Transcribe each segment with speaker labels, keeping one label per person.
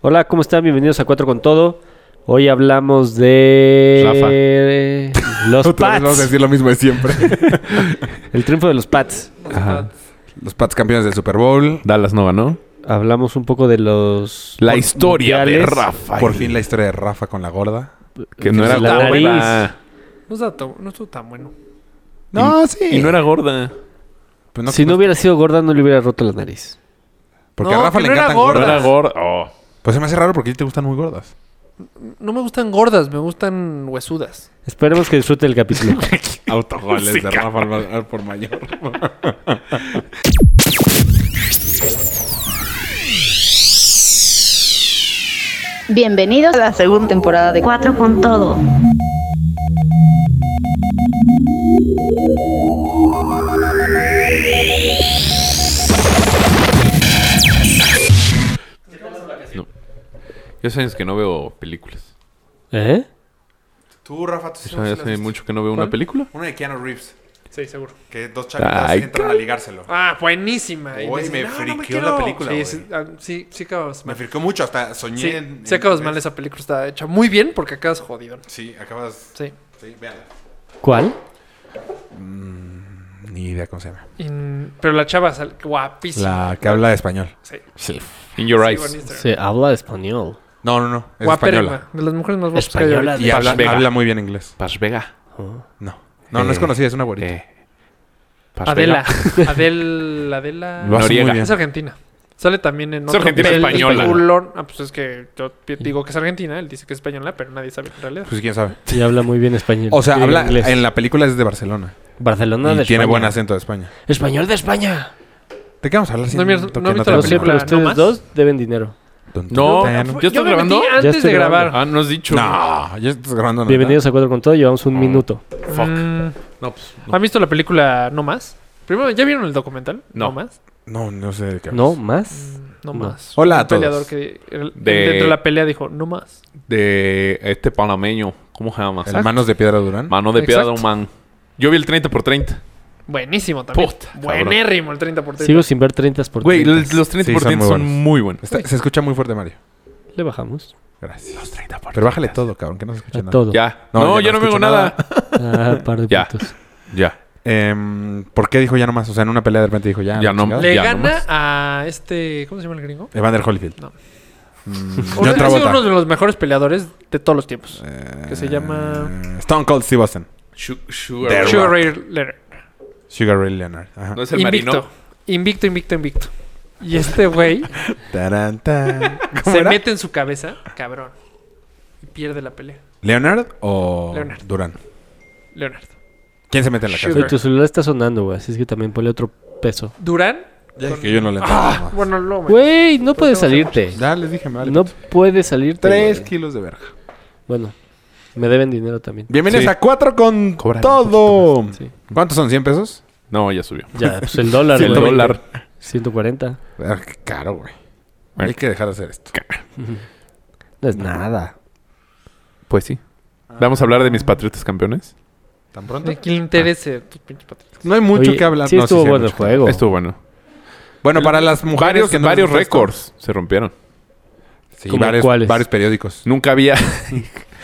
Speaker 1: Hola, ¿cómo están? Bienvenidos a Cuatro con Todo. Hoy hablamos de... Los
Speaker 2: Otra vez vamos a
Speaker 1: Pats.
Speaker 2: decir lo mismo de siempre.
Speaker 1: El triunfo de los Pats.
Speaker 3: Ajá.
Speaker 2: Los Pats campeones del Super Bowl.
Speaker 3: Dallas no ganó.
Speaker 1: Hablamos un poco de los...
Speaker 3: La historia de
Speaker 1: mundiales.
Speaker 3: Rafa.
Speaker 2: Por fin la historia de Rafa con la gorda.
Speaker 3: Que no era
Speaker 1: La
Speaker 3: gorda.
Speaker 1: nariz.
Speaker 4: No, está tan- no estuvo tan bueno.
Speaker 2: No, sí.
Speaker 3: Y no era gorda.
Speaker 2: Pues no-
Speaker 1: si no hubiera sido gorda, no le hubiera roto la nariz.
Speaker 2: Porque
Speaker 4: No,
Speaker 2: a Rafa
Speaker 4: que
Speaker 2: le
Speaker 4: no era
Speaker 2: encantan
Speaker 3: No
Speaker 4: gorda.
Speaker 2: gordas.
Speaker 3: era gorda. Oh.
Speaker 2: Pues se me hace raro porque a ti te gustan muy gordas.
Speaker 4: No me gustan gordas, me gustan huesudas.
Speaker 1: Esperemos que disfrute el capítulo.
Speaker 2: Autogoles de Rafa al, al por mayor.
Speaker 5: Bienvenidos a la segunda temporada de Cuatro con Todo.
Speaker 3: Ya sabes que no veo películas.
Speaker 1: ¿Eh?
Speaker 2: Tú, Rafa, tú
Speaker 3: Ya hace mucho que no veo una película.
Speaker 2: Una de Keanu Reeves.
Speaker 4: Sí, seguro.
Speaker 2: Que dos
Speaker 3: chavitas Ay, entran
Speaker 2: a ligárselo.
Speaker 4: Ah, buenísima. Y
Speaker 2: Güey, me
Speaker 4: me dicen, "No, no me
Speaker 2: friqueó la
Speaker 4: quiero".
Speaker 2: película,
Speaker 4: Sí,
Speaker 2: güey.
Speaker 4: sí, ah, sí, sí acabas mal.
Speaker 2: friqueó mucho. Hasta soñé.
Speaker 4: Sí, sí acabas mal esa película. Está hecha muy bien porque acabas jodidón.
Speaker 2: Sí, acabas...
Speaker 4: Sí.
Speaker 2: Sí, véanla.
Speaker 1: ¿Cuál?
Speaker 2: Mm, Ni idea cómo se llama.
Speaker 4: Y- pero la chava sale guapísima.
Speaker 2: La que habla español.
Speaker 4: Sí.
Speaker 3: Sí. In Your
Speaker 4: sigo en
Speaker 3: Eyes.
Speaker 4: Instagram.
Speaker 1: Se habla español.
Speaker 2: No, no, no. Es española.
Speaker 4: Guapérrima. De las mujeres más guapas que hay
Speaker 1: Española
Speaker 4: ahorita.
Speaker 2: Y habla,
Speaker 3: Vega.
Speaker 2: habla muy bien inglés.
Speaker 3: Paz Vega.
Speaker 1: Ah.
Speaker 2: No. No, no es
Speaker 3: Eh,
Speaker 2: conocida, es una güerita.
Speaker 3: Eh. Paz
Speaker 4: Adela.
Speaker 3: Vega.
Speaker 4: Adel, Adela.
Speaker 2: Lo hace muy
Speaker 3: Noriega.
Speaker 2: bien.
Speaker 4: Es argentina. Sale también en
Speaker 3: Es argentina
Speaker 4: pel-
Speaker 3: española.
Speaker 4: peliculón. Ah, pues es que yo digo que es argentina, él dice que es española, pero nadie sabe en realidad.
Speaker 2: Pues quién sabe.
Speaker 1: Y habla muy bien español.
Speaker 2: O sea,
Speaker 1: Y
Speaker 2: habla
Speaker 1: inglés.
Speaker 2: en la película es de Barcelona.
Speaker 1: Barcelona
Speaker 2: y
Speaker 1: de
Speaker 2: tiene
Speaker 1: España.
Speaker 2: buen acento de España.
Speaker 1: Español de España.
Speaker 2: ¿De qué vamos a hablar? si
Speaker 4: No he visto-
Speaker 2: toqué
Speaker 4: no he
Speaker 2: en
Speaker 4: visto
Speaker 2: otra
Speaker 4: la
Speaker 1: Pero
Speaker 4: película.
Speaker 1: siempre
Speaker 2: película?
Speaker 1: ustedes
Speaker 4: ¿No
Speaker 1: dos deben dinero.
Speaker 3: No.
Speaker 2: Tan,
Speaker 3: ¿Ya estás
Speaker 4: Pues, me metí
Speaker 3: grabando?
Speaker 1: Ya
Speaker 4: Antes
Speaker 1: estoy
Speaker 4: de grabar.
Speaker 1: grabando.
Speaker 3: Ah, no has dicho.
Speaker 2: No, ya estás grabando. ¿no?
Speaker 1: Bienvenidos a Cuatro con Todo. Llevamos un minuto.
Speaker 3: Ah, Fuck.
Speaker 4: Mm,
Speaker 3: No, pues.
Speaker 4: ¿Han visto la película No Más? Primero, ¿ya vieron el documental?
Speaker 3: No.
Speaker 4: Más.
Speaker 2: No, no sé de qué.
Speaker 1: ¿No
Speaker 2: hablas.
Speaker 1: más?
Speaker 4: No
Speaker 1: No.
Speaker 4: Más.
Speaker 2: Hola
Speaker 4: Un
Speaker 2: a todos.
Speaker 4: peleador que el-
Speaker 3: De-
Speaker 4: dentro de la pelea dijo No Más.
Speaker 3: De este panameño. ¿Cómo se llama?
Speaker 2: ¿El manos de piedra Durán?
Speaker 3: Mano de piedra
Speaker 4: Exacto.
Speaker 3: man. Yo vi el 30 por 30.
Speaker 4: Buenísimo también.
Speaker 3: Puta, cabrón.
Speaker 4: Buenérrimo el 30 por 30.
Speaker 1: Sigo sin ver 30 por
Speaker 3: Güey,
Speaker 1: 30.
Speaker 3: los los 30
Speaker 2: Sí,
Speaker 3: por
Speaker 2: son
Speaker 3: 30
Speaker 2: muy
Speaker 3: son
Speaker 2: buenos.
Speaker 3: muy buenos.
Speaker 2: Está- se escucha muy fuerte, Mario.
Speaker 1: Le bajamos.
Speaker 2: Gracias. Pero bájale todo, cabrón, que no se escucha
Speaker 1: A
Speaker 2: nada.
Speaker 1: todo.
Speaker 3: Ya.
Speaker 2: No,
Speaker 3: No,
Speaker 2: ya
Speaker 3: ya
Speaker 2: no
Speaker 3: no, me
Speaker 2: escucho
Speaker 3: veo nada.
Speaker 1: Ah, par de
Speaker 3: Ya.
Speaker 1: puntos.
Speaker 3: Ya.
Speaker 2: Em, ¿Por qué dijo ya nomás? O sea, en una pelea de repente dijo ya.
Speaker 3: Ya
Speaker 2: la
Speaker 3: no-
Speaker 2: chingada.
Speaker 4: Le
Speaker 3: Ya, No
Speaker 4: gana
Speaker 3: Más.
Speaker 4: a este. ¿Cómo se llama el gringo?
Speaker 2: Evander Holyfield.
Speaker 4: No.
Speaker 2: Mm,
Speaker 4: Uno-
Speaker 2: John
Speaker 4: ha sido
Speaker 2: Travolta.
Speaker 4: uno de los mejores peleadores de todos los tiempos. que se llama
Speaker 2: Eh, Stone Cold Steve Austin.
Speaker 3: Shu-
Speaker 2: The
Speaker 3: Sugar.
Speaker 4: Sugar Ray Leonard.
Speaker 2: Sugar Ray Leonard. Ajá.
Speaker 3: No es el
Speaker 4: Invicto.
Speaker 3: marino.
Speaker 4: Invicto, invicto, invicto. Y este güey
Speaker 2: Tarán, tan. ¿Cómo
Speaker 4: se
Speaker 2: era?
Speaker 4: mete en su cabeza, cabrón. Y pierde la pelea.
Speaker 2: ¿Leonard o
Speaker 4: Leonard.
Speaker 2: Durán?
Speaker 4: Leonardo.
Speaker 2: ¿Quién se mete en la
Speaker 4: Sugar.
Speaker 2: casa?
Speaker 1: Oye, tu celular está sonando, güey. Así es que también ponle otro peso.
Speaker 4: Durán.
Speaker 2: Ya dije que yo no le entiendo
Speaker 4: Ah,
Speaker 2: nada más.
Speaker 4: bueno, no, güey.
Speaker 1: Güey, no puedes salirte.
Speaker 2: Ya les dije, me vale.
Speaker 1: No pues, puedes salirte.
Speaker 2: Tres
Speaker 1: güey.
Speaker 2: kilos de verja.
Speaker 1: Bueno, me deben dinero también.
Speaker 2: Bienvenidos
Speaker 3: Sí.
Speaker 2: a Cuatro con
Speaker 3: Cobran un
Speaker 2: Todo.
Speaker 1: Sí.
Speaker 2: ¿Cuántos son? ¿100 pesos?
Speaker 3: No, ya subió.
Speaker 1: Ya, pues el dólar.
Speaker 3: El
Speaker 1: güey.
Speaker 3: dólar.
Speaker 1: 140.
Speaker 2: Ah, qué caro, güey.
Speaker 3: Bueno.
Speaker 2: Hay que dejar de hacer esto.
Speaker 1: No es nada.
Speaker 3: Pues sí. ¿Vamos a hablar de mis patriotas campeones?
Speaker 2: ¿Tan pronto?
Speaker 4: ¿De quién le
Speaker 1: Ah.
Speaker 4: interese tus pinches patriotas?
Speaker 2: No hay mucho
Speaker 1: Oye,
Speaker 2: que hablar.
Speaker 1: Sí,
Speaker 2: No,
Speaker 1: estuvo
Speaker 2: hay
Speaker 1: bueno el
Speaker 2: mucho que-
Speaker 1: juego.
Speaker 3: Estuvo bueno.
Speaker 2: Bueno, para las mujeres
Speaker 3: Varios,
Speaker 2: que no
Speaker 3: varios
Speaker 2: les gusta
Speaker 3: récords se rompieron.
Speaker 2: esto, Sí,
Speaker 1: ¿Cómo
Speaker 2: varios,
Speaker 1: cuáles?
Speaker 2: varios periódicos.
Speaker 3: Nunca había.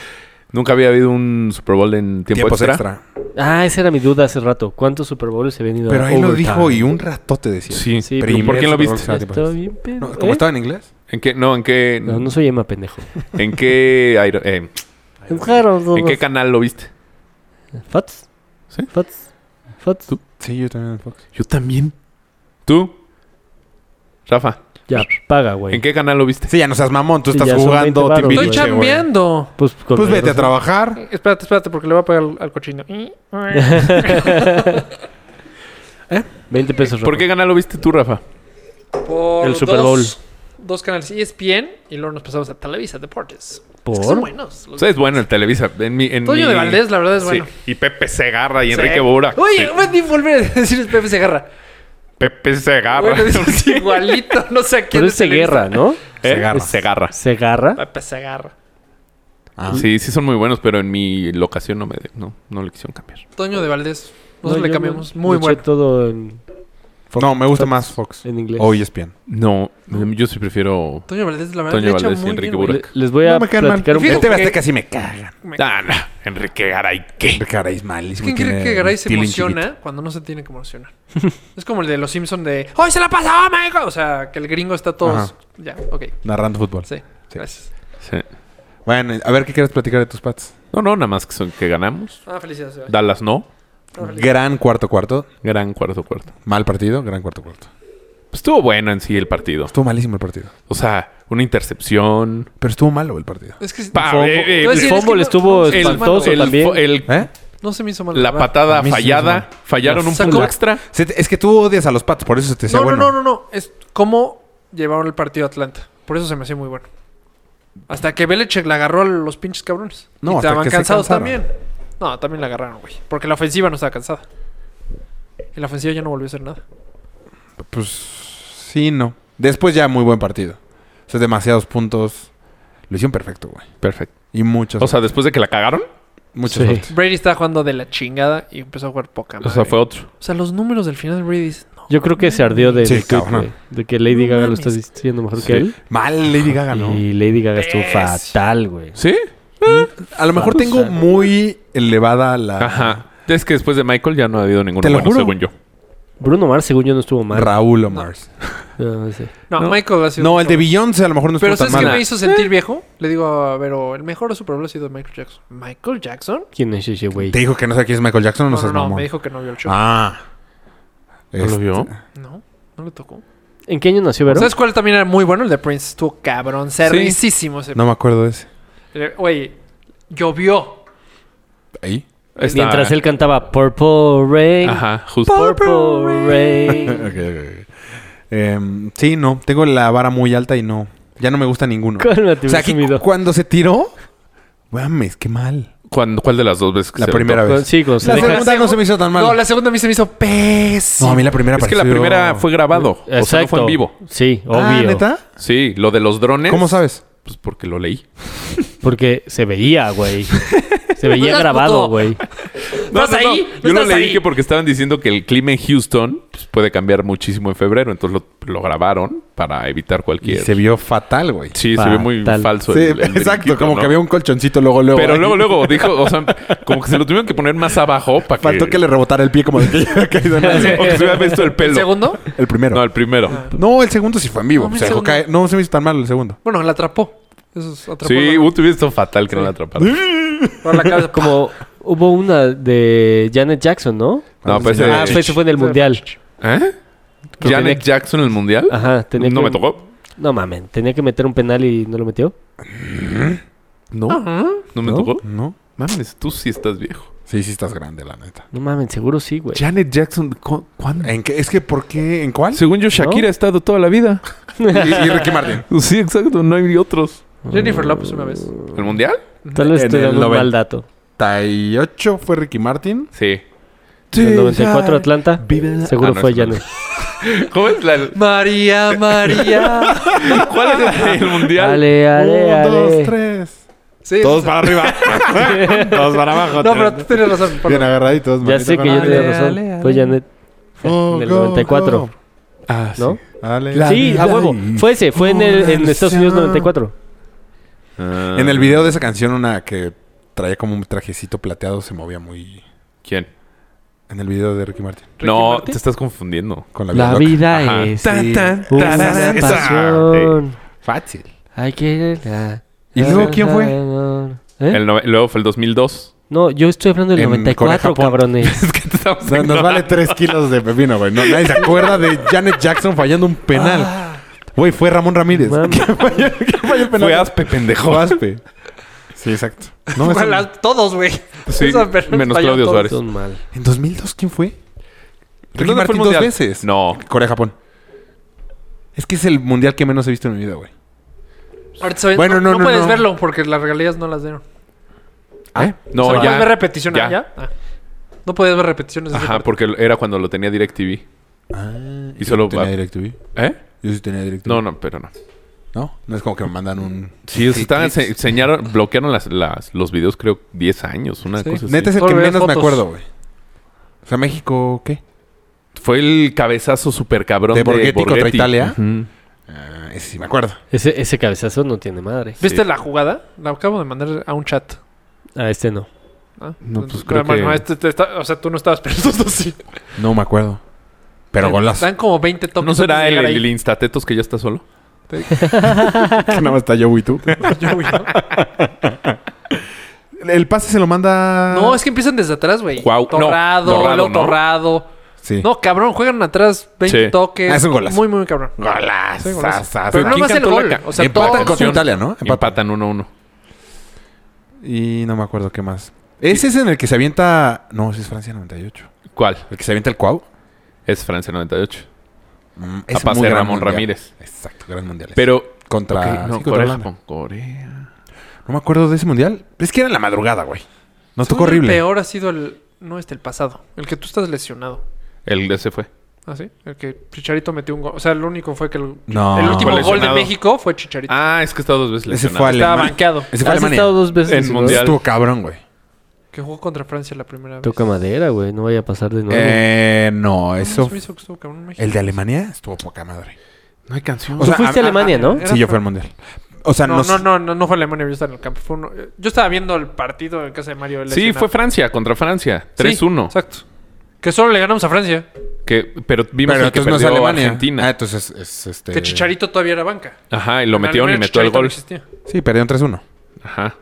Speaker 3: Nunca había habido un Super Bowl en tiempo,
Speaker 2: Tiempos
Speaker 3: extra.
Speaker 2: extra.
Speaker 1: Ah, esa era mi duda hace rato. ¿Cuántos Super Bowls se habían ido a
Speaker 2: Pero ahí lo
Speaker 1: overtime?
Speaker 2: dijo y un ratote decía.
Speaker 3: Sí.
Speaker 1: Sí,
Speaker 2: Primer
Speaker 3: ¿Por quién lo
Speaker 2: Super
Speaker 3: viste?
Speaker 2: Bowl que se va a tiempo
Speaker 1: Está
Speaker 2: extra.
Speaker 1: bien, pero.
Speaker 2: No,
Speaker 1: ¿eh?
Speaker 2: ¿Cómo estaba en inglés?
Speaker 3: ¿En qué? No, ¿en qué?
Speaker 1: No, no soy Emma, pendejo.
Speaker 3: ¿En qué? aero- eh, ¿En qué canal lo viste?
Speaker 1: ¿Fats?
Speaker 3: ¿Sí?
Speaker 1: ¿Fats? ¿Fats?
Speaker 2: Sí, yo también en Fox.
Speaker 3: Yo también. ¿Tú? Rafa,
Speaker 1: Ya, paga, güey.
Speaker 3: ¿en qué canal lo viste?
Speaker 2: Sí, ya no seas mamón. Tú
Speaker 1: Sí,
Speaker 2: estás
Speaker 1: ya son 20
Speaker 2: jugando
Speaker 1: varos,
Speaker 2: Timbiriche,
Speaker 4: Estoy
Speaker 1: Pinche,
Speaker 2: güey.
Speaker 4: chambeando.
Speaker 1: Pues, con
Speaker 2: Pues vete a
Speaker 1: razón.
Speaker 2: trabajar.
Speaker 4: Eh, Espérate, espérate, porque le voy a pagar al, al cochino.
Speaker 1: 20 pesos.
Speaker 3: ¿Por qué canal lo viste tú, Rafa?
Speaker 4: Por
Speaker 1: El Super Bowl.
Speaker 4: Dos, dos canales E ESPN y luego nos pasamos a Televisa Deportes.
Speaker 1: ¿Por?
Speaker 4: Es que son buenos.
Speaker 3: O
Speaker 4: los-
Speaker 3: sea, es bueno el Televisa. En mi, en
Speaker 4: Pues, Toño
Speaker 3: mi-
Speaker 4: de Valdés, la verdad, es
Speaker 3: Sí.
Speaker 4: bueno.
Speaker 3: Y Pepe Segarra y
Speaker 4: Sí.
Speaker 3: Enrique Boura.
Speaker 4: Oye,
Speaker 3: Sí.
Speaker 4: voy a volver a decir Pepe Segarra.
Speaker 3: Pepe Segarra.
Speaker 4: Bueno, es igualito, no sé a quién.
Speaker 1: Pero es Guerra, ¿no?
Speaker 3: ¿Eh?
Speaker 2: Segarra.
Speaker 3: Segarra.
Speaker 1: Segarra.
Speaker 4: Pepe Segarra.
Speaker 2: Ah.
Speaker 3: Sí, sí son muy buenos, pero en mi locación no me de- no, no le quisieron cambiar.
Speaker 4: Toño de Valdés.
Speaker 1: No,
Speaker 4: Nosotros le
Speaker 1: yo
Speaker 4: cambiamos.
Speaker 1: lo-
Speaker 4: Muy
Speaker 1: lo eché
Speaker 4: bueno.
Speaker 1: todo en Fox-
Speaker 2: no, me gusta
Speaker 1: Fox
Speaker 2: más Fox.
Speaker 1: En inglés.
Speaker 2: O E ESPN.
Speaker 3: No, em, yo sí prefiero.
Speaker 4: Toño Valdés, la verdad,
Speaker 3: Toño
Speaker 4: le echa
Speaker 3: Valdés y
Speaker 4: muy
Speaker 3: Enrique
Speaker 4: bien, güey.
Speaker 1: Le-
Speaker 3: Burak.
Speaker 1: les voy a
Speaker 2: no me caen mal.
Speaker 1: platicar un
Speaker 4: Fíjate
Speaker 2: Este
Speaker 4: que-
Speaker 2: Azteca sí me caga.
Speaker 4: Me-
Speaker 3: Ah, no, Enrique Garay, ¿qué?
Speaker 2: Enrique Garay es malísimo.
Speaker 4: Es que
Speaker 2: tiene
Speaker 4: creo que Garay se
Speaker 2: feeling
Speaker 4: emociona
Speaker 2: chiquito.
Speaker 4: cuando no se tiene que emocionar. es como el de los Simpsons de ¡Hoy se la pasa! ¡Oh, my God! O sea, que el gringo está todo...
Speaker 2: Ajá.
Speaker 4: Ya, ok.
Speaker 2: Narrando fútbol.
Speaker 4: Sí, gracias.
Speaker 3: Sí.
Speaker 2: Bueno, a ver, ¿qué quieres platicar de tus Pats?
Speaker 3: No, no, nada más que, son, que ganamos.
Speaker 4: Ah, felicidades. Sebastián.
Speaker 3: Dallas no.
Speaker 4: Ah, felicidades.
Speaker 2: Gran cuarto cuarto.
Speaker 3: Gran cuarto cuarto. Pues
Speaker 2: Mal partido, gran cuarto cuarto.
Speaker 3: Estuvo bueno en sí el partido.
Speaker 2: Estuvo malísimo el partido.
Speaker 3: O sea, una intercepción.
Speaker 2: Pero estuvo malo el partido.
Speaker 4: Es que...
Speaker 3: Pa,
Speaker 4: Fumble.
Speaker 3: eh, eh,
Speaker 4: Te voy a decir,
Speaker 1: el
Speaker 4: es que
Speaker 1: fumble
Speaker 4: no-
Speaker 1: estuvo
Speaker 4: no se me hizo
Speaker 1: espantoso.
Speaker 4: malo.
Speaker 3: el,
Speaker 1: también.
Speaker 3: fo- el-
Speaker 2: ¿Eh? Ah,
Speaker 4: No se me hizo mal.
Speaker 3: la
Speaker 4: verdad.
Speaker 3: patada
Speaker 2: A mí sí me hizo
Speaker 3: fallada.
Speaker 2: mal.
Speaker 3: Fallaron un
Speaker 4: Sacó-
Speaker 3: punto extra.
Speaker 2: Se te- es que tú odias a los Pats, por eso se te decía
Speaker 4: No,
Speaker 2: bueno.
Speaker 4: no, no, no, no. Es cómo llevaron el partido a Atlanta. Por eso se me hacía muy bueno. Hasta que Belichick la agarró a los pinches cabrones.
Speaker 2: No,
Speaker 4: y
Speaker 2: hasta
Speaker 4: estaban
Speaker 2: que se
Speaker 4: cansados
Speaker 2: cansaron.
Speaker 4: también. No, también la agarraron, güey. Porque la ofensiva no estaba cansada. Y la ofensiva ya no volvió a hacer nada.
Speaker 2: Pues sí, no. Después ya muy buen partido. O sea, demasiados puntos. Lo hicieron perfecto, güey.
Speaker 3: Perfecto.
Speaker 2: Y muchos.
Speaker 3: O sea, después de que la cagaron,
Speaker 2: muchos.
Speaker 1: sí.
Speaker 4: Brady estaba jugando de la chingada y empezó a jugar poca
Speaker 3: o
Speaker 4: madre.
Speaker 3: sea, fue otro.
Speaker 4: O sea, los números del final de Brady dicen, no.
Speaker 1: Yo creo que se ardió de,
Speaker 2: Sí,
Speaker 1: de,
Speaker 2: cabrón.
Speaker 1: güey, de que Lady
Speaker 4: No
Speaker 1: Gaga lo
Speaker 4: mames.
Speaker 1: está diciendo mejor
Speaker 3: Sí.
Speaker 1: que él.
Speaker 2: Mal Lady Gaga, Ah, ¿no?
Speaker 1: Y Lady Gaga estuvo
Speaker 4: Pésimo.
Speaker 1: fatal, güey.
Speaker 3: ¿Sí?
Speaker 2: A lo mejor tengo muy elevada la
Speaker 3: Ajá. Es que después de Michael ya no ha habido ninguno
Speaker 2: Te lo
Speaker 3: bueno,
Speaker 2: juro.
Speaker 3: según yo.
Speaker 1: Bruno Mars, según yo, no estuvo mal. Ah,
Speaker 2: Raúl Omars.
Speaker 1: No, sí.
Speaker 4: No,
Speaker 3: No.
Speaker 4: Michael ha
Speaker 2: No,
Speaker 4: sido...
Speaker 2: el de Beyoncé a lo mejor no
Speaker 4: Pero
Speaker 2: estuvo tan Eh.
Speaker 4: ¿sabes qué
Speaker 2: mal.
Speaker 4: me hizo sentir viejo? Le digo a Vero, el mejor Super Bowl ha sido Michael Jackson. ¿Michael Jackson?
Speaker 1: ¿Quién es ese güey?
Speaker 2: ¿Te dijo que no sé quién es Michael Jackson o no,
Speaker 4: No, no,
Speaker 2: seas
Speaker 4: no,
Speaker 2: mamón?
Speaker 4: me dijo que no vio el show.
Speaker 2: Ah.
Speaker 3: ¿No lo
Speaker 2: Este-
Speaker 3: vio?
Speaker 4: No, no le tocó.
Speaker 1: ¿En qué año nació, Vero?
Speaker 4: ¿Sabes cuál también era muy bueno? El de Prince. Estuvo cabrón, cerricísimo ese.
Speaker 2: No me acuerdo de ese.
Speaker 4: Eh, Güey, llovió.
Speaker 2: ¿Ahí?
Speaker 3: Está-
Speaker 1: Mientras él cantaba Purple Rain. Pues
Speaker 3: Ajá, justo.
Speaker 1: Purple Rain.
Speaker 2: Ok, ok, ok. Em, sí, no. Tengo la vara muy alta y no. Ya no me gusta ninguno.
Speaker 1: Cálmate,
Speaker 2: O sea, aquí,
Speaker 1: presumido.
Speaker 2: cuando se tiró... Mames, qué mal.
Speaker 3: ¿Cuándo- ¿Cuál de las dos veces? que
Speaker 2: La
Speaker 3: se
Speaker 2: primera
Speaker 3: aventó?
Speaker 1: Con-
Speaker 2: vez.
Speaker 1: Sí, con
Speaker 2: La
Speaker 1: Selena.
Speaker 2: segunda no se me hizo tan mal.
Speaker 4: No, la segunda a mí se me hizo
Speaker 2: No,
Speaker 4: pésimo.
Speaker 2: a mí la primera
Speaker 3: Es que la
Speaker 2: pareció-
Speaker 3: primera fue grabado. O sea, no fue en vivo.
Speaker 1: Sí, obvio.
Speaker 2: Ah, ¿neta?
Speaker 3: Sí, lo de los drones.
Speaker 2: ¿Cómo sabes?
Speaker 3: Pues porque lo leí.
Speaker 1: Porque se veía, güey. Se veía
Speaker 4: Puto.
Speaker 1: grabado, güey.
Speaker 4: ¿Estás ahí? ¿No
Speaker 3: Yo lo
Speaker 4: estás
Speaker 3: leí
Speaker 4: ahí?
Speaker 3: que porque estaban diciendo que el clima en Houston pues, puede cambiar muchísimo en febrero. Entonces lo, lo grabaron para evitar
Speaker 2: Y
Speaker 3: cualquier...
Speaker 2: se vio fatal, güey.
Speaker 3: Sí, se
Speaker 1: Fatal.
Speaker 3: vio muy falso.
Speaker 2: Sí,
Speaker 3: el- el
Speaker 2: exacto.
Speaker 3: brinquito,
Speaker 2: Como
Speaker 3: ¿no?
Speaker 2: que había un colchoncito luego, luego.
Speaker 3: Pero
Speaker 2: ahí.
Speaker 3: luego, luego, dijo, o sea, como que se lo tuvieron que poner más abajo para
Speaker 2: Faltó que
Speaker 3: que...
Speaker 2: le rebotara el pie como de que ya había caído en algo.
Speaker 3: O que se hubiera visto el pelo.
Speaker 4: ¿El segundo? Ah,
Speaker 2: El primero.
Speaker 3: No, el primero.
Speaker 2: No, el segundo sí fue en vivo.
Speaker 4: No, mi
Speaker 2: se dejó
Speaker 4: segundo.
Speaker 2: caer. No se me hizo tan mal el segundo.
Speaker 4: Bueno, la atrapó. Eso es atrapó.
Speaker 3: Sí, uh.
Speaker 4: la,
Speaker 3: hubiera visto fatal que no la atraparon.
Speaker 4: por la cabeza.
Speaker 1: Como hubo una de Janet Jackson, ¿no?
Speaker 3: No,
Speaker 2: Vamos,
Speaker 3: pues,
Speaker 2: señor.
Speaker 1: Ah, fue- eso fue en el mundial.
Speaker 3: ¿Eh?
Speaker 1: Pero
Speaker 3: ¿Janet
Speaker 1: tenía-
Speaker 3: Jackson en el mundial?
Speaker 1: Ajá, tenía
Speaker 3: no
Speaker 1: que-
Speaker 3: me tocó.
Speaker 1: No mamen, tenía que meter un penal y no lo metió.
Speaker 3: No,
Speaker 4: Ujú.
Speaker 3: no me
Speaker 2: ¿No?
Speaker 3: tocó.
Speaker 2: ¿No?
Speaker 3: Mames, tú sí estás viejo.
Speaker 2: Sí, sí estás grande, la neta.
Speaker 1: No mamen, seguro sí, güey.
Speaker 3: Janet Jackson, ¿cu- ¿cuándo?
Speaker 2: ¿En qué? Es que ¿por qué? ¿En cuál?
Speaker 3: Según yo, Shakira
Speaker 1: ¿No?
Speaker 3: ha estado toda la vida.
Speaker 2: y, y Ricky Martin.
Speaker 3: Sí, exacto, no hay otros.
Speaker 4: Jennifer López una vez.
Speaker 3: ¿El mundial?
Speaker 1: Tal vez
Speaker 2: En
Speaker 1: estoy
Speaker 2: el
Speaker 1: dando un
Speaker 2: noven-
Speaker 1: mal dato.
Speaker 2: 38 fue Ricky Martin.
Speaker 3: Sí.
Speaker 1: En el 94 Atlanta, seguro
Speaker 3: Ah, no,
Speaker 1: fue
Speaker 3: es Atlanta.
Speaker 1: Janet.
Speaker 3: ¿Cómo es la,
Speaker 4: María, María.
Speaker 3: ¿Cuál es la- el mundial?
Speaker 1: Dale, dale,
Speaker 2: Un, dos,
Speaker 1: dale.
Speaker 2: tres.
Speaker 4: Sí,
Speaker 2: Todos
Speaker 4: o sea,
Speaker 2: para arriba. todos para abajo.
Speaker 4: No, pero tú tienes razón. por
Speaker 2: Bien
Speaker 4: favor.
Speaker 2: agarraditos.
Speaker 1: Ya
Speaker 2: manito
Speaker 1: sé
Speaker 2: con
Speaker 1: que yo
Speaker 2: mano.
Speaker 1: tenía
Speaker 4: Ale,
Speaker 1: razón.
Speaker 4: ale, ale.
Speaker 1: Fue Janet.
Speaker 2: Go,
Speaker 1: en el
Speaker 2: go,
Speaker 1: 94,
Speaker 2: go.
Speaker 3: Ah, sí.
Speaker 1: ¿no?
Speaker 2: Ale,
Speaker 1: Sí,
Speaker 2: ale,
Speaker 1: a huevo.
Speaker 2: ale.
Speaker 1: Fue ese, fue en, el, en Estados Unidos 94.
Speaker 3: Ah.
Speaker 2: En el video de esa canción, una que traía como un trajecito plateado se movía muy.
Speaker 3: ¿Quién?
Speaker 2: En el video de Ricky Martin.
Speaker 3: No,
Speaker 4: Martin?
Speaker 3: te estás confundiendo.
Speaker 2: Con la,
Speaker 1: La
Speaker 2: loca.
Speaker 1: vida
Speaker 3: Ajá.
Speaker 1: es
Speaker 3: Tan, tan,
Speaker 1: una
Speaker 3: tarara, esa.
Speaker 1: pasión.
Speaker 2: Fácil.
Speaker 1: Hay que... la-
Speaker 2: ¿Y luego quién fue?
Speaker 1: ¿Eh?
Speaker 3: El nove- luego fue el 2002.
Speaker 1: No, yo estoy hablando del
Speaker 2: En
Speaker 1: 94,
Speaker 2: Corea-Japón.
Speaker 1: cabrones.
Speaker 3: Es que te estamos
Speaker 2: No, nos
Speaker 3: ignorando.
Speaker 2: vale 3 kilos de pepino, güey. No, nadie se acuerda de Janet Jackson fallando un
Speaker 1: Ah.
Speaker 2: penal. Güey, fue Ramón Ramírez.
Speaker 1: Mames.
Speaker 2: ¿Qué falló, que falló el penal?
Speaker 3: Fue Aspe, pendejo.
Speaker 2: Fue Aspe. Sí, exacto. No, eso-
Speaker 4: Ojalá Todos, güey.
Speaker 3: Sí,
Speaker 4: Esa perra
Speaker 3: menos
Speaker 4: falló
Speaker 3: Claudio
Speaker 4: todo.
Speaker 3: Suárez.
Speaker 1: Son mal.
Speaker 2: ¿En 2002 quién fue?
Speaker 3: ¿Dónde
Speaker 2: Ricky
Speaker 3: fue el
Speaker 2: Martin dos
Speaker 3: mundial?
Speaker 2: veces.
Speaker 3: No.
Speaker 2: Corea-Japón. Es que es el mundial que menos he visto en mi vida, güey.
Speaker 4: Ahorita sabes-
Speaker 2: Bueno,
Speaker 4: no,
Speaker 2: no,
Speaker 4: no
Speaker 2: no,
Speaker 4: puedes
Speaker 2: no.
Speaker 4: verlo porque las regalías no las dieron.
Speaker 2: ¿Eh?
Speaker 3: No,
Speaker 4: o sea,
Speaker 3: ya.
Speaker 4: puedes ver repetición
Speaker 3: Ya.
Speaker 4: ¿ah, ya? Ah. No podías ver repeticiones. de ese
Speaker 3: Ajá,
Speaker 4: partido.
Speaker 3: porque era cuando lo tenía DirecTV.
Speaker 2: Ah,
Speaker 3: Y solo-
Speaker 2: tenía DirecTV.
Speaker 3: ¿Eh?
Speaker 2: Yo sí tenía DirecTV.
Speaker 3: No, no, pero no.
Speaker 2: ¿No? No es como que me mandan un...
Speaker 3: Sí, o sea, estaban, se- enseñaron, bloquearon las, las- los videos, creo, 10 años, una
Speaker 4: Sí.
Speaker 3: cosa así.
Speaker 2: Neta es el
Speaker 4: Solo
Speaker 2: que
Speaker 4: veas
Speaker 2: menos me
Speaker 4: fotos.
Speaker 2: acuerdo, güey. O sea, México, ¿qué?
Speaker 3: Fue el cabezazo super cabrón
Speaker 2: ¿De
Speaker 3: de
Speaker 2: Borghetti contra
Speaker 3: Borghetti.
Speaker 2: Italia?
Speaker 3: Ujú.
Speaker 2: Ah, ese sí me acuerdo.
Speaker 1: Ese, ese cabezazo no tiene madre.
Speaker 4: ¿Viste la jugada? La acabo de mandar a un chat.
Speaker 1: Ah, este no.
Speaker 4: No,
Speaker 3: No, pues, creo
Speaker 4: hermano,
Speaker 3: que-
Speaker 4: este te está- o sea, tú no estabas, pero estos dos sí.
Speaker 2: No me acuerdo. Pero
Speaker 4: Te-
Speaker 2: golazo.
Speaker 4: Dan como 20 toques.
Speaker 3: ¿No será
Speaker 4: antes
Speaker 3: el,
Speaker 4: de
Speaker 3: el
Speaker 4: llegar
Speaker 3: Instatetos que ya está solo?
Speaker 2: que nada más está yo y tú.
Speaker 4: ahí. Yo, güey, ¿no?
Speaker 2: El pase se lo manda.
Speaker 4: No, es que empiezan desde atrás, güey.
Speaker 3: Guau, no,
Speaker 4: Torrado,
Speaker 3: Dorrado,
Speaker 4: luego
Speaker 3: ¿no?
Speaker 4: Torrado.
Speaker 2: Sí.
Speaker 4: No, cabrón, juegan atrás 20
Speaker 3: Sí.
Speaker 4: toques.
Speaker 2: Ah, es un golazo.
Speaker 4: Muy, muy cabrón.
Speaker 2: Golazo.
Speaker 4: Sí, golazo.
Speaker 2: sasazo.
Speaker 4: Pero no
Speaker 3: ¿Quién
Speaker 4: más el
Speaker 3: cantó la
Speaker 4: gol.
Speaker 3: ca-
Speaker 4: O sea,
Speaker 2: Empatan
Speaker 4: todos...
Speaker 2: contra Italia, ¿no? Empatan.
Speaker 3: Empatan 1-1.
Speaker 2: Y no me acuerdo qué más. Ese es en el que se avienta. No, sí es Francia 98.
Speaker 3: ¿Cuál?
Speaker 2: El que se avienta el Cuau.
Speaker 3: Es Francia 98.
Speaker 2: Mm,
Speaker 3: A pase
Speaker 2: muy
Speaker 3: de
Speaker 2: gran
Speaker 3: Ramón
Speaker 2: mundial.
Speaker 3: Ramírez.
Speaker 2: Exacto, gran mundial.
Speaker 3: Pero...
Speaker 2: Contra.
Speaker 3: Ok, no,
Speaker 2: sí, contra
Speaker 3: Corea,
Speaker 2: Holanda.
Speaker 3: Japón, Corea.
Speaker 2: No me acuerdo de ese mundial. Es que era en la madrugada, güey. Nos
Speaker 4: Según
Speaker 2: tocó
Speaker 4: yo,
Speaker 2: horrible.
Speaker 4: El peor ha sido el... No, este, el pasado. El que tú estás lesionado.
Speaker 3: El de ese fue.
Speaker 4: ¿Ah, sí? El que Chicharito metió un gol. O sea, el único fue que el...
Speaker 2: No.
Speaker 4: el último
Speaker 3: Fue
Speaker 4: gol de
Speaker 3: lesionado.
Speaker 4: México fue Chicharito.
Speaker 3: Ah, es que está dos veces
Speaker 2: Ese
Speaker 3: lesionado.
Speaker 2: fue Ale-
Speaker 4: Estaba
Speaker 2: Alemania.
Speaker 4: banqueado.
Speaker 2: Ese fue
Speaker 1: Has
Speaker 2: Alemania.
Speaker 1: estado dos veces
Speaker 3: En
Speaker 1: ese
Speaker 3: mundial.
Speaker 2: Estuvo cabrón, güey.
Speaker 4: Que jugó contra Francia la primera vez.
Speaker 1: Toca madera, güey. No vaya a pasar de nuevo.
Speaker 2: Eh, no,
Speaker 4: No,
Speaker 2: eso.
Speaker 4: se me hizo que estuvo cabrón en México.
Speaker 2: El de Alemania estuvo poca madre.
Speaker 3: No hay canción.
Speaker 1: Tú fuiste a Alemania, ¿no?
Speaker 4: Era
Speaker 2: Sí, yo
Speaker 4: fra-
Speaker 2: fui al mundial. O sea,
Speaker 4: no,
Speaker 2: nos-
Speaker 4: no, no, no, no fue Alemania, yo estaba en el campo. Fue uno- yo estaba viendo el partido en casa de Mario.
Speaker 3: Sí,
Speaker 4: lesionado.
Speaker 3: fue Francia contra Francia.
Speaker 4: Sí,
Speaker 3: 3-1.
Speaker 4: exacto. Que solo le ganamos a Francia.
Speaker 3: que pero vimos
Speaker 2: Pero
Speaker 3: el que
Speaker 2: entonces no es
Speaker 3: perdió
Speaker 2: Alemania.
Speaker 3: Argentina.
Speaker 2: Ah, entonces es, es, este.
Speaker 4: Que Chicharito todavía era banca.
Speaker 3: Ajá, y Eh. lo
Speaker 4: En
Speaker 3: metieron y
Speaker 4: Alemania
Speaker 3: metió el
Speaker 4: Chicharito no
Speaker 3: gol.
Speaker 4: existía.
Speaker 2: Sí, perdieron 3-1.
Speaker 3: Ajá.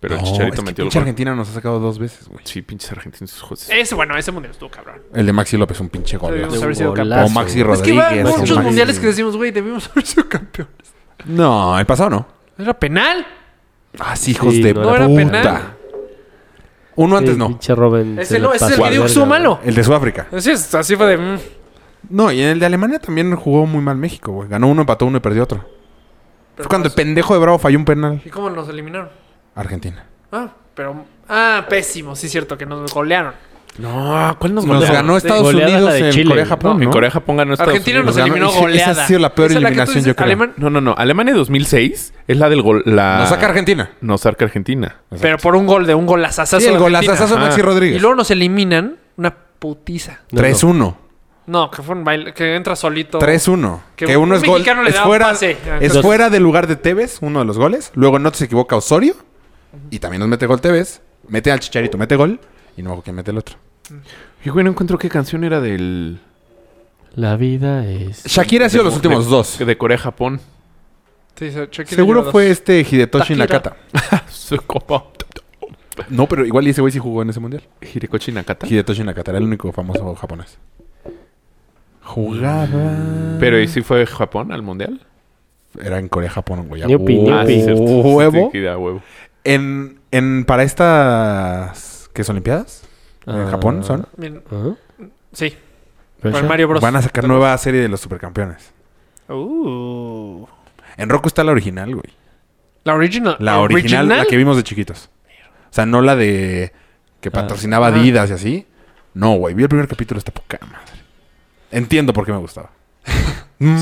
Speaker 3: Pero el
Speaker 2: No,
Speaker 3: Chicharito
Speaker 2: es que
Speaker 3: metió el
Speaker 2: pinche
Speaker 3: gol.
Speaker 2: Argentina nos ha sacado dos veces, güey.
Speaker 3: Sí, pinches argentinos. esos jueces.
Speaker 4: Ese, bueno, ese mundial estuvo cabrón.
Speaker 2: El de Maxi López, un pinche
Speaker 4: Debimos
Speaker 1: un
Speaker 2: golazo.
Speaker 4: haber sido
Speaker 1: golazo.
Speaker 2: O
Speaker 4: campeones.
Speaker 2: Maxi
Speaker 1: güey.
Speaker 4: Es que
Speaker 2: Rodríguez.
Speaker 4: iba
Speaker 2: o
Speaker 4: muchos
Speaker 2: Maxi-
Speaker 4: mundiales que decimos, güey, debimos haber sido campeones.
Speaker 2: No, el pasado no.
Speaker 4: Era penal.
Speaker 2: Ah, sí, hijos
Speaker 1: Sí,
Speaker 2: de
Speaker 1: no
Speaker 4: era
Speaker 2: puta.
Speaker 4: penal.
Speaker 2: Uno antes
Speaker 1: Sí,
Speaker 2: no.
Speaker 1: Pinche Robin.
Speaker 4: Ese
Speaker 1: se
Speaker 4: no,
Speaker 1: la
Speaker 4: ese es el
Speaker 1: pasó
Speaker 4: que
Speaker 1: de
Speaker 4: digo que
Speaker 1: verga,
Speaker 4: estuvo
Speaker 1: güey.
Speaker 4: malo.
Speaker 2: El de Sudáfrica.
Speaker 4: Así es, así fue de. mm.
Speaker 2: No, y en el de Alemania también jugó muy mal México, güey. Ganó uno, empató uno y perdió otro. Fue
Speaker 4: Pero
Speaker 2: cuando el
Speaker 4: no-
Speaker 2: pendejo de Bravo falló un penal.
Speaker 4: ¿Y cómo nos eliminaron?
Speaker 2: Argentina.
Speaker 4: Ah, pero. Ah, pésimo, sí, cierto, que nos golearon.
Speaker 3: No, ¿cuál
Speaker 2: Nos
Speaker 3: golearon?
Speaker 2: ganó Estados
Speaker 1: Goleada la
Speaker 2: Unidos
Speaker 1: de
Speaker 2: en
Speaker 1: Chile,
Speaker 2: Corea,
Speaker 1: güey.
Speaker 2: Japón, ¿no?
Speaker 3: En Corea, Japón ganó Estados
Speaker 4: Argentina
Speaker 3: Unidos.
Speaker 4: nos
Speaker 2: Nos ganó-
Speaker 4: eliminó
Speaker 2: esa-
Speaker 4: goleada.
Speaker 2: esa ha sido la peor
Speaker 4: Esa es que tú
Speaker 2: eliminación,
Speaker 4: dices,
Speaker 2: yo creo.
Speaker 4: Alemán-
Speaker 3: No, no, no. Alemania 2006 es la del gol. La...
Speaker 2: Nos
Speaker 4: Ah.
Speaker 2: saca Argentina.
Speaker 3: Nos saca Argentina.
Speaker 4: Pero por un gol de un golazazazo.
Speaker 2: Sí, el
Speaker 4: de Argentina.
Speaker 2: golazazazo de
Speaker 3: Ajá.
Speaker 1: Ah.
Speaker 2: Maxi
Speaker 4: Y
Speaker 2: Rodríguez.
Speaker 4: luego nos eliminan una putiza.
Speaker 1: No, no.
Speaker 2: 3-1.
Speaker 4: No, que fue un baile, que entra solito.
Speaker 2: 3-1.
Speaker 4: Que
Speaker 2: Que, uno
Speaker 4: un
Speaker 2: es gol.
Speaker 4: mexicano le
Speaker 2: Es
Speaker 4: da un
Speaker 2: fuera,
Speaker 4: pase. Ah,
Speaker 2: es
Speaker 1: dos.
Speaker 2: fuera del lugar de Tevez, uno de los goles. Luego no se equivoca Osorio. Y también nos mete gol Tevez. Mete al Chicharito, mete gol. Y no hago quién mete el otro.
Speaker 3: Y güey, no encuentro qué canción era del.
Speaker 1: La vida es.
Speaker 2: Shakira ha sido
Speaker 3: de-
Speaker 2: los últimos
Speaker 3: de-
Speaker 2: dos.
Speaker 3: De Corea, Japón.
Speaker 4: Sí, se- Shakira
Speaker 2: Seguro
Speaker 4: lleva
Speaker 2: fue
Speaker 4: dos.
Speaker 2: este Hidetoshi
Speaker 4: Shakira.
Speaker 2: Nakata.
Speaker 3: Su copa.
Speaker 2: No, pero igual ese güey sí jugó en ese mundial.
Speaker 3: Hirokoshi Nakata.
Speaker 2: Hidetoshi Nakata era el único famoso japonés. Jugaba.
Speaker 3: Pero ¿y si fue Japón al mundial?
Speaker 2: Era en Corea, Japón, güey. a
Speaker 1: Yupi,
Speaker 2: huevo.
Speaker 1: Ah, yupi. sí,
Speaker 3: cierto.
Speaker 2: Uh, huevo.
Speaker 3: Sí, a huevo.
Speaker 2: En, en para estas que son Olimpiadas en
Speaker 1: Ah.
Speaker 2: Japón son
Speaker 4: Bien,
Speaker 1: Ajá.
Speaker 4: Sí,
Speaker 1: Russia.
Speaker 4: con Mario Bros.
Speaker 2: van a sacar nueva serie de los supercampeones.
Speaker 4: Uh.
Speaker 2: En Roku está la original, güey.
Speaker 4: La Eh, original.
Speaker 2: La original, la que vimos de chiquitos. O sea, no la de que patrocinaba
Speaker 4: Ah.
Speaker 2: Adidas y así. No, güey, vi el primer capítulo está poca madre. Entiendo por qué me gustaba.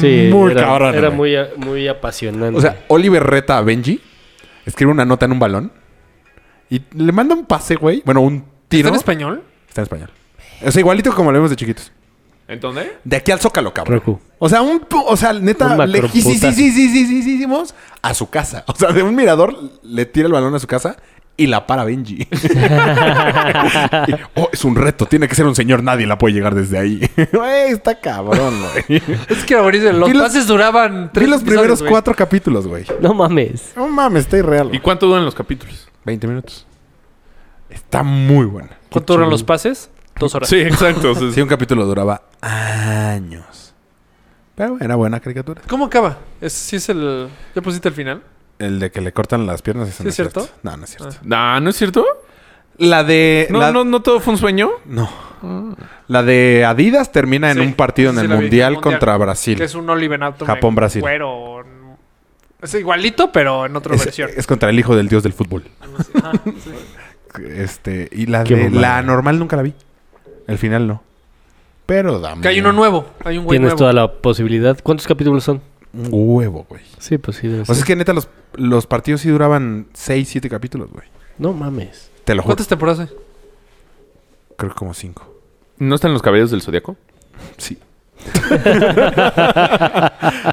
Speaker 1: Sí,
Speaker 2: muy
Speaker 1: era,
Speaker 2: cabrón.
Speaker 1: Era
Speaker 2: güey.
Speaker 1: muy, a- muy apasionante.
Speaker 2: O sea, Oliver reta a Benji, escribe una nota en un balón y le manda un pase, güey. Bueno, un tiro.
Speaker 4: ¿Está en español?
Speaker 2: Está en español. O sea, igualito como lo vemos de chiquitos.
Speaker 3: ¿Entonces?
Speaker 2: De aquí al Zócalo, cabrón.
Speaker 1: Roku.
Speaker 2: O sea, un... pu- O sea, neta,
Speaker 1: Un macro
Speaker 2: lejísimos a su casa. O sea, de un mirador le tira el balón a su casa y la para Benji. Y, oh, es un reto. Tiene que ser un señor. Nadie la puede llegar desde ahí. Güey, está cabrón, güey.
Speaker 4: Es que ahorita los
Speaker 2: Vi los-
Speaker 4: pases duraban
Speaker 2: Vi
Speaker 4: tres
Speaker 2: los
Speaker 4: episodios,
Speaker 2: primeros
Speaker 4: güey.
Speaker 2: cuatro capítulos, güey.
Speaker 1: No mames.
Speaker 2: No mames, está irreal.
Speaker 3: ¿Y
Speaker 2: güey.
Speaker 3: cuánto duran los capítulos?
Speaker 2: 20 minutos. Está muy buena.
Speaker 4: ¿Cuánto duran los pases? Dos horas.
Speaker 3: Sí, exacto. o sea,
Speaker 2: Sí, un capítulo duraba años. Pero era buena caricatura.
Speaker 4: ¿Cómo acaba? Es, sí es el... ¿Ya pusiste el final?
Speaker 2: El de que le cortan las piernas. eso
Speaker 4: ¿Sí
Speaker 2: no
Speaker 4: es cierto?
Speaker 2: No, no es cierto.
Speaker 3: Ah, No, ¿no es cierto?
Speaker 2: La de...
Speaker 3: No,
Speaker 2: la-
Speaker 3: no, no todo fue un sueño.
Speaker 2: No. La de Adidas termina en
Speaker 4: Sí,
Speaker 2: un partido
Speaker 4: sí,
Speaker 2: en
Speaker 4: sí
Speaker 2: el
Speaker 4: la vi.
Speaker 2: mundial
Speaker 4: Mundial.
Speaker 2: contra Brasil.
Speaker 4: Que es
Speaker 2: Es,
Speaker 4: un Oliver Autumn.
Speaker 2: Japón,
Speaker 4: en
Speaker 2: Brasil.
Speaker 4: cuero, en- Es igualito, pero en otra versión.
Speaker 2: es contra el hijo del dios del fútbol.
Speaker 4: Ah, sí.
Speaker 2: Este, y la
Speaker 1: Qué
Speaker 2: de
Speaker 1: mamada.
Speaker 2: la normal nunca la vi. El final no. Pero dame.
Speaker 4: Que hay uno nuevo. Hay un güey
Speaker 1: Tienes
Speaker 4: nuevo.
Speaker 1: toda la posibilidad. ¿Cuántos capítulos son?
Speaker 2: Un huevo, güey.
Speaker 1: Sí, pues sí. debe
Speaker 2: O sea,
Speaker 1: ser.
Speaker 2: es que neta los, los partidos sí duraban 6, 7 capítulos, güey.
Speaker 1: No mames.
Speaker 2: Te lo juro.
Speaker 4: ¿Cuántas temporadas hay?
Speaker 2: Creo que como 5.
Speaker 3: ¿No están los cabellos del zodiaco?
Speaker 2: Sí.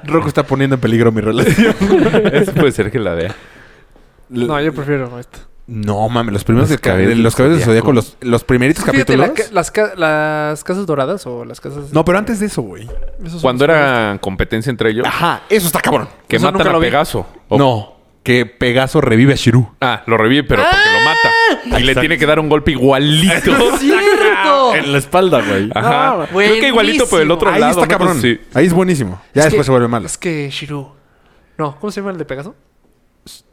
Speaker 2: Rocco está poniendo en peligro mi relación.
Speaker 3: Eso puede ser que la vea.
Speaker 4: No, yo prefiero esto.
Speaker 2: No, mames, los primeros
Speaker 3: Los
Speaker 2: de ca- de-
Speaker 3: cabezas
Speaker 2: los cabezas de
Speaker 3: zodiaco.
Speaker 2: zodiaco, los, los primeritos
Speaker 4: Fíjate,
Speaker 2: capítulos.
Speaker 4: la ca- las, ca- las casas doradas o las casas.
Speaker 2: No, pero antes de eso, güey.
Speaker 4: esos son
Speaker 3: Cuando
Speaker 4: los que
Speaker 3: era competencia entre ellos,
Speaker 2: Ajá, eso está cabrón.
Speaker 3: que
Speaker 4: eso nunca
Speaker 3: matan
Speaker 4: lo
Speaker 3: a
Speaker 4: vi.
Speaker 3: Pegaso. O-
Speaker 2: No, Oh. que Pegaso revive a Shiru.
Speaker 3: Ah, lo revive, pero porque lo mata. Y le
Speaker 2: Exacto.
Speaker 3: me tiene que dar un golpe igualito.
Speaker 4: ¡Cierto!
Speaker 2: En la espalda, güey.
Speaker 3: Ajá.
Speaker 4: No,
Speaker 3: Creo que igualito, pero del otro
Speaker 2: Ahí
Speaker 3: lado.
Speaker 2: está
Speaker 3: ¿no? Pues
Speaker 2: cabrón.
Speaker 3: Sí.
Speaker 2: Ahí es buenísimo. Ya
Speaker 4: Es
Speaker 2: después
Speaker 4: que-
Speaker 2: se vuelve malo.
Speaker 4: Es que Shiru. No, ¿cómo se llama el de Pegaso?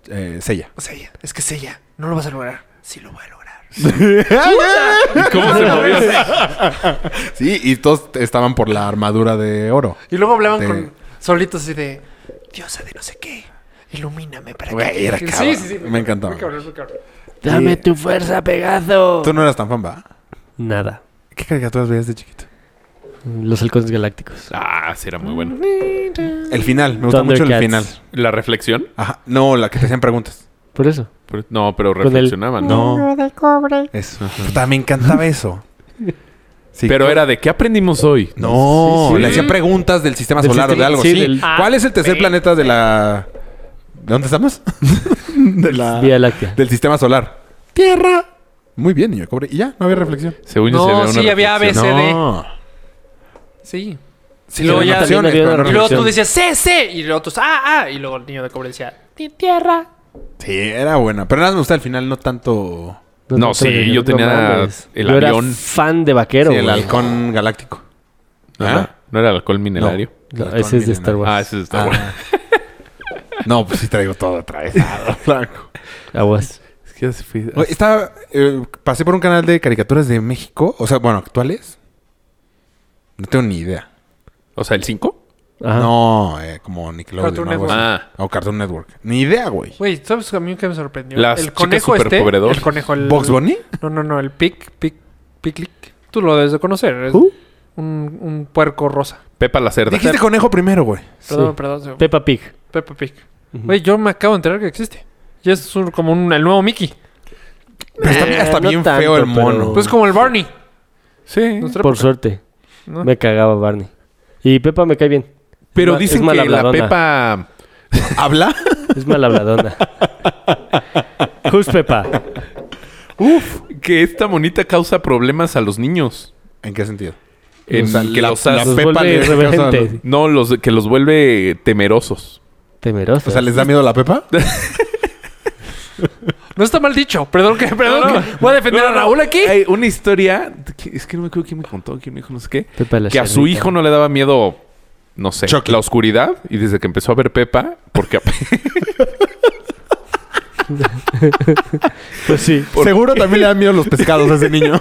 Speaker 2: Eh, Sella.
Speaker 4: Seiya. Es que Seiya. No lo vas a lograr. Sí lo voy a lograr.
Speaker 3: ¿Y cómo se movió?
Speaker 2: Sí, y todos estaban por la armadura de oro.
Speaker 4: Y luego hablaban
Speaker 2: De-
Speaker 4: con solitos así de diosa de no sé qué. Ilumíname para
Speaker 2: Güey, era
Speaker 4: que.
Speaker 2: cabrón. Me encantaba.
Speaker 4: Muy cabrón, muy cabrón.
Speaker 1: Dame tu fuerza, Pegaso.
Speaker 2: Tú no eras tan fan, ¿va?
Speaker 1: Nada.
Speaker 2: ¿Qué caricaturas veías de chiquito?
Speaker 1: Los halcones galácticos.
Speaker 3: Ah, sí, era muy bueno.
Speaker 2: El final. Me gusta mucho el
Speaker 1: Thundercats.
Speaker 2: final.
Speaker 3: ¿La reflexión?
Speaker 2: Ajá. No, la que te hacían preguntas.
Speaker 1: Por eso.
Speaker 3: Pero- No, pero
Speaker 1: Con el-
Speaker 3: reflexionaban.
Speaker 2: No.
Speaker 5: de cobre.
Speaker 2: Eso. Puta, me encantaba eso. Sí.
Speaker 3: Pero era de ¿qué aprendimos hoy?
Speaker 2: No,
Speaker 1: Sí, sí.
Speaker 2: le hacía preguntas del sistema
Speaker 1: Del
Speaker 2: solar o de
Speaker 1: sistema-
Speaker 2: algo
Speaker 1: sí,
Speaker 2: así.
Speaker 1: del-
Speaker 2: ¿Cuál es el tercer planeta de la. ¿De dónde estamos? de la.
Speaker 1: Vía Láctea.
Speaker 2: Del sistema solar. Tierra. Muy bien, niño de cobre. Y ya, no había reflexión.
Speaker 3: Según yo
Speaker 4: No,
Speaker 3: se ve una
Speaker 4: sí, había
Speaker 3: reflexión.
Speaker 4: ABC. CD.
Speaker 2: No.
Speaker 4: Sí.
Speaker 2: Sí,
Speaker 4: Y luego
Speaker 2: eran
Speaker 4: ya-
Speaker 2: opciones,
Speaker 1: También había
Speaker 2: pero no
Speaker 4: Y luego tú
Speaker 1: Reflexión.
Speaker 4: decías, C, C. Y los otros, ah, ah. Y luego el niño de cobre decía, "Ti- tierra.
Speaker 2: Sí, era buena. Pero nada más me gusta el final, no tanto.
Speaker 3: No, sí,
Speaker 1: te-
Speaker 3: yo tenía
Speaker 1: mames.
Speaker 3: el
Speaker 1: Yo era
Speaker 3: avión.
Speaker 1: fan de vaquero.
Speaker 2: Sí, el
Speaker 1: güey.
Speaker 2: halcón galáctico. ¿Ah?
Speaker 3: Ajá. ¿Ah? ¿No era el alcohol minerario?
Speaker 1: No,
Speaker 2: El
Speaker 1: ese
Speaker 2: halcón
Speaker 1: es de Star
Speaker 2: milenario.
Speaker 1: Wars.
Speaker 3: Ah, eso está
Speaker 2: Ah.
Speaker 3: bueno.
Speaker 2: No, pues sí traigo todo atravesado, Franco.
Speaker 1: Aguas.
Speaker 3: Es que ya se fue-
Speaker 2: Oye, Estaba, eh, pasé por un canal de caricaturas de México. O sea, bueno, actuales. No tengo ni idea.
Speaker 3: O sea, el 5.
Speaker 1: Ajá.
Speaker 2: No, eh, como Nickelodeon.
Speaker 4: Cartoon
Speaker 2: o algo así.
Speaker 3: Network.
Speaker 2: O Cartoon Network. Ni idea, güey.
Speaker 4: Güey, ¿sabes a mí qué me sorprendió?
Speaker 3: Las
Speaker 4: el
Speaker 3: chicas
Speaker 4: conejo este.
Speaker 3: superpoderosas.
Speaker 4: El conejo, el.
Speaker 2: ¿Box Bunny?
Speaker 4: No, no, no, el pic, pic, piclic. Tú lo debes de conocer. Es un, un puerco rosa.
Speaker 3: Pepa la cerda.
Speaker 2: Dijiste conejo primero, güey.
Speaker 1: Sí.
Speaker 4: Perdón, perdón. se-
Speaker 1: Peppa Pig.
Speaker 4: Peppa Pig. Güey, yo me acabo de enterar que existe. Y es un- como un, el nuevo Mickey.
Speaker 2: Pero está,
Speaker 1: Eh,
Speaker 2: está
Speaker 1: no
Speaker 2: bien
Speaker 1: tanto,
Speaker 2: feo el
Speaker 1: pero-
Speaker 2: mono.
Speaker 4: Pues como el Barney.
Speaker 3: Sí.
Speaker 4: Nuestra
Speaker 1: Por
Speaker 4: época,
Speaker 1: suerte.
Speaker 4: ¿no?
Speaker 1: Me cagaba Barney. Y Peppa me cae bien.
Speaker 3: Pero
Speaker 1: Es
Speaker 3: dicen
Speaker 1: mal
Speaker 3: que la
Speaker 1: habladona.
Speaker 3: Pepa.
Speaker 2: ¿Habla?
Speaker 1: Es mal habladona. Who's Peppa?
Speaker 3: Uf. Que esta monita causa problemas a los niños.
Speaker 2: ¿En qué sentido?
Speaker 3: En
Speaker 2: O sea,
Speaker 3: que
Speaker 2: la-
Speaker 3: los
Speaker 2: la
Speaker 3: hace-
Speaker 1: Los
Speaker 2: Peppa
Speaker 1: vuelve
Speaker 2: le-
Speaker 1: irreverentes.
Speaker 3: No, los que los vuelve temerosos.
Speaker 2: O
Speaker 1: Temerosos.
Speaker 2: sea, ¿les da miedo la pepa?
Speaker 4: No está mal dicho. Perdón que, perdón
Speaker 3: No, no.
Speaker 4: que voy a defender
Speaker 3: No,
Speaker 4: a
Speaker 3: no,
Speaker 4: Raúl
Speaker 3: no.
Speaker 4: aquí.
Speaker 3: Hay una historia. que- es que no me acuerdo quién me contó, quién me dijo, no sé qué.
Speaker 1: Pepa la
Speaker 3: que a su
Speaker 1: Cerdita.
Speaker 3: hijo no le daba miedo, no sé,
Speaker 2: Chucky.
Speaker 3: la oscuridad. Y desde que empezó a ver Pepa, porque a-
Speaker 1: Pues sí.
Speaker 2: Seguro también le dan miedo los pescados a ese niño.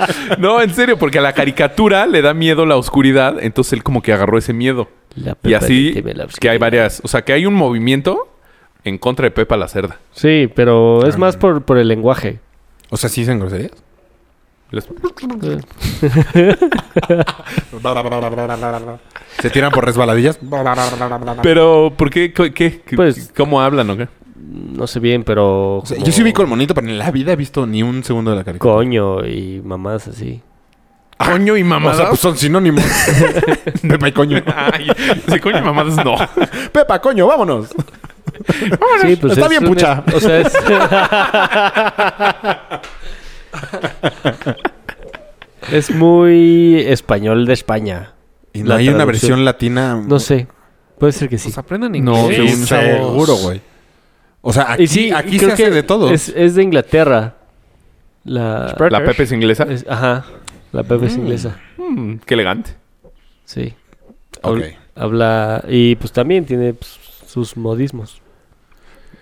Speaker 3: no, en serio, porque a la caricatura le da miedo la oscuridad. Entonces él como que agarró ese miedo.
Speaker 1: La
Speaker 3: Y
Speaker 1: Peppa
Speaker 3: así
Speaker 1: de Temerosos.
Speaker 3: que hay varias, o sea, que hay un movimiento en contra de Pepa la cerda.
Speaker 1: Sí, pero es más por, por el lenguaje.
Speaker 2: o sea, ¿sí dicen groserías?
Speaker 3: Les-
Speaker 2: ¿Se tiran por resbaladillas?
Speaker 3: Pero, ¿por qué? ¿Qué- qué? ¿Qué-
Speaker 1: Pues-
Speaker 3: ¿Cómo hablan o qué?
Speaker 1: No sé bien, pero...
Speaker 2: O sea,
Speaker 1: como
Speaker 2: yo sí vi con el monito, pero en la vida he visto ni un segundo de la caricatura.
Speaker 1: Coño y mamás así.
Speaker 3: Coño y
Speaker 2: O sea, pues son sinónimos. Pepa y coño.
Speaker 3: Ay, sí, coño y mamadas no.
Speaker 2: Pepa, coño, vámonos.
Speaker 1: Sí, pues
Speaker 2: Está
Speaker 1: es
Speaker 2: bien,
Speaker 1: un-
Speaker 2: pucha.
Speaker 1: O sea, es... es muy español de España.
Speaker 2: Y no
Speaker 1: La
Speaker 2: hay una
Speaker 1: traducción.
Speaker 2: versión latina.
Speaker 1: No sé. Puede ser que sí.
Speaker 4: Pues aprendan inglés.
Speaker 3: No,
Speaker 2: según
Speaker 3: Sí,
Speaker 2: chavos. seguro, güey. O sea, aquí,
Speaker 1: y sí,
Speaker 2: aquí se
Speaker 1: creo
Speaker 2: hace
Speaker 1: que
Speaker 2: de todo.
Speaker 1: Es, es de Inglaterra. La...
Speaker 4: Spread.
Speaker 3: La Pepe es inglesa.
Speaker 1: es- ajá. La Pepe es inglesa.
Speaker 3: Mm, qué elegante.
Speaker 1: Sí.
Speaker 2: Ok.
Speaker 1: Habl- Habla... Y pues también tiene pues, sus modismos.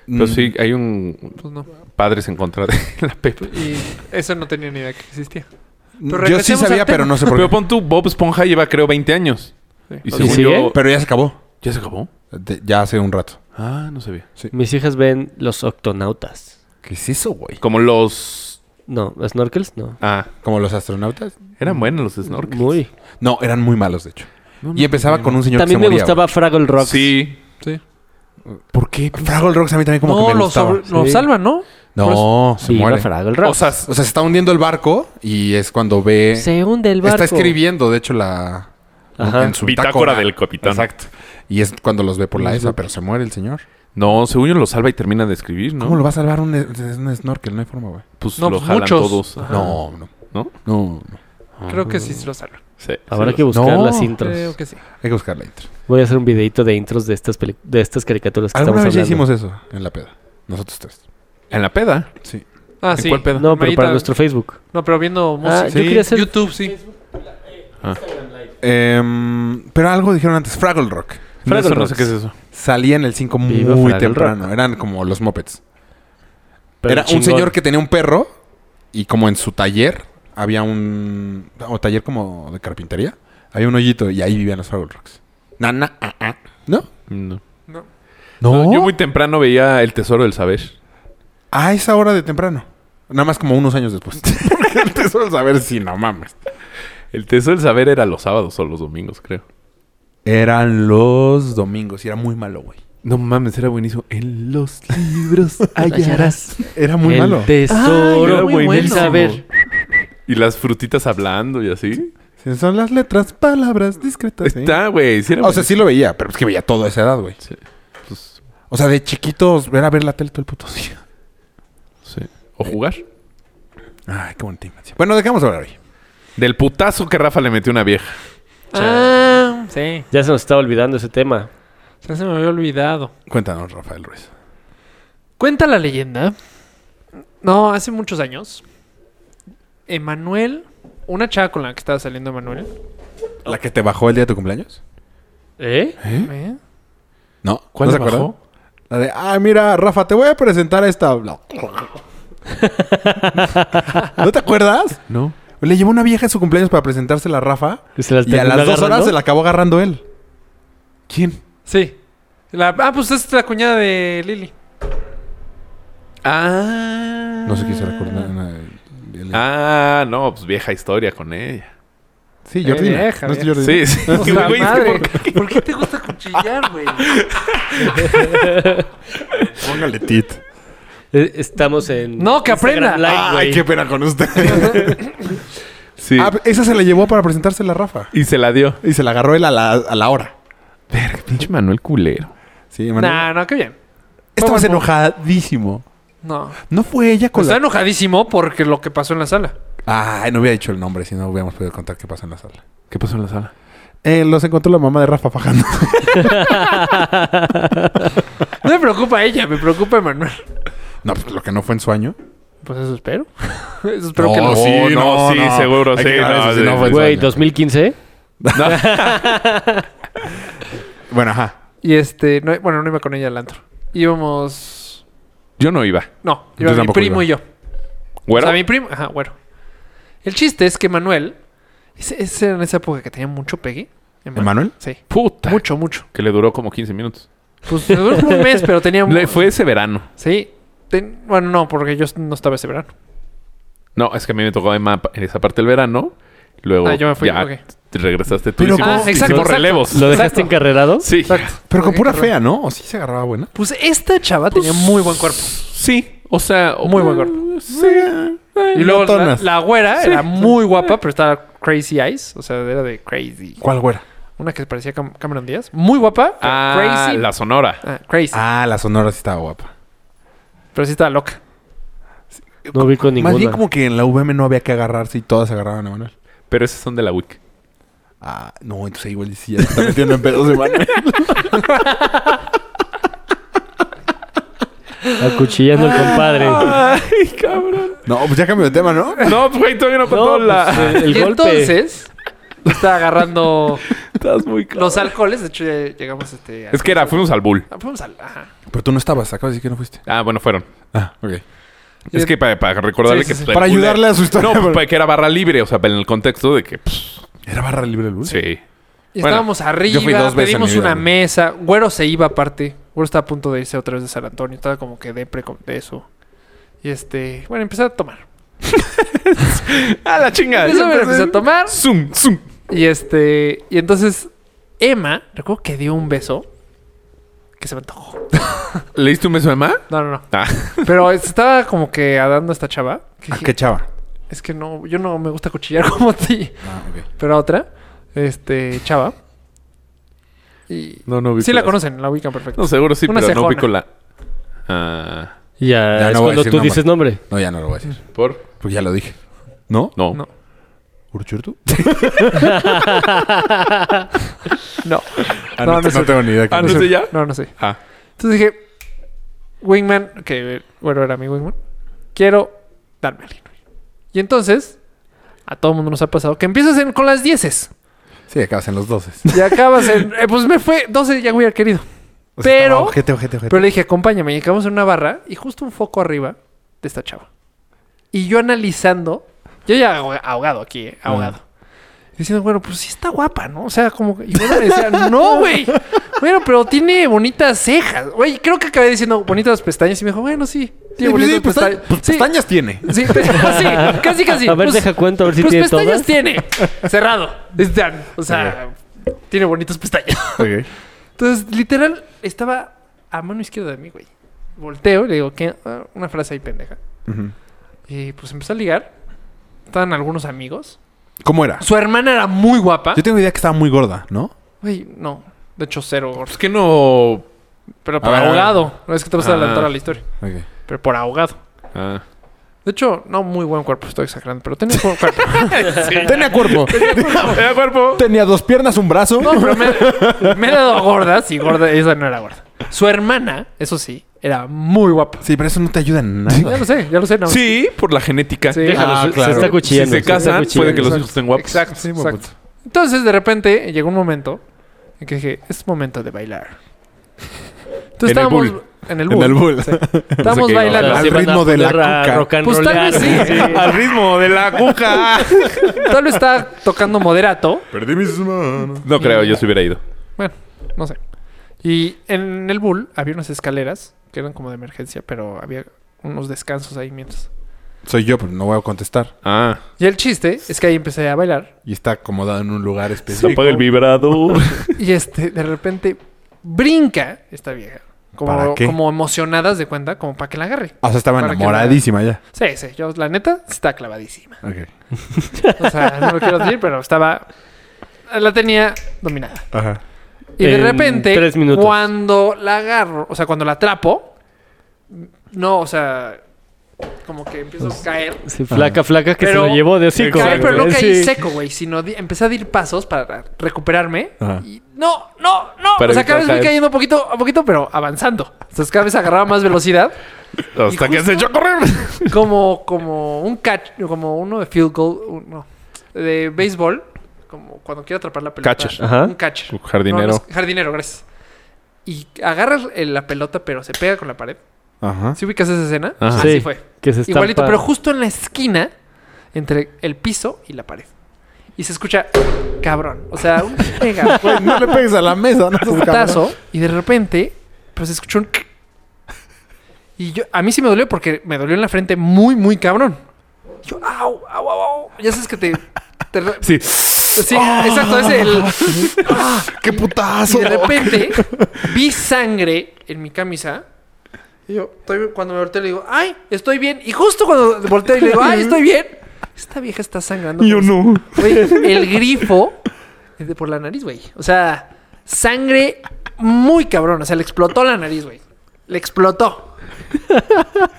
Speaker 4: Mm.
Speaker 3: Pero
Speaker 1: pues
Speaker 3: sí, hay un
Speaker 4: Pues no.
Speaker 3: padres en contra de la Pepe.
Speaker 4: Y eso no tenía ni idea que existía.
Speaker 2: Mm, Yo sí
Speaker 4: regresemos
Speaker 2: sabía,
Speaker 4: al
Speaker 2: pero
Speaker 4: tema.
Speaker 2: no sé por
Speaker 3: Pero
Speaker 2: qué.
Speaker 3: pon tú, Bob Esponja lleva creo 20 años.
Speaker 4: Sí.
Speaker 3: Y
Speaker 1: ¿Y
Speaker 3: según
Speaker 1: sigue?
Speaker 3: yo-
Speaker 2: Pero ya se acabó.
Speaker 3: ¿Ya se acabó?
Speaker 2: De- ya hace un rato.
Speaker 3: Ah, no sabía.
Speaker 1: Mis hijas ven los octonautas.
Speaker 2: ¿Qué es eso, güey?
Speaker 3: Como los...
Speaker 1: No, snorkels no.
Speaker 3: Ah,
Speaker 2: ¿Como los astronautas?
Speaker 3: eran buenos los snorkels.
Speaker 1: Muy.
Speaker 2: No, eran muy malos, de hecho.
Speaker 3: No, no,
Speaker 2: y empezaba con un señor
Speaker 1: También
Speaker 2: que se
Speaker 1: me
Speaker 2: moría,
Speaker 1: gustaba Fraggle Rock.
Speaker 3: Sí.
Speaker 4: Sí.
Speaker 3: ¿Por qué?
Speaker 2: Fraggle Rocks a mí también como
Speaker 4: no,
Speaker 2: que me
Speaker 4: lo
Speaker 2: gustaba.
Speaker 4: sobre- lo
Speaker 1: Sí.
Speaker 4: salvan, ¿no?
Speaker 2: No, se
Speaker 1: Viva
Speaker 2: muere. Oh,
Speaker 1: Fraggle Rock.
Speaker 2: O sea, s- o sea, se está hundiendo el barco y es cuando ve...
Speaker 1: se hunde el barco.
Speaker 2: Está escribiendo, de hecho, la...
Speaker 1: Ajá.
Speaker 2: en su
Speaker 3: Bitácora del capitán.
Speaker 2: Exacto. Y es cuando los ve por la esa, pero se muere el señor.
Speaker 3: No, según yo lo salva y termina de escribir, ¿no?
Speaker 2: ¿Cómo lo va a salvar un, es- un snorkel? No hay forma, güey.
Speaker 3: Pues
Speaker 4: No,
Speaker 3: lo
Speaker 4: pues,
Speaker 3: jalan
Speaker 4: muchos.
Speaker 3: todos.
Speaker 4: Ajá.
Speaker 2: No, no.
Speaker 3: ¿No?
Speaker 2: No, no.
Speaker 4: Creo
Speaker 1: Ah.
Speaker 4: que sí lo salvan.
Speaker 3: Sí,
Speaker 1: Habrá
Speaker 3: sí,
Speaker 1: que
Speaker 3: los-
Speaker 1: buscar
Speaker 2: No,
Speaker 1: las intros.
Speaker 4: Creo que sí.
Speaker 2: Hay que buscar la intro.
Speaker 1: Voy a hacer un videito de intros de estas peli- de estas caricaturas que
Speaker 2: Alguna vez
Speaker 1: estamos
Speaker 2: ya
Speaker 1: hablando.
Speaker 2: hicimos eso en la peda. Nosotros tres.
Speaker 3: En la peda.
Speaker 2: Sí.
Speaker 4: Ah,
Speaker 3: ¿En
Speaker 4: sí.
Speaker 3: cuál pedo?
Speaker 1: No, pero para
Speaker 4: Mayita-
Speaker 1: nuestro Facebook.
Speaker 4: No, pero viendo
Speaker 1: Ah,
Speaker 4: música.
Speaker 1: yo quería hacer
Speaker 4: YouTube, sí.
Speaker 2: Em, pero algo dijeron antes. Fraggle Rock.
Speaker 3: No, eso
Speaker 1: Fraggle
Speaker 3: no sé
Speaker 1: Rocks.
Speaker 3: qué es eso.
Speaker 2: Salía en el 5 muy
Speaker 1: Viva Fraggle
Speaker 2: temprano. Eran como los mopeds.
Speaker 1: pero
Speaker 2: Era
Speaker 1: chingón.
Speaker 2: un señor que tenía un perro y como en su taller había un... O taller como de carpintería. Había un hoyito y ahí vivían los Fraggle Rocks. Na, na, ah, ah. ¿No?
Speaker 3: No.
Speaker 4: No.
Speaker 3: Yo muy temprano veía El Tesoro del Saber.
Speaker 2: A esa hora de temprano. Nada más como unos años después. Porque el tesoro del saber si no mames.
Speaker 3: El Tesoro del Saber era los sábados o los domingos, creo.
Speaker 2: Eran los domingos y era muy malo, güey.
Speaker 3: No mames, era buenísimo. En los libros
Speaker 1: hallarás
Speaker 2: Era muy
Speaker 1: el
Speaker 2: malo. Ah,
Speaker 1: tesoro.
Speaker 4: Ay, muy
Speaker 1: del
Speaker 4: bueno.
Speaker 1: saber.
Speaker 3: Y las frutitas hablando y así.
Speaker 2: Sí, Son las letras, palabras discretas. ¿eh?
Speaker 3: Está, güey. Sí era
Speaker 2: O sea, sí lo veía, pero es que veía todo a esa edad, güey.
Speaker 3: buenísimo. Sí, pues,
Speaker 2: O sea, de chiquitos, ver a ver la tele todo el puto día.
Speaker 3: sí. O jugar.
Speaker 2: Ay, qué bonita infancia. Bueno, ¿de qué vamos a hablar hoy?
Speaker 3: Del putazo que Rafa le metió a una vieja.
Speaker 4: Ah, sí.
Speaker 1: Ya se nos estaba olvidando ese tema.
Speaker 4: Ya se me había olvidado.
Speaker 2: Cuéntanos, Rafael Ruiz.
Speaker 4: Cuenta la leyenda. No, hace muchos años. Emanuel, una chava con la que estaba saliendo Emanuel.
Speaker 2: ¿La que te bajó el día de tu cumpleaños?
Speaker 1: ¿Eh?
Speaker 4: ¿eh?
Speaker 2: No.
Speaker 3: ¿Cuál
Speaker 2: ¿No
Speaker 3: te bajó?
Speaker 2: La de, ah, mira, Rafa, te voy a presentar a esta. No. ¿No te acuerdas?
Speaker 3: No.
Speaker 2: Le llevó una vieja en su cumpleaños para presentársela a Rafa.
Speaker 1: Que se las
Speaker 2: y a
Speaker 1: terminó
Speaker 2: las dos horas
Speaker 1: agarrando.
Speaker 2: se la acabó agarrando él.
Speaker 3: ¿Quién?
Speaker 4: Sí. La- ah, pues es la cuñada de Lili.
Speaker 3: Ah.
Speaker 2: No sé qué se recuerda.
Speaker 3: Ah, no, pues vieja historia con ella.
Speaker 2: sí, Jordi.
Speaker 4: Eh, vieja,
Speaker 2: no es
Speaker 4: vieja.
Speaker 3: Sí,
Speaker 2: Jordi.
Speaker 3: sí.
Speaker 4: O sea,
Speaker 3: Güey, es que
Speaker 4: madre,
Speaker 3: por-
Speaker 4: ¿Por qué te gusta cuchillar, güey?
Speaker 2: Póngale tit.
Speaker 1: Eh, Estamos en.
Speaker 4: No, que
Speaker 1: Instagram
Speaker 4: aprenda.
Speaker 1: Live,
Speaker 2: Ay,
Speaker 1: güey.
Speaker 2: qué pena con usted.
Speaker 3: Sí.
Speaker 2: Ah, esa se la llevó para presentársela a Rafa.
Speaker 3: y se la dio.
Speaker 2: Y se la agarró él a la, a la hora.
Speaker 3: Verga, pinche Manuel culero.
Speaker 2: Sí,
Speaker 4: No,
Speaker 2: Emanuel.
Speaker 4: nah, no, qué bien.
Speaker 2: Estabas
Speaker 4: fue muy-
Speaker 2: enojadísimo.
Speaker 4: No. Pues
Speaker 2: No fue ella con
Speaker 4: Está
Speaker 2: la...
Speaker 4: enojadísimo porque lo que pasó en la sala.
Speaker 2: Ay, no hubiera dicho el nombre si no hubiéramos podido contar qué pasó en la sala.
Speaker 3: ¿Qué pasó en la sala?
Speaker 2: Eh, los encontró la mamá de Rafa fajando.
Speaker 4: No me preocupa ella, me preocupa Emanuel.
Speaker 2: no, pues lo que no fue en su año.
Speaker 4: Pues eso espero. Eso espero
Speaker 2: No,
Speaker 4: que no.
Speaker 2: sí, no, no.
Speaker 3: seguro,
Speaker 2: Hay que aclarar eso, si no pues, fue-
Speaker 1: Güey,
Speaker 2: Sueño.
Speaker 1: 2015.
Speaker 2: Bueno, ajá.
Speaker 4: Y este, no, bueno, no iba con ella al antro. Íbamos.
Speaker 3: Yo no iba.
Speaker 4: No,
Speaker 2: Yo
Speaker 4: iba mi
Speaker 2: tampoco
Speaker 4: primo
Speaker 2: iba.
Speaker 4: y yo.
Speaker 3: ¿Güero?
Speaker 4: O sea, mi primo. Ajá, bueno. El chiste es que Manuel. Ese, ese era en esa época que tenía mucho pegue.
Speaker 2: ¿Emanuel?
Speaker 4: Sí.
Speaker 3: Puta.
Speaker 4: Mucho, mucho.
Speaker 3: Que le duró como 15 minutos.
Speaker 4: Pues me duró como un mes, pero tenía.
Speaker 3: Le- fue ese verano.
Speaker 4: Sí. Ten- Bueno, no, porque yo no estaba ese verano.
Speaker 3: No, es que a mí me tocó Emma en esa parte del verano. Luego
Speaker 4: Ah, yo me fui,
Speaker 3: ya
Speaker 4: ok.
Speaker 3: te regresaste tú.
Speaker 2: Pero
Speaker 3: hicimos,
Speaker 2: ¿cómo?
Speaker 3: hicimos
Speaker 4: Ah, exacto,
Speaker 3: relevos.
Speaker 1: ¿Lo dejaste
Speaker 4: Exacto.
Speaker 1: encarrerado?
Speaker 3: Sí.
Speaker 4: Exacto.
Speaker 2: Pero con
Speaker 4: Qué
Speaker 2: pura
Speaker 4: cabrón.
Speaker 2: fea, ¿no? ¿O sí se agarraba buena?
Speaker 4: Pues esta chava tenía muy buen cuerpo.
Speaker 3: Pues, Sí. O sea... o-
Speaker 4: Muy buen cuerpo.
Speaker 3: Sí.
Speaker 4: Y luego la,
Speaker 2: tonas.
Speaker 4: la güera
Speaker 3: Sí.
Speaker 4: era muy guapa, pero estaba crazy eyes. O sea, era de crazy.
Speaker 2: ¿Cuál güera?
Speaker 4: Una que parecía Cam- Cameron Díaz. Muy guapa. pero
Speaker 3: Ah,
Speaker 4: crazy.
Speaker 3: la Sonora.
Speaker 4: Ah, crazy.
Speaker 2: Ah, la Sonora sí estaba guapa.
Speaker 4: Pero sí estaba loca.
Speaker 1: No vi con
Speaker 2: Más bien
Speaker 1: ninguna.
Speaker 2: como que en la VM no había que agarrarse y todas se agarraban a Manuel.
Speaker 3: Pero esas son de la WIC.
Speaker 2: Ah, no, entonces ahí igual sí ya se está metiendo en pedos de Manuel.
Speaker 1: Acuchillando al compadre.
Speaker 3: Ay, cabrón.
Speaker 2: No, pues ya cambió de tema, ¿no?
Speaker 3: No, pues, güey, todavía no eh. contó
Speaker 1: No,
Speaker 3: la...
Speaker 1: pues, el, el
Speaker 4: y
Speaker 1: golpe.
Speaker 4: entonces estaba agarrando
Speaker 3: Estás muy claro.
Speaker 4: los alcoholes. De hecho, ya llegamos este, a-
Speaker 3: Es que era... Fuimos al Bull.
Speaker 4: Ah, fuimos al- ajá.
Speaker 2: Pero tú no estabas, acabas de decir que no fuiste.
Speaker 3: Ah, bueno, fueron.
Speaker 2: Ah, ok.
Speaker 3: Es que para, para recordarle
Speaker 4: Sí,
Speaker 3: que...
Speaker 4: sí, sí.
Speaker 3: el
Speaker 2: Para
Speaker 3: Bull
Speaker 2: ayudarle a su historia.
Speaker 3: No, pues,
Speaker 2: pero-
Speaker 3: para que era barra libre. O sea, en el contexto de que... pues,
Speaker 2: ¿Era barra libre el bus?
Speaker 3: sí.
Speaker 4: Y
Speaker 3: Bueno,
Speaker 4: estábamos arriba,
Speaker 2: yo fui dos veces en
Speaker 4: pedimos
Speaker 2: mi vida,
Speaker 4: una
Speaker 2: güey.
Speaker 4: mesa. Güero se iba aparte. Güero estaba a punto de irse otra vez de San Antonio. Estaba como que depre con- de eso. Y este... Bueno, empecé a tomar.
Speaker 3: Ah, la chinga.
Speaker 4: Eso me lo empecé a tomar.
Speaker 3: Zoom, zoom.
Speaker 4: Y este... Y entonces... Emma, recuerdo que dio un beso. que se me antojó.
Speaker 3: ¿Le diste un beso a Emma?
Speaker 4: No, no, no.
Speaker 3: Ah.
Speaker 4: Pero estaba como que adando a esta chava. que
Speaker 2: ¿A
Speaker 4: dije,
Speaker 2: Ah, qué chava?
Speaker 4: Es que no, yo no me gusta cuchillar como ti.
Speaker 2: Ah, ok.
Speaker 4: Pero a otra, este, chava. Y
Speaker 3: No, no ubico
Speaker 4: sí la
Speaker 3: las-
Speaker 4: conocen, la ubican perfecto.
Speaker 3: No, seguro sí,
Speaker 4: Una
Speaker 3: pero no
Speaker 4: cejona.
Speaker 3: ubico la... Ah,
Speaker 1: Ya,
Speaker 2: Ya
Speaker 1: es
Speaker 2: no voy a
Speaker 1: cuando
Speaker 2: decir
Speaker 1: tú dices nombre.
Speaker 2: No, ya no lo voy a decir.
Speaker 3: ¿Por?
Speaker 2: Porque Pues ya lo dije. ¿No?
Speaker 3: No.
Speaker 4: No.
Speaker 2: ¿Uruchurtu?
Speaker 4: No.
Speaker 2: Ah,
Speaker 4: No,
Speaker 2: no,
Speaker 4: no
Speaker 2: no,
Speaker 4: sé.
Speaker 2: tengo ni idea.
Speaker 3: Ah,
Speaker 2: quién
Speaker 3: no
Speaker 2: es.
Speaker 3: sé ya.
Speaker 4: No, no sé.
Speaker 3: Ah.
Speaker 4: Entonces dije, Wingman, que bueno, era mi Wingman, quiero darme al Inui. Y entonces, a todo mundo nos ha pasado que empiezas en- con las dieces.
Speaker 2: Sí, acabas en los 12.
Speaker 4: Y acabas en. eh, pues me fue 12 de Jaguar, querido. Pero-
Speaker 2: Ojete, ojete, ojete.
Speaker 4: Pero le dije, acompáñame. Y acabamos en una barra y justo un foco arriba de esta chava. Y yo analizando, yo ya ahoga- ahogado aquí,
Speaker 2: Ah.
Speaker 4: eh, ahogado. Diciendo, bueno, pues sí está guapa, ¿no? O sea, como que. Y yo le decía, no, güey. Bueno, pero tiene bonitas cejas. Güey, creo que acabé diciendo bonitas pestañas. Y me dijo, bueno, sí.
Speaker 2: Sí,
Speaker 4: Tiene
Speaker 2: pues,
Speaker 4: bonitas
Speaker 2: sí, pesta-
Speaker 4: pestañas.
Speaker 2: pues,
Speaker 4: Sí,
Speaker 2: pestañas tiene.
Speaker 4: Sí, pe- sí, casi, casi.
Speaker 1: A ver,
Speaker 4: Pues-
Speaker 1: deja cuenta, a ver si
Speaker 4: pues
Speaker 1: tiene
Speaker 4: pestañas
Speaker 1: todas.
Speaker 4: tiene. Cerrado. Es Dan. O sea, tiene bonitas pestañas.
Speaker 2: Ok.
Speaker 4: Entonces, literal, estaba a mano izquierda de mí, güey. Volteo y le digo, ¿qué? Ah, Una frase ahí pendeja. Y pues empezó a ligar. Estaban algunos amigos.
Speaker 2: ¿Cómo era?
Speaker 4: Su hermana era muy guapa.
Speaker 2: Yo tengo idea que estaba muy gorda, ¿no?
Speaker 4: Güey, no. De hecho, cero. gordo.
Speaker 3: Pues que no...
Speaker 4: Pero por
Speaker 2: A ver, a ver.
Speaker 4: ahogado. No es que te vas a
Speaker 3: Ah.
Speaker 4: adelantar a la historia.
Speaker 2: Ok.
Speaker 4: Pero por ahogado.
Speaker 3: Ah.
Speaker 4: De hecho, no muy buen cuerpo, estoy exagerando, pero tenía buen cuerpo.
Speaker 2: Tenía cuerpo.
Speaker 3: Eh, cuerpo!
Speaker 2: Tenía dos piernas, un brazo.
Speaker 4: No, pero me, me he dado gordas y gorda, esa no era gorda. Su hermana, eso sí, era muy guapa.
Speaker 2: Sí, pero eso no te ayuda en nada.
Speaker 4: Ya lo sé, ya lo sé. No.
Speaker 3: Sí, por la genética.
Speaker 4: Sí.
Speaker 1: Déjalo,
Speaker 2: Ah,
Speaker 1: se-
Speaker 2: claro.
Speaker 1: se está cuchillando.
Speaker 3: Si se casan, puede que los
Speaker 4: Exacto.
Speaker 3: hijos estén guapos.
Speaker 4: Exacto,
Speaker 2: Sí,
Speaker 4: exacto.
Speaker 2: guapos.
Speaker 4: Entonces, de repente, llegó un momento en que dije, es momento de bailar. Entonces
Speaker 3: En el
Speaker 4: estábamos
Speaker 3: bull.
Speaker 4: en el
Speaker 2: En
Speaker 4: bull.
Speaker 2: el bull.
Speaker 4: Estábamos
Speaker 3: qué iba a
Speaker 2: hablar.
Speaker 4: bailando.
Speaker 2: Al ritmo de la cuca.
Speaker 4: Pues tal vez sí.
Speaker 3: Al ritmo de la aguja.
Speaker 4: Tal vez estaba tocando moderato.
Speaker 2: Perdí mis manos.
Speaker 3: No creo, yo se hubiera ido.
Speaker 4: Bueno, no sé. Y en el bull había unas escaleras que eran como de emergencia, pero había unos descansos ahí mientras.
Speaker 2: Soy yo, pero no voy a contestar.
Speaker 3: Ah.
Speaker 4: Y el chiste es que ahí empecé a bailar.
Speaker 2: Y está acomodado en un lugar
Speaker 3: Se
Speaker 2: específico.
Speaker 3: apaga el vibrador.
Speaker 4: Y este, de repente, brinca esta vieja. Como,
Speaker 2: ¿Para qué? Ah.
Speaker 4: como emocionadas de cuenta, como para que la agarre.
Speaker 2: O sea, estaba
Speaker 4: Para que
Speaker 2: enamoradísima ya.
Speaker 4: Sí, sí, yo la neta está clavadísima.
Speaker 2: Ok.
Speaker 4: O sea, no lo quiero decir, pero estaba. La tenía dominada.
Speaker 2: Ajá.
Speaker 4: Y de
Speaker 1: En
Speaker 4: repente,
Speaker 1: tres minutos.
Speaker 4: cuando la agarro, o sea, cuando la atrapo, no, o sea, como que empiezo a caer.
Speaker 1: Sí, flaca, flaca que
Speaker 4: Pero-
Speaker 1: se lo llevó de hocico.
Speaker 4: Caer, pero no
Speaker 1: Sí.
Speaker 4: caí seco, güey, sino di- empecé a dar pasos para recuperarme.
Speaker 2: Ajá.
Speaker 4: Y no, no, no.
Speaker 3: Para
Speaker 4: o sea,
Speaker 3: evitar
Speaker 4: cada vez voy
Speaker 3: caer.
Speaker 4: cayendo poquito a poquito, pero avanzando. Entonces, cada vez agarraba más velocidad.
Speaker 3: Hasta que se echó a correr.
Speaker 4: como como un catch, como uno de field goal, un- no, de béisbol, como cuando quiero atrapar la pelota.
Speaker 3: Catcher.
Speaker 1: Ajá.
Speaker 4: Un catcher.
Speaker 3: Un jardinero.
Speaker 4: No, no es- jardinero, gracias. Y agarras eh, la pelota, pero se pega con la pared.
Speaker 2: Ajá.
Speaker 4: ¿Sí ubicas esa escena?
Speaker 3: Ajá.
Speaker 4: Así
Speaker 1: Sí,
Speaker 4: fue.
Speaker 1: que se estampa.
Speaker 4: Igualito, pero justo en la esquina entre el piso y la pared. Y se escucha cabrón, o sea, un mega
Speaker 2: Güey, no le pegues a la mesa, no seas cabrón.
Speaker 4: putazo y de repente pues escuchó un y yo a mí sí me dolió porque me dolió en la frente muy muy cabrón. Yo au au au. au. Ya sabes que te, te re-
Speaker 3: Sí.
Speaker 4: sí, exacto, es el
Speaker 2: ¡Qué
Speaker 4: y
Speaker 2: putazo!
Speaker 4: de repente vi sangre en mi camisa. Y yo estoy- cuando me volteo le digo, "Ay, estoy bien." Y justo cuando volteo y le digo, "Ay, estoy bien." Esta vieja está sangrando. Pues,
Speaker 2: Yo no.
Speaker 4: Güey, el grifo es de por la nariz, güey. O sea, sangre muy cabrón. O sea, le explotó la nariz, güey. Le explotó.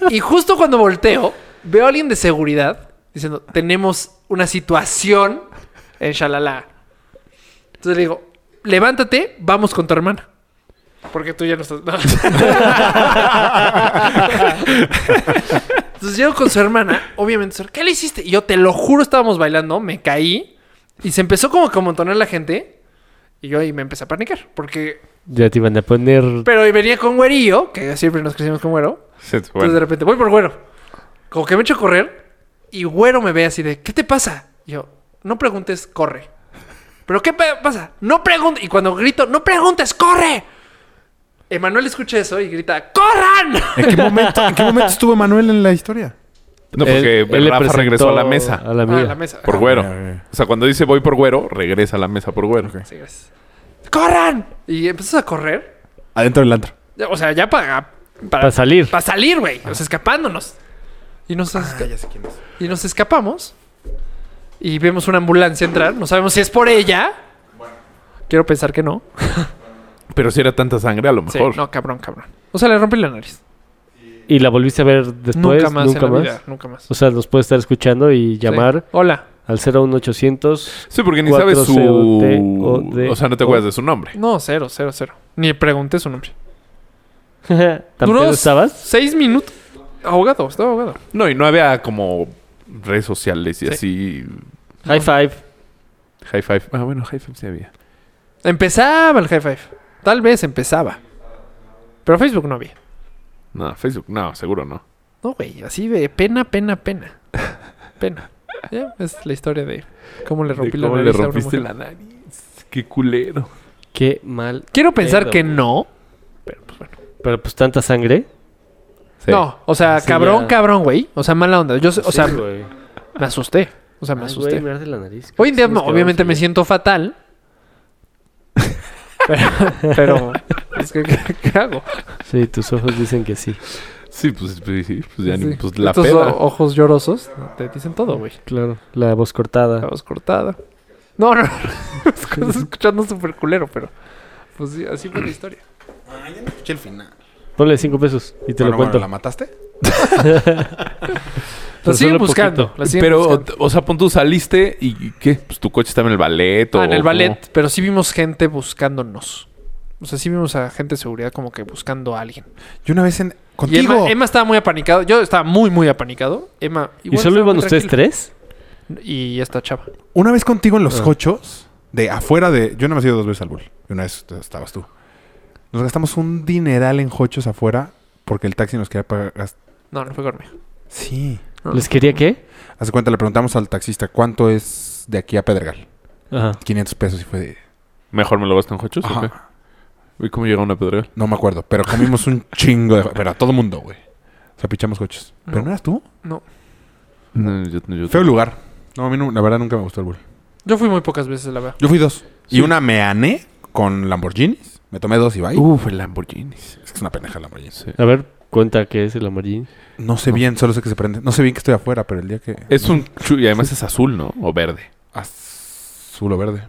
Speaker 4: Y justo cuando volteo, veo a alguien de seguridad diciendo, tenemos una situación en Shalala. Entonces le digo, levántate, vamos con tu hermana. Porque tú ya no estás... no. Entonces llego con su hermana, obviamente, su- ¿qué le hiciste? Y yo te lo juro, estábamos bailando, me caí y se empezó como que a amontonar la gente y yo ahí me empecé a panicar porque...
Speaker 1: Ya te iban a poner.
Speaker 4: Pero ahí venía con güerillo, que siempre nos crecimos con güero.
Speaker 3: Sí,
Speaker 4: Entonces de
Speaker 3: Pues bueno.
Speaker 4: repente voy por güero. Como que me echo a correr y güero me ve así de, ¿qué te pasa? Y yo, no preguntes, corre. ¿Pero qué pe- pasa? No preguntes. Y cuando grito, no preguntes, corre. Emanuel escucha eso y grita, ¡corran!
Speaker 2: ¿En qué, momento, ¿En qué momento estuvo Manuel en la historia?
Speaker 3: No, porque
Speaker 1: Él- él le
Speaker 3: Rafa
Speaker 1: presentó
Speaker 3: regresó a la mesa.
Speaker 1: A la
Speaker 4: Ah,
Speaker 1: mía.
Speaker 4: la mesa.
Speaker 3: Por güero.
Speaker 2: Ah, ok, ok.
Speaker 3: O sea, cuando dice voy por güero, regresa a la mesa por güero.
Speaker 4: Sí, gracias. ¡Corran! Y empiezas a correr.
Speaker 2: Adentro del antro.
Speaker 4: O sea, ya para...
Speaker 1: Para salir.
Speaker 4: Para salir, güey. O sea, escapándonos. Y nos, esca- y nos escapamos. Y vemos una ambulancia entrar. No sabemos si es por ella. Quiero pensar que no.
Speaker 3: Pero si era tanta sangre, a lo
Speaker 4: Sí,
Speaker 3: mejor.
Speaker 4: no, cabrón, cabrón. O sea, le rompí la nariz.
Speaker 1: Y la volviste a ver después.
Speaker 4: nunca más
Speaker 1: Nunca
Speaker 4: en la
Speaker 1: más.
Speaker 4: vida. Nunca más.
Speaker 1: O sea, los puedes estar escuchando y
Speaker 4: Sí.
Speaker 1: llamar
Speaker 4: Hola.
Speaker 1: al 01800.
Speaker 3: Sí, porque ni
Speaker 1: Cuatro
Speaker 3: sabes su.
Speaker 1: C, O, T, O, D,
Speaker 3: o sea, no te
Speaker 1: O.
Speaker 3: acuerdas de su nombre.
Speaker 4: No, cero, cero, cero. Ni pregunté su nombre.
Speaker 1: ¿Tampoco estabas?
Speaker 4: seis minutos. Ahogado, estaba ahogado.
Speaker 3: No, y no había como redes sociales y
Speaker 4: Sí.
Speaker 3: así.
Speaker 1: High five.
Speaker 3: High five. Ah, bueno, high five sí había.
Speaker 4: Empezaba el high five. Tal vez empezaba. Pero Facebook no había.
Speaker 3: No, Facebook, no, seguro no.
Speaker 4: No, güey. Así de pena, pena, pena. Pena. Ya, Es la historia de cómo le rompí
Speaker 3: De
Speaker 4: la
Speaker 3: cómo
Speaker 4: nariz.
Speaker 3: le
Speaker 4: a una
Speaker 3: rompiste
Speaker 4: mujer.
Speaker 3: la nariz. Qué culero.
Speaker 1: Qué mal.
Speaker 4: Quiero pensar
Speaker 1: Pero,
Speaker 4: que
Speaker 1: güey.
Speaker 4: no.
Speaker 1: Pero pues tanta sangre.
Speaker 3: Sí.
Speaker 4: No, o sea,
Speaker 1: Sí,
Speaker 4: cabrón,
Speaker 1: ya.
Speaker 4: cabrón, güey. O sea, mala onda. Yo, sé- o sea,
Speaker 1: Sí, güey.
Speaker 4: me asusté. O sea, me
Speaker 1: Ay,
Speaker 4: asusté.
Speaker 1: güey, me arde la nariz.
Speaker 4: Hoy en día,
Speaker 1: Sí,
Speaker 4: no,
Speaker 1: nos quedamos
Speaker 4: obviamente
Speaker 1: ahí.
Speaker 4: me siento fatal. pero, pero es que, ¿qué, qué hago?
Speaker 1: Sí, tus ojos dicen que sí.
Speaker 3: Sí, pues, pues sí, pues ya ni.
Speaker 4: Sí.
Speaker 3: Pues la
Speaker 4: Estos
Speaker 3: peda.
Speaker 4: o- ojos llorosos te dicen todo, güey.
Speaker 1: Claro. La voz
Speaker 4: La
Speaker 1: cortada.
Speaker 4: voz cortada. No, no, no. Estás escuchando súper culero, pero. Pues sí, así fue la historia.
Speaker 2: Ay, ya no escuché el final.
Speaker 4: Oh.
Speaker 1: Ponle cinco pesos y te lo cuento.
Speaker 2: ¿La mataste?
Speaker 4: La
Speaker 1: Pero
Speaker 4: siguen
Speaker 1: solo
Speaker 4: buscando.
Speaker 1: poquito.
Speaker 4: La siguen
Speaker 3: Pero,
Speaker 4: buscando.
Speaker 3: o sea, pon tú saliste y ¿qué? Pues tu coche estaba en el ballet o.
Speaker 4: Ah, en el
Speaker 3: cómo?
Speaker 4: ballet, pero sí vimos gente buscándonos. O sea, sí vimos a gente de seguridad como que buscando a alguien.
Speaker 2: Yo una vez en.
Speaker 4: Y Emma,
Speaker 2: Contigo.
Speaker 4: Emma estaba muy apanicado. Yo estaba muy, muy apanicado. Emma.
Speaker 1: ¿Y solo iban ustedes tres?
Speaker 4: tres? Y esta chava.
Speaker 2: Una vez contigo en los
Speaker 1: Ah.
Speaker 2: cochos, de afuera de. Yo no me he ido dos veces al bull. Y una vez estabas tú. Nos gastamos un dineral en jochos afuera porque el taxi nos quería pagar. gas-
Speaker 4: No, no fue conmigo.
Speaker 2: Sí.
Speaker 4: No,
Speaker 1: ¿Les quería qué?
Speaker 2: Hace cuenta, le preguntamos al taxista cuánto es de aquí a Pedregal.
Speaker 1: Ajá.
Speaker 2: 500 pesos y fue de.
Speaker 3: Mejor me lo gasto en Hochos, ¿o
Speaker 2: Ajá.
Speaker 3: qué? ¿Y cómo llega una pedrera?
Speaker 2: No me acuerdo, pero comimos un chingo de. Pero a todo mundo, güey. O sea, pichamos coches. ¿Pero
Speaker 4: No.
Speaker 2: no eras tú?
Speaker 4: no.
Speaker 3: No, yo, yo-
Speaker 2: Feo lugar. No, a mí no- la verdad nunca me gustó el bull.
Speaker 4: Yo fui muy pocas veces, la verdad.
Speaker 2: Yo fui dos.
Speaker 3: Sí.
Speaker 2: Y una me ané con Lamborghinis. Me tomé dos y bye.
Speaker 3: Uf, Uh, el Lamborghini.
Speaker 2: Es que es una pendeja el Lamborghini.
Speaker 3: Sí.
Speaker 1: A ver, cuenta qué es el amarillo.
Speaker 2: No sé bien, solo sé que se prende. No sé bien que estoy afuera, pero el día que.
Speaker 3: Es un chu- y además es azul, ¿no? O verde.
Speaker 2: Azul o verde.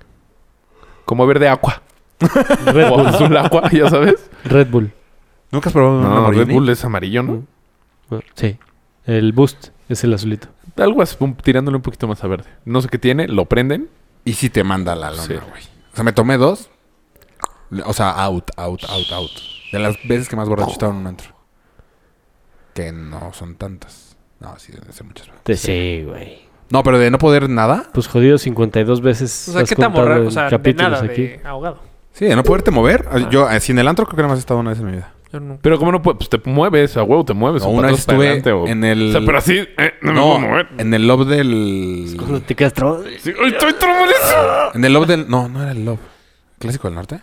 Speaker 3: Como verde agua.
Speaker 1: Red
Speaker 3: O
Speaker 1: Bull.
Speaker 3: azul agua, ya sabes.
Speaker 1: Red Bull.
Speaker 2: ¿Nunca has probado un
Speaker 3: No,
Speaker 2: Lamborghini?
Speaker 3: Red Bull es amarillo, ¿no?
Speaker 1: Ah, Sí. El Boost es el azulito.
Speaker 3: Algo así, un- tirándole un poquito más a verde. No sé qué tiene, lo prenden.
Speaker 2: Y si te manda la
Speaker 3: Sí.
Speaker 2: lona, güey. O sea, me tomé dos. O sea, out, out, out, out. De las veces que más borracho estaba en un antro. Que no son tantas. No, sí, deben ser muchas.
Speaker 1: Te- sí, güey.
Speaker 2: No, pero de no poder nada.
Speaker 1: Pues jodido 52 veces.
Speaker 4: O sea,
Speaker 1: has
Speaker 4: ¿qué tan
Speaker 1: contado
Speaker 4: borracho?
Speaker 1: en
Speaker 4: O sea, de
Speaker 1: capítulos
Speaker 4: nada,
Speaker 1: aquí.
Speaker 4: de ahogado.
Speaker 2: Sí, de no poderte mover.
Speaker 3: Ah.
Speaker 2: Yo, así en el antro creo que nada más he estado una vez en mi vida.
Speaker 4: Yo nunca.
Speaker 3: Pero como no puedes, pues te mueves, a huevo te mueves.
Speaker 2: No,
Speaker 3: o
Speaker 2: una
Speaker 3: para
Speaker 2: vez
Speaker 3: atrás, Pues para
Speaker 2: estuve en el-
Speaker 3: O sea, pero así, eh, no, me puedo mover.
Speaker 2: en el love del.
Speaker 1: Cuando te quedas trabado.
Speaker 3: Sí, ¡ay, estoy traumadísimo!
Speaker 2: En el love del. No, no era el love. ¿Clásico del norte?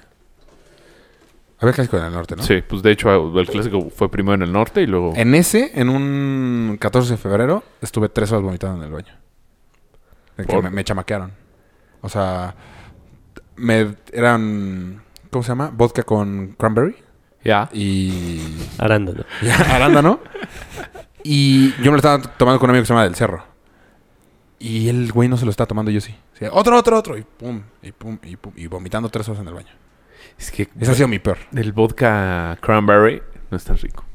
Speaker 2: Había clásico del norte, ¿no?
Speaker 3: Sí, pues de hecho el clásico fue primero en el norte y luego...
Speaker 2: En ese, en un 14 de febrero, estuve tres horas vomitando en el baño. De que
Speaker 3: ¿Por?
Speaker 2: me, me chamaquearon. O sea, me eran. ¿Cómo se llama? Vodka con cranberry
Speaker 3: Ya.
Speaker 2: y.
Speaker 1: Arándano.
Speaker 2: y arándano. Y yo me lo estaba tomando con un amigo que se llama Del Cerro. Y el güey no se lo estaba tomando, yo sí. Sí, otro, otro, otro. Y pum, y pum, y pum. Y vomitando tres horas en el baño.
Speaker 3: Es que
Speaker 2: Ese ha sido mi peor.
Speaker 3: el vodka cranberry no es tan rico.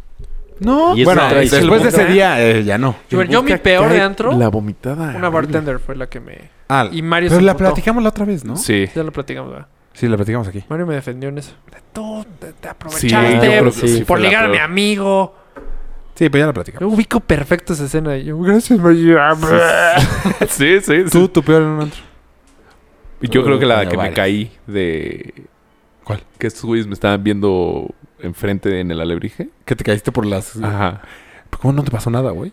Speaker 2: No,
Speaker 1: Y es
Speaker 2: bueno,
Speaker 1: una tradición.
Speaker 2: después de ese
Speaker 4: ¿Eh?
Speaker 2: día, eh, ya no.
Speaker 4: Yo, yo mi peor de antro,
Speaker 3: La vomitada.
Speaker 4: una bartender fue la que me.
Speaker 2: Ah,
Speaker 4: Y Mario
Speaker 2: pero
Speaker 4: se
Speaker 2: la
Speaker 4: emputó.
Speaker 2: platicamos la otra vez, ¿no?
Speaker 3: Sí.
Speaker 4: Ya lo platicamos, ¿verdad?
Speaker 2: Sí, la platicamos aquí.
Speaker 4: Mario me defendió en eso. Tú te, te
Speaker 1: yo
Speaker 4: aprovechaste
Speaker 1: creo que sí
Speaker 4: por
Speaker 3: fue la
Speaker 4: ligar a mi
Speaker 3: peor.
Speaker 4: amigo.
Speaker 2: Sí, pero ya la
Speaker 4: Yo
Speaker 2: platicamos.
Speaker 4: ubico perfecto esa escena. Yo, gracias, Mario. Ah,
Speaker 3: Sí, sí. sí.
Speaker 2: ¿Tú, tu peor en un antro?
Speaker 3: Yo creo que la
Speaker 2: Bueno,
Speaker 3: que me
Speaker 2: varias.
Speaker 3: caí de...
Speaker 2: ¿Cuál?
Speaker 3: Que estos güeyes me estaban viendo enfrente en el alebrije.
Speaker 2: Que te caíste por las...
Speaker 3: Ajá.
Speaker 2: ¿Cómo no te pasó nada, güey?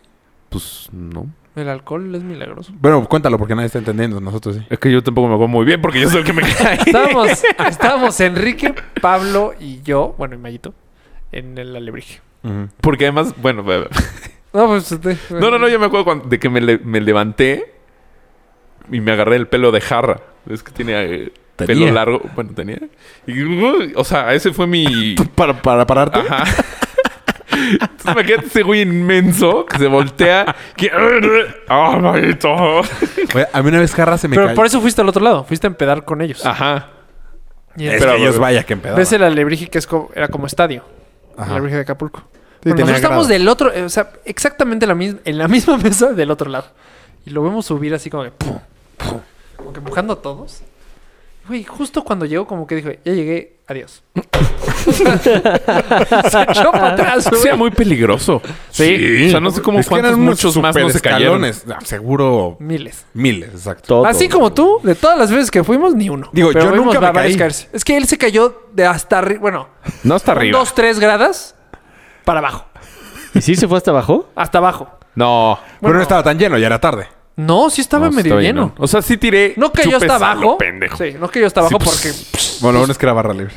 Speaker 3: Pues no.
Speaker 4: El alcohol es milagroso.
Speaker 2: Bueno, cuéntalo porque nadie está entendiendo. Nosotros sí.
Speaker 3: Es que yo tampoco me acuerdo muy bien porque yo soy el que me caí.
Speaker 4: Estábamos, estábamos Enrique, Pablo y yo, bueno, y Mayito, en el alebrije.
Speaker 3: Porque además, bueno, bueno.
Speaker 4: No, pues. este-
Speaker 3: no, no, no, yo me acuerdo cuando- de que me, le- me levanté y me agarré el pelo de jarra. Es que tiene eh,
Speaker 2: Tenía.
Speaker 3: Pelo largo. Bueno, tenía. Y, uh, o sea, ese fue mi.
Speaker 2: Para, para pararte.
Speaker 3: Ajá. Entonces, imagínate ese güey inmenso que se voltea. Que... ¡Ah, maldito!
Speaker 2: Oye, a mí una vez Jarra se me
Speaker 4: Pero
Speaker 2: cayó.
Speaker 4: por eso fuiste al otro lado. Fuiste a empedar con ellos.
Speaker 3: Ajá.
Speaker 4: Y
Speaker 2: Es
Speaker 4: entonces-
Speaker 2: que ellos vaya que empedaron.
Speaker 4: ¿Ves el alebrije que es como- era como estadio?
Speaker 2: Ajá.
Speaker 4: El alebrije de Acapulco.
Speaker 2: Sí, tenía
Speaker 4: Bueno, nosotros estamos
Speaker 2: gradas.
Speaker 4: del otro, eh, o sea, exactamente la misma, en la misma mesa del otro lado. Y lo vemos subir así como que, pum, pum, como que empujando a todos. Güey, justo cuando llegó, como que dijo, ya llegué, adiós. se echó para atrás, güey.
Speaker 3: Ah, Era muy peligroso.
Speaker 4: Sí.
Speaker 3: O sea, no sé cómo
Speaker 2: Es que
Speaker 3: cuántos
Speaker 2: eran unos
Speaker 3: muchos más no se cayeron.
Speaker 2: superescalones. Ah, Seguro
Speaker 4: Miles.
Speaker 2: miles, exacto.
Speaker 1: Todo,
Speaker 4: Así
Speaker 1: güey.
Speaker 4: como tú, de todas las veces que fuimos, ni uno.
Speaker 2: Digo, yo
Speaker 4: vimos
Speaker 2: nunca me
Speaker 4: a varios
Speaker 2: caí.
Speaker 4: caerse. Es que él se cayó de hasta arriba, bueno,
Speaker 3: No hasta arriba.
Speaker 4: dos, tres gradas para abajo.
Speaker 1: ¿Y sí se fue hasta abajo?
Speaker 4: Hasta abajo.
Speaker 3: No.
Speaker 2: Pero
Speaker 4: Bueno.
Speaker 2: no estaba tan lleno, ya era tarde.
Speaker 4: No, sí estaba
Speaker 3: No,
Speaker 4: medio
Speaker 3: estaba
Speaker 4: lleno.
Speaker 3: O sea, sí tiré.
Speaker 4: No cayó hasta
Speaker 3: chupes a lo
Speaker 4: abajo.
Speaker 3: pendejo.
Speaker 4: Sí, no cayó hasta abajo
Speaker 3: Sí, pues.
Speaker 4: porque,
Speaker 2: Bueno, bueno, es que era barra libre.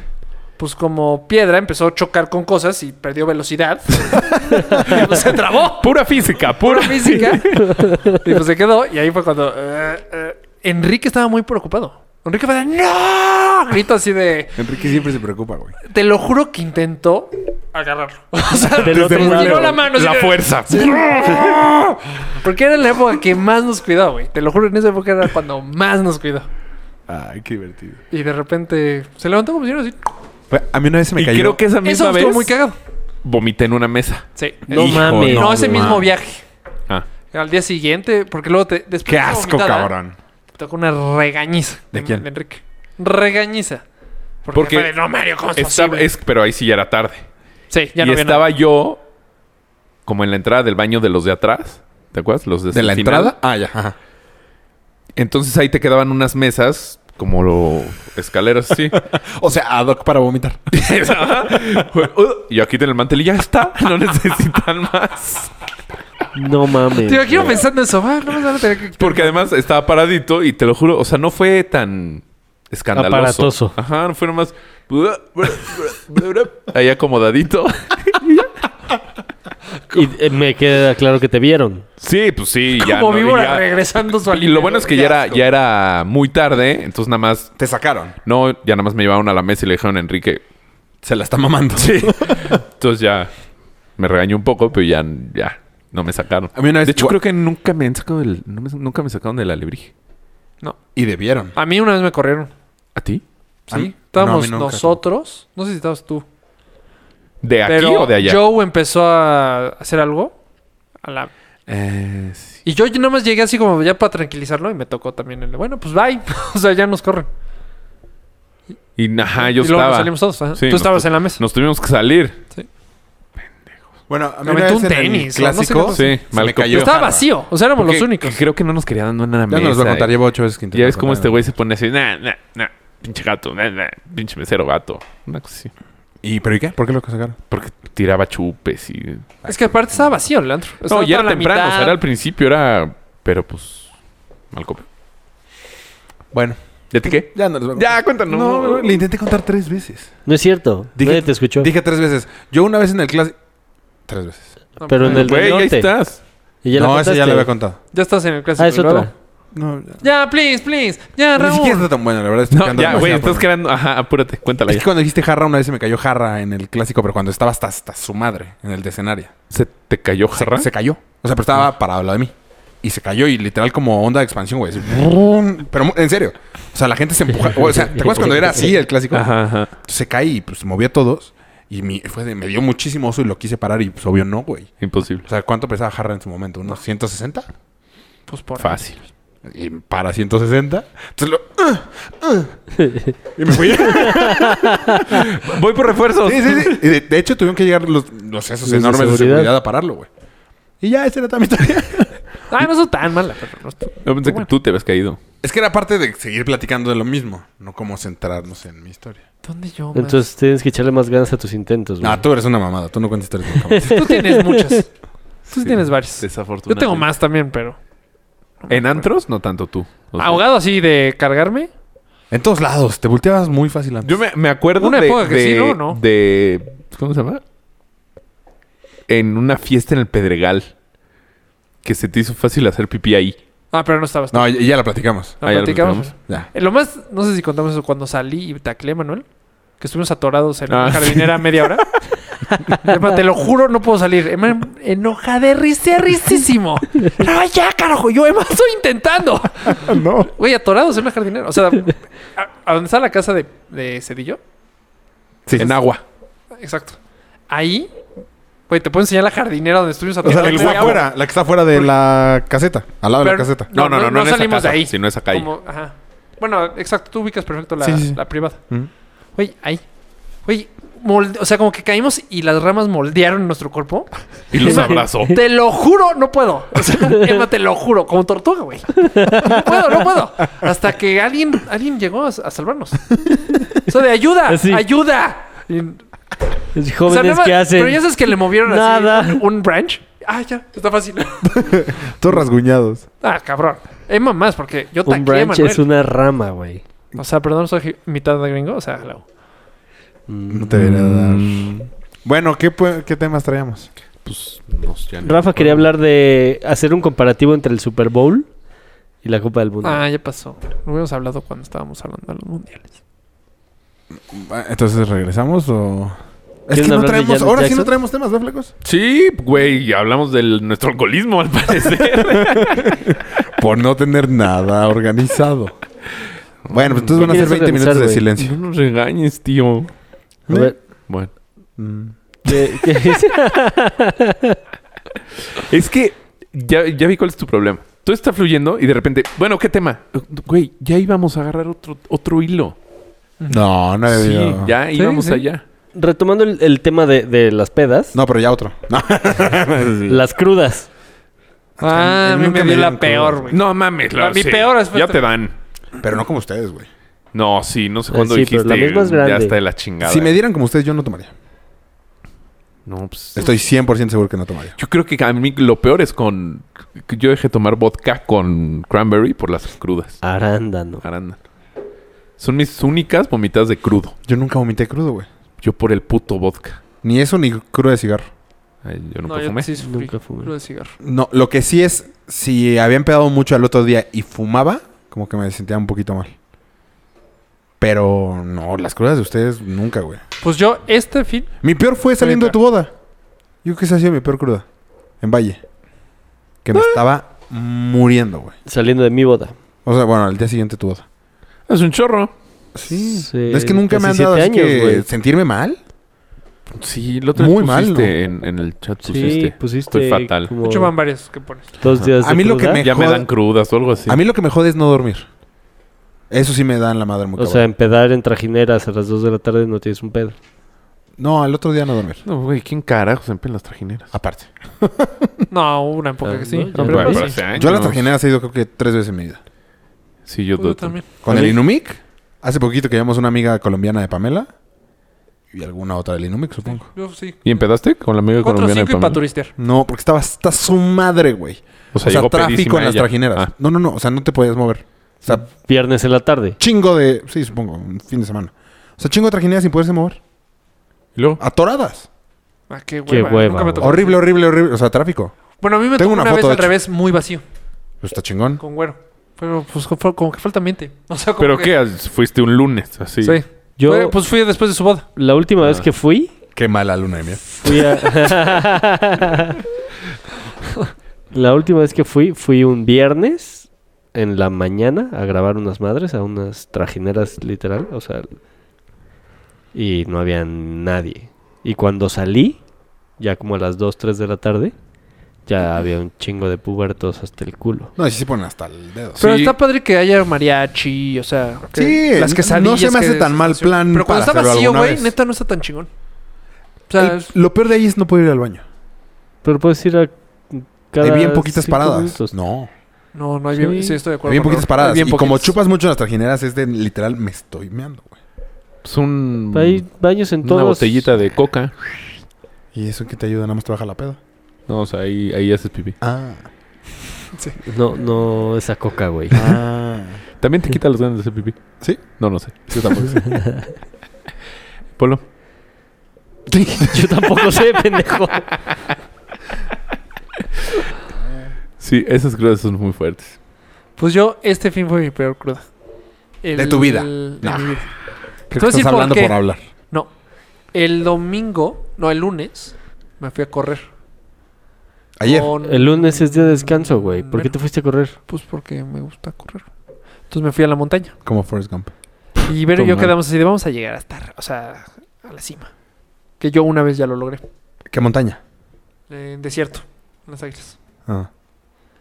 Speaker 4: pues, como piedra empezó a chocar con cosas y perdió velocidad. Y, pues, se trabó.
Speaker 3: Pura física, pura
Speaker 4: Pura
Speaker 3: física.
Speaker 4: física. Y pues se quedó. Y ahí fue cuando. eh, eh, Enrique estaba muy preocupado. Enrique fue de ¡No! Grito así de.
Speaker 2: Enrique siempre se preocupa, güey.
Speaker 4: Te lo juro que intentó agarrarlo. O sea,
Speaker 1: Del otro
Speaker 4: le
Speaker 1: lado.
Speaker 4: tiró la mano. así
Speaker 3: La
Speaker 4: de-
Speaker 3: fuerza.
Speaker 4: Porque era la época que más nos cuidó, güey. Te lo juro, en esa época era cuando más nos cuidó.
Speaker 2: Ay, qué divertido.
Speaker 4: Y de repente se levantó como si no, así.
Speaker 2: Fue- A mí una vez se me
Speaker 3: Y
Speaker 2: cayó.
Speaker 3: creo que esa
Speaker 4: Eso
Speaker 3: misma
Speaker 4: estuvo
Speaker 3: vez
Speaker 4: muy cagado.
Speaker 3: vomité en una mesa.
Speaker 4: Sí.
Speaker 1: No
Speaker 4: Hijo,
Speaker 1: mames.
Speaker 4: No, ese
Speaker 1: mames.
Speaker 4: mismo viaje.
Speaker 3: Ah.
Speaker 4: Al día siguiente, porque luego te. Después
Speaker 2: Qué
Speaker 4: de esa
Speaker 2: asco,
Speaker 4: vomitada,
Speaker 2: cabrón.
Speaker 4: Te tocó una regañiza.
Speaker 2: ¿De quién?
Speaker 4: De Enrique. Regañiza. Porque,
Speaker 3: Porque
Speaker 4: fue de, no, Mario, ¿cómo es
Speaker 3: Estaba,
Speaker 4: posible?"
Speaker 3: es, pero ahí Ah, sí ya era tarde.
Speaker 4: Sí, ya
Speaker 3: y
Speaker 4: no había
Speaker 3: estaba
Speaker 4: nada.
Speaker 3: yo como en la entrada del baño de los de atrás. ¿Te acuerdas? Los de,
Speaker 2: ¿De la
Speaker 3: final.
Speaker 2: entrada? Ah, ya. Ajá.
Speaker 3: Entonces ahí te quedaban unas mesas como lo escaleras así.
Speaker 2: O sea, ad hoc para vomitar.
Speaker 3: "Uh", y aquí en el mantel y ya está. No necesitan más.
Speaker 1: No mames.
Speaker 4: Te imagino
Speaker 1: güey.
Speaker 4: pensando eso. Ah, no más van a tener que.
Speaker 3: Porque además estaba paradito y te lo juro, o sea, no fue tan escandaloso.
Speaker 1: Aparatoso.
Speaker 3: Ajá, no fue nomás. Ahí acomodadito.
Speaker 1: Y eh, me queda claro que te vieron.
Speaker 3: Sí, pues sí. ya
Speaker 4: Como
Speaker 3: no,
Speaker 4: víbora
Speaker 3: ya-
Speaker 4: regresando su
Speaker 3: Y
Speaker 4: alimento.
Speaker 3: lo bueno es que ya era, ya era muy tarde, entonces nada más
Speaker 2: Te sacaron.
Speaker 3: No, ya nada más me llevaron a la mesa y le dijeron a Enrique.
Speaker 2: Se la está mamando. Sí.
Speaker 3: Entonces ya me regañó un poco, pero ya, ya no me sacaron.
Speaker 2: A mí una vez-
Speaker 3: de hecho,
Speaker 2: gua-
Speaker 3: creo que nunca me han sacado del. no me- nunca me sacaron del alebrije.
Speaker 4: No.
Speaker 2: Y debieron.
Speaker 4: A mí una vez me corrieron.
Speaker 3: ¿A ti?
Speaker 2: Ah, no, a mí
Speaker 4: Sí. Estábamos
Speaker 2: nunca.
Speaker 4: nosotros. No sé si estabas tú.
Speaker 3: ¿De aquí
Speaker 4: Pero
Speaker 3: o de allá?
Speaker 4: Joe empezó a hacer algo. A la
Speaker 3: Eh, sí.
Speaker 4: Y yo nomás llegué así como ya para tranquilizarlo y me tocó también el de, bueno, pues bye. o sea, ya nos corren.
Speaker 3: Y ajá, yo
Speaker 4: y luego
Speaker 3: estaba.
Speaker 4: nos salimos todos. ajá.
Speaker 3: Sí,
Speaker 4: Tú
Speaker 3: nos
Speaker 4: estabas
Speaker 3: tu-
Speaker 4: en la mesa.
Speaker 3: Nos tuvimos que salir.
Speaker 2: Bueno, a mí
Speaker 4: Me
Speaker 2: una
Speaker 4: aventó
Speaker 2: vez
Speaker 4: un
Speaker 2: en el
Speaker 4: tenis, o no sé
Speaker 2: clásico
Speaker 4: qué cosa.
Speaker 3: Sí,
Speaker 2: se
Speaker 3: mal
Speaker 2: me
Speaker 3: copió.
Speaker 2: cayó.
Speaker 4: Yo estaba
Speaker 2: jarra.
Speaker 4: vacío. O sea, éramos los
Speaker 3: Porque
Speaker 4: únicos.
Speaker 3: Creo que no nos querían en una mesa.
Speaker 2: Ya no les voy a contar. Llevo ocho veces que
Speaker 3: Ya ves
Speaker 2: intento
Speaker 3: cómo este
Speaker 2: contar.
Speaker 3: güey se pone así, nah, nah, nah, pinche gato, nah, nah, pinche mesero gato. Una cosa así.
Speaker 2: ¿Y pero y qué? ¿Por qué lo sacaron?
Speaker 3: Porque tiraba chupes y
Speaker 4: Es que aparte estaba vacío el antro.
Speaker 3: No,
Speaker 4: Estaba
Speaker 3: ya
Speaker 4: toda
Speaker 3: era
Speaker 4: la
Speaker 3: temprano, o sea,
Speaker 4: mitad.
Speaker 3: era al principio, era. Pero pues. Mal copio.
Speaker 2: Bueno,
Speaker 3: ¿Ya te qué?
Speaker 2: ya no les voy a contar.
Speaker 3: Ya, cuéntanos.
Speaker 2: No, le intenté contar tres veces.
Speaker 1: No es cierto. Nadie te escuchó.
Speaker 2: Dije tres veces. Yo una vez en el clásico. Tres veces.
Speaker 4: No,
Speaker 1: pero en el
Speaker 3: Güey,
Speaker 1: del
Speaker 3: ahí
Speaker 1: norte.
Speaker 3: estás.
Speaker 1: ¿Y ya la
Speaker 2: no, esa ya
Speaker 1: contaste?
Speaker 2: la había contado.
Speaker 4: Ya estás en el clásico.
Speaker 1: Ah, es
Speaker 4: y luego-
Speaker 1: otra.
Speaker 2: No, ya.
Speaker 4: Ya, please, please. Ya,
Speaker 2: Ni siquiera
Speaker 4: Raúl.
Speaker 2: está tan bueno, la verdad. estoy
Speaker 3: No,
Speaker 2: quedando
Speaker 3: ya, güey,
Speaker 2: demasiado
Speaker 3: estás
Speaker 2: por-
Speaker 3: creando. Ajá, apúrate, cuéntala
Speaker 2: Es
Speaker 3: ya.
Speaker 2: que cuando dijiste jarra, una vez se me cayó jarra en el clásico, pero cuando estaba hasta, hasta su madre en el decenario.
Speaker 3: ¿Se te cayó
Speaker 2: Se,
Speaker 3: jarra?
Speaker 2: se cayó. O sea,
Speaker 3: Ah.
Speaker 2: pero estaba parado al lado de mí. Y se cayó y literal como onda de expansión, güey. Así, brum. Pero mu- en serio. O sea, la gente se empuja. O sea, ¿te acuerdas cuando era así el clásico?
Speaker 3: Ajá, ajá.
Speaker 2: Se cae y pues movía a todos. Y mi- fue de- me dio muchísimo oso y lo quise parar y pues obvio no, güey.
Speaker 3: Imposible.
Speaker 2: O sea, ¿cuánto pesaba jarra en su momento? ¿Unos 160?
Speaker 4: Pues por
Speaker 3: Fácil.
Speaker 2: Y para 160. Entonces lo... "Ugh, ugh". Y me fui.
Speaker 3: Voy por refuerzos.
Speaker 2: Sí, sí, sí. Y de, de hecho, tuvieron que llegar los, los esos
Speaker 1: Los de
Speaker 2: enormes de seguridad.
Speaker 1: seguridad.
Speaker 2: a pararlo, güey. Y ya, esa era toda mi historia.
Speaker 4: Ah, no soy tan mala, pero no estuvo-
Speaker 3: Yo pensé que tú te habías caído.
Speaker 2: es que era parte de seguir platicando de lo mismo, no como centrarnos en mi historia.
Speaker 4: ¿Dónde yo? man?
Speaker 1: Entonces tienes que echarle más ganas a tus intentos, güey.
Speaker 2: No, tú eres una mamada, tú no cuentas historias nunca más.
Speaker 4: Tú tienes muchas. Tú
Speaker 3: Sí,
Speaker 4: tienes varias. Yo
Speaker 3: Desafortunadamente.
Speaker 4: tengo más también, pero.
Speaker 3: En antros, no tanto tú. O sea,
Speaker 4: Ahogado así de cargarme.
Speaker 2: En todos lados, te volteabas muy fácil antes.
Speaker 3: Yo me, me acuerdo
Speaker 4: Una
Speaker 3: de,
Speaker 4: época que
Speaker 3: de-
Speaker 4: sí, ¿no? ¿No?
Speaker 3: de- ¿Cómo se llama? En una fiesta en el Pedregal. Que se te hizo fácil hacer pipí ahí.
Speaker 4: Ah, pero no estabas. tú.
Speaker 2: No, ya, ya la platicamos.
Speaker 4: No,
Speaker 3: Ah, ya lo
Speaker 4: platicamos.
Speaker 3: platicamos.
Speaker 2: Ya.
Speaker 4: Eh, Lo más, no sé si contamos eso cuando salí y taclé, Manuel. Que estuvimos atorados en
Speaker 3: Ah,
Speaker 4: la jardinera media hora. Emma, te lo juro, no puedo salir. Emma, enojaderice, risísimo. No, ya, carajo. Yo, Emma, estoy intentando.
Speaker 2: Ah, No.
Speaker 4: Güey, atorados en la jardinera. O sea, a, a donde está la casa de, de Cedillo.
Speaker 2: Sí.
Speaker 3: En agua.
Speaker 4: Exacto. Ahí, güey, te puedo enseñar la jardinera donde estuvimos
Speaker 2: O sea,
Speaker 4: atorados.
Speaker 2: la que está
Speaker 4: media hora.
Speaker 2: afuera, la que está afuera de la caseta, al lado de Ah, la
Speaker 4: Pero-
Speaker 2: caseta.
Speaker 3: No, no, no, no, en esa
Speaker 4: salimos
Speaker 3: casa,
Speaker 4: de ahí.
Speaker 3: sino esa calle.
Speaker 4: Como- ajá. Bueno, exacto, tú ubicas perfecto la,
Speaker 2: Sí, sí, sí.
Speaker 4: la privada. Güey, ahí. Güey, molde- o sea, como que caímos y las ramas moldearon nuestro cuerpo.
Speaker 3: Y los
Speaker 4: Emma,
Speaker 3: abrazó.
Speaker 4: Te lo juro, no puedo. O sea, Emma, te lo juro, como tortuga, güey. No puedo, no puedo. Hasta que alguien, alguien llegó a, a salvarnos. Eso de ayuda,
Speaker 1: Así.
Speaker 4: ayuda. Y- o
Speaker 1: Los
Speaker 4: sea,
Speaker 1: jóvenes
Speaker 4: nada más-
Speaker 1: que hacen.
Speaker 4: Pero ya sabes que le movieron así
Speaker 1: nada.
Speaker 4: un- un branch. Ah, ya, está fácil.
Speaker 2: Todos rasguñados.
Speaker 4: Ah, cabrón. Emma más, porque yo
Speaker 1: Un
Speaker 4: taqué,
Speaker 1: branch
Speaker 4: Manuel.
Speaker 1: es una rama, güey.
Speaker 4: O sea, perdón, soy gi- mitad de gringo. O sea, hello.
Speaker 2: No te debería dar. Mm. Bueno, ¿qué, pu- qué temas traíamos?
Speaker 3: Pues, no, ya no.
Speaker 1: Rafa quería hablar de hacer un comparativo entre el Super Bowl y la Copa del Mundo.
Speaker 4: Ah, ya pasó. Lo hubiéramos hablado cuando estábamos hablando de los mundiales.
Speaker 2: Ah, Entonces, ¿regresamos o...? Es
Speaker 1: ¿Quieren
Speaker 2: que no
Speaker 1: hablar de
Speaker 2: traemos...
Speaker 1: Janet
Speaker 2: Ahora sí
Speaker 1: Jackson?
Speaker 2: no traemos temas, ¿no, flacos?
Speaker 3: Sí, güey, hablamos de nuestro alcoholismo, al parecer.
Speaker 2: Por no tener nada organizado. Bueno, pues entonces
Speaker 1: ¿Qué
Speaker 2: van a ser
Speaker 1: quieres
Speaker 2: 20
Speaker 1: organizar,
Speaker 2: minutos de
Speaker 1: güey?
Speaker 2: silencio.
Speaker 3: no nos regañes, tío.
Speaker 1: A ver,
Speaker 3: Bueno.
Speaker 2: Mm.
Speaker 1: ¿qué- qué es?
Speaker 3: Es que ya, ya vi cuál es tu problema. Todo está fluyendo y de repente, bueno, ¿qué tema? Güey, ya íbamos a agarrar otro, otro hilo.
Speaker 2: No, no he
Speaker 3: Sí,
Speaker 2: debido.
Speaker 3: ya
Speaker 4: Sí,
Speaker 3: íbamos
Speaker 4: sí.
Speaker 3: allá.
Speaker 1: Retomando el, el tema de, de las pedas,
Speaker 2: No, pero ya otro. No.
Speaker 1: las crudas.
Speaker 4: Ah, a mí
Speaker 2: nunca
Speaker 4: me
Speaker 2: me
Speaker 4: dio la
Speaker 2: dieron
Speaker 4: peor,
Speaker 2: cruda.
Speaker 4: güey.
Speaker 3: No mames, la,
Speaker 4: Ah, mi
Speaker 3: sí.
Speaker 4: peor es-
Speaker 3: Ya te dan.
Speaker 2: Pero no como ustedes, güey.
Speaker 3: No, sí, no sé
Speaker 1: Eh,
Speaker 3: cuándo
Speaker 1: sí, pero
Speaker 3: dijiste.
Speaker 1: la misma es
Speaker 3: Ya
Speaker 1: grande.
Speaker 3: está de la chingada.
Speaker 2: Si me dieran como ustedes, yo no tomaría.
Speaker 3: No, pues.
Speaker 2: Estoy 100% seguro que no tomaría.
Speaker 3: Yo creo que a mí lo peor es con. que Yo dejé tomar vodka con cranberry por las crudas.
Speaker 1: Arándano.
Speaker 4: Ah,
Speaker 3: Aranda. Son mis únicas vomitas de crudo.
Speaker 2: Yo nunca vomité crudo, güey.
Speaker 3: Yo por el puto vodka.
Speaker 2: Ni eso ni crudo de cigarro.
Speaker 3: Ay, yo
Speaker 4: No,
Speaker 3: nunca
Speaker 4: yo
Speaker 3: fumé.
Speaker 4: sí sufrí.
Speaker 1: Nunca fumé.
Speaker 4: Lo de cigarro.
Speaker 2: No, lo que sí es, si habían pegado mucho al otro día y fumaba, como que me sentía un poquito mal. Pero no, las crudas de ustedes nunca, güey.
Speaker 4: Pues yo, este fin,
Speaker 2: Mi peor fue saliendo de
Speaker 4: Neta.
Speaker 2: tu boda. Yo creo que esa ha sido mi peor cruda. En Valle. Que
Speaker 3: Ah.
Speaker 2: me estaba muriendo, güey.
Speaker 1: Saliendo de mi boda.
Speaker 2: O sea, bueno, al día siguiente tu boda.
Speaker 3: Es un chorro.
Speaker 2: Sí.
Speaker 1: Sí,
Speaker 2: es que nunca me han
Speaker 1: casi
Speaker 2: dado
Speaker 1: siete
Speaker 2: así
Speaker 1: años,
Speaker 2: que
Speaker 1: güey.
Speaker 2: sentirme mal.
Speaker 3: Sí, lo otro día
Speaker 2: Muy mal,
Speaker 3: pusiste
Speaker 2: ¿no?
Speaker 3: en, en el chat
Speaker 1: Sí,
Speaker 3: pusiste.
Speaker 1: pusiste
Speaker 3: Estoy fatal.
Speaker 1: como
Speaker 4: de hecho van varios que pones.
Speaker 1: dos días
Speaker 2: A
Speaker 1: de
Speaker 2: mí lo que
Speaker 1: cruda.
Speaker 2: me-
Speaker 3: Ya me
Speaker 2: joda-
Speaker 3: dan crudas o algo así.
Speaker 2: A mí lo que me jode es no dormir. Eso sí me da en la madre muy
Speaker 1: O
Speaker 2: cabrón.
Speaker 1: sea, empedar en trajineras a las 2 de la tarde no tienes un pedo.
Speaker 2: No, al otro día no dormir.
Speaker 3: No, güey, ¿quién carajo se empela las trajineras?
Speaker 2: Aparte.
Speaker 4: No, hubo una época que sí.
Speaker 1: Ah, no,
Speaker 4: pero pues
Speaker 1: bueno,
Speaker 4: sí.
Speaker 1: pero
Speaker 2: Yo a las trajineras he ido creo que tres veces en mi vida.
Speaker 3: Sí, yo,
Speaker 4: Pues Yo
Speaker 3: también.
Speaker 4: también.
Speaker 2: Con
Speaker 1: ¿A
Speaker 2: el
Speaker 1: mí?
Speaker 2: Inumic. Hace poquito que llevamos una amiga colombiana de Pamela. Y alguna otra del Inumic, supongo.
Speaker 4: Yo sí.
Speaker 3: ¿Y empedaste con la amiga
Speaker 4: Cuatro,
Speaker 3: colombiana de
Speaker 4: cinco y
Speaker 3: Pamela?
Speaker 4: para turistear.
Speaker 2: No, porque estaba hasta su madre, güey.
Speaker 3: O sea, llegó
Speaker 2: tráfico
Speaker 3: pedísima
Speaker 2: en las
Speaker 3: ella.
Speaker 2: trajineras.
Speaker 3: Ah. Mm.
Speaker 2: No, no, no. O sea, no te podías mover. O sea,
Speaker 1: Viernes en la tarde.
Speaker 2: chingo de... Sí, supongo. Un fin de semana. O sea, chingo de trajineras sin poderse mover.
Speaker 3: Y luego,
Speaker 2: Atoradas.
Speaker 4: Ah, qué hueva.
Speaker 1: Qué hueva,
Speaker 4: Nunca me
Speaker 1: güey.
Speaker 4: tocó.
Speaker 2: Horrible, horrible, horrible. O sea, tráfico.
Speaker 4: Bueno, a mí me
Speaker 2: Tengo
Speaker 4: tocó
Speaker 2: una
Speaker 4: una,
Speaker 2: foto,
Speaker 4: vez
Speaker 2: de
Speaker 4: al
Speaker 2: hecho.
Speaker 4: revés muy vacío,
Speaker 2: Pues está chingón.
Speaker 4: con güero. Pero pues fue como que falta mente. O sea, como
Speaker 3: ¿pero
Speaker 4: que-
Speaker 3: qué? Fuiste un lunes, así.
Speaker 4: Sí.
Speaker 1: Yo-
Speaker 4: Fue- pues fui después de su boda.
Speaker 1: La última
Speaker 2: ah.
Speaker 1: vez que fui,
Speaker 2: Qué mala luna de miel.
Speaker 1: fui a... la última vez que fui, fui un viernes en la mañana a grabar unas madres, a unas trajineras literal, o sea... Y no había nadie. Y cuando salí, ya como a las 2, 3 de la tarde, ya había un chingo de pubertos hasta el culo.
Speaker 2: No, y sí se ponen hasta el dedo.
Speaker 4: Pero
Speaker 3: Sí.
Speaker 4: está padre que haya mariachi, o sea, que
Speaker 2: Sí, no- no se me hace tan mal plan
Speaker 4: Pero cuando
Speaker 2: para
Speaker 4: está
Speaker 2: hacerlo
Speaker 4: vacío,
Speaker 2: alguna
Speaker 4: güey,
Speaker 2: vez.
Speaker 4: neta no está tan chingón. O sea,
Speaker 2: El-
Speaker 4: es-
Speaker 2: lo peor de ahí es no poder ir al baño.
Speaker 1: Pero puedes ir a...
Speaker 2: Hay
Speaker 1: cada
Speaker 2: bien poquitas
Speaker 1: cinco
Speaker 2: paradas.
Speaker 1: minutos.
Speaker 2: No.
Speaker 4: no, no hay
Speaker 1: Sí.
Speaker 4: bien, sí estoy de acuerdo.
Speaker 2: Hay bien
Speaker 4: con
Speaker 2: poquitas
Speaker 4: Raúl. Hay
Speaker 2: paradas.
Speaker 4: bien
Speaker 2: y como
Speaker 4: poquitas.
Speaker 2: chupas mucho en las trajineras, es de literal, me estoy meando, güey.
Speaker 3: Pues un...
Speaker 1: Hay
Speaker 2: mm,
Speaker 1: baños en todos.
Speaker 3: Una botellita de coca.
Speaker 2: ¿Y eso que te ayuda? Nada más te baja la peda.
Speaker 3: No, o sea, ahí, ahí haces pipí.
Speaker 2: Ah.
Speaker 1: No, no, esa coca, güey.
Speaker 2: Ah.
Speaker 3: También te quita las ganas de hacer pipí.
Speaker 2: ¿Sí?
Speaker 3: No, no sé.
Speaker 2: Yo tampoco sé.
Speaker 3: Polo.
Speaker 1: Yo tampoco sé, pendejo.
Speaker 3: Sí, esas crudas son muy fuertes.
Speaker 4: Pues yo, este fin fue mi peor cruda. El-
Speaker 2: De tu vida.
Speaker 4: de
Speaker 2: Ah.
Speaker 4: mi vida.
Speaker 2: Creo que
Speaker 4: Te voy a decir
Speaker 2: estás
Speaker 4: por
Speaker 2: hablando
Speaker 4: qué.
Speaker 2: por, hablar.
Speaker 4: No. El domingo, no, el lunes, me fui a correr.
Speaker 2: Ayer.
Speaker 4: Con-
Speaker 1: El lunes es día de descanso, güey. ¿Por qué te fuiste a correr?
Speaker 4: Pues porque me gusta correr. Entonces me fui a la montaña.
Speaker 2: Como Forrest Gump.
Speaker 4: Y Vero y yo
Speaker 3: Toma.
Speaker 4: quedamos así de vamos a llegar a estar, o sea, a la cima. Que yo una vez ya lo logré.
Speaker 2: ¿Qué montaña?
Speaker 4: En desierto, en las águilas.
Speaker 2: Ah.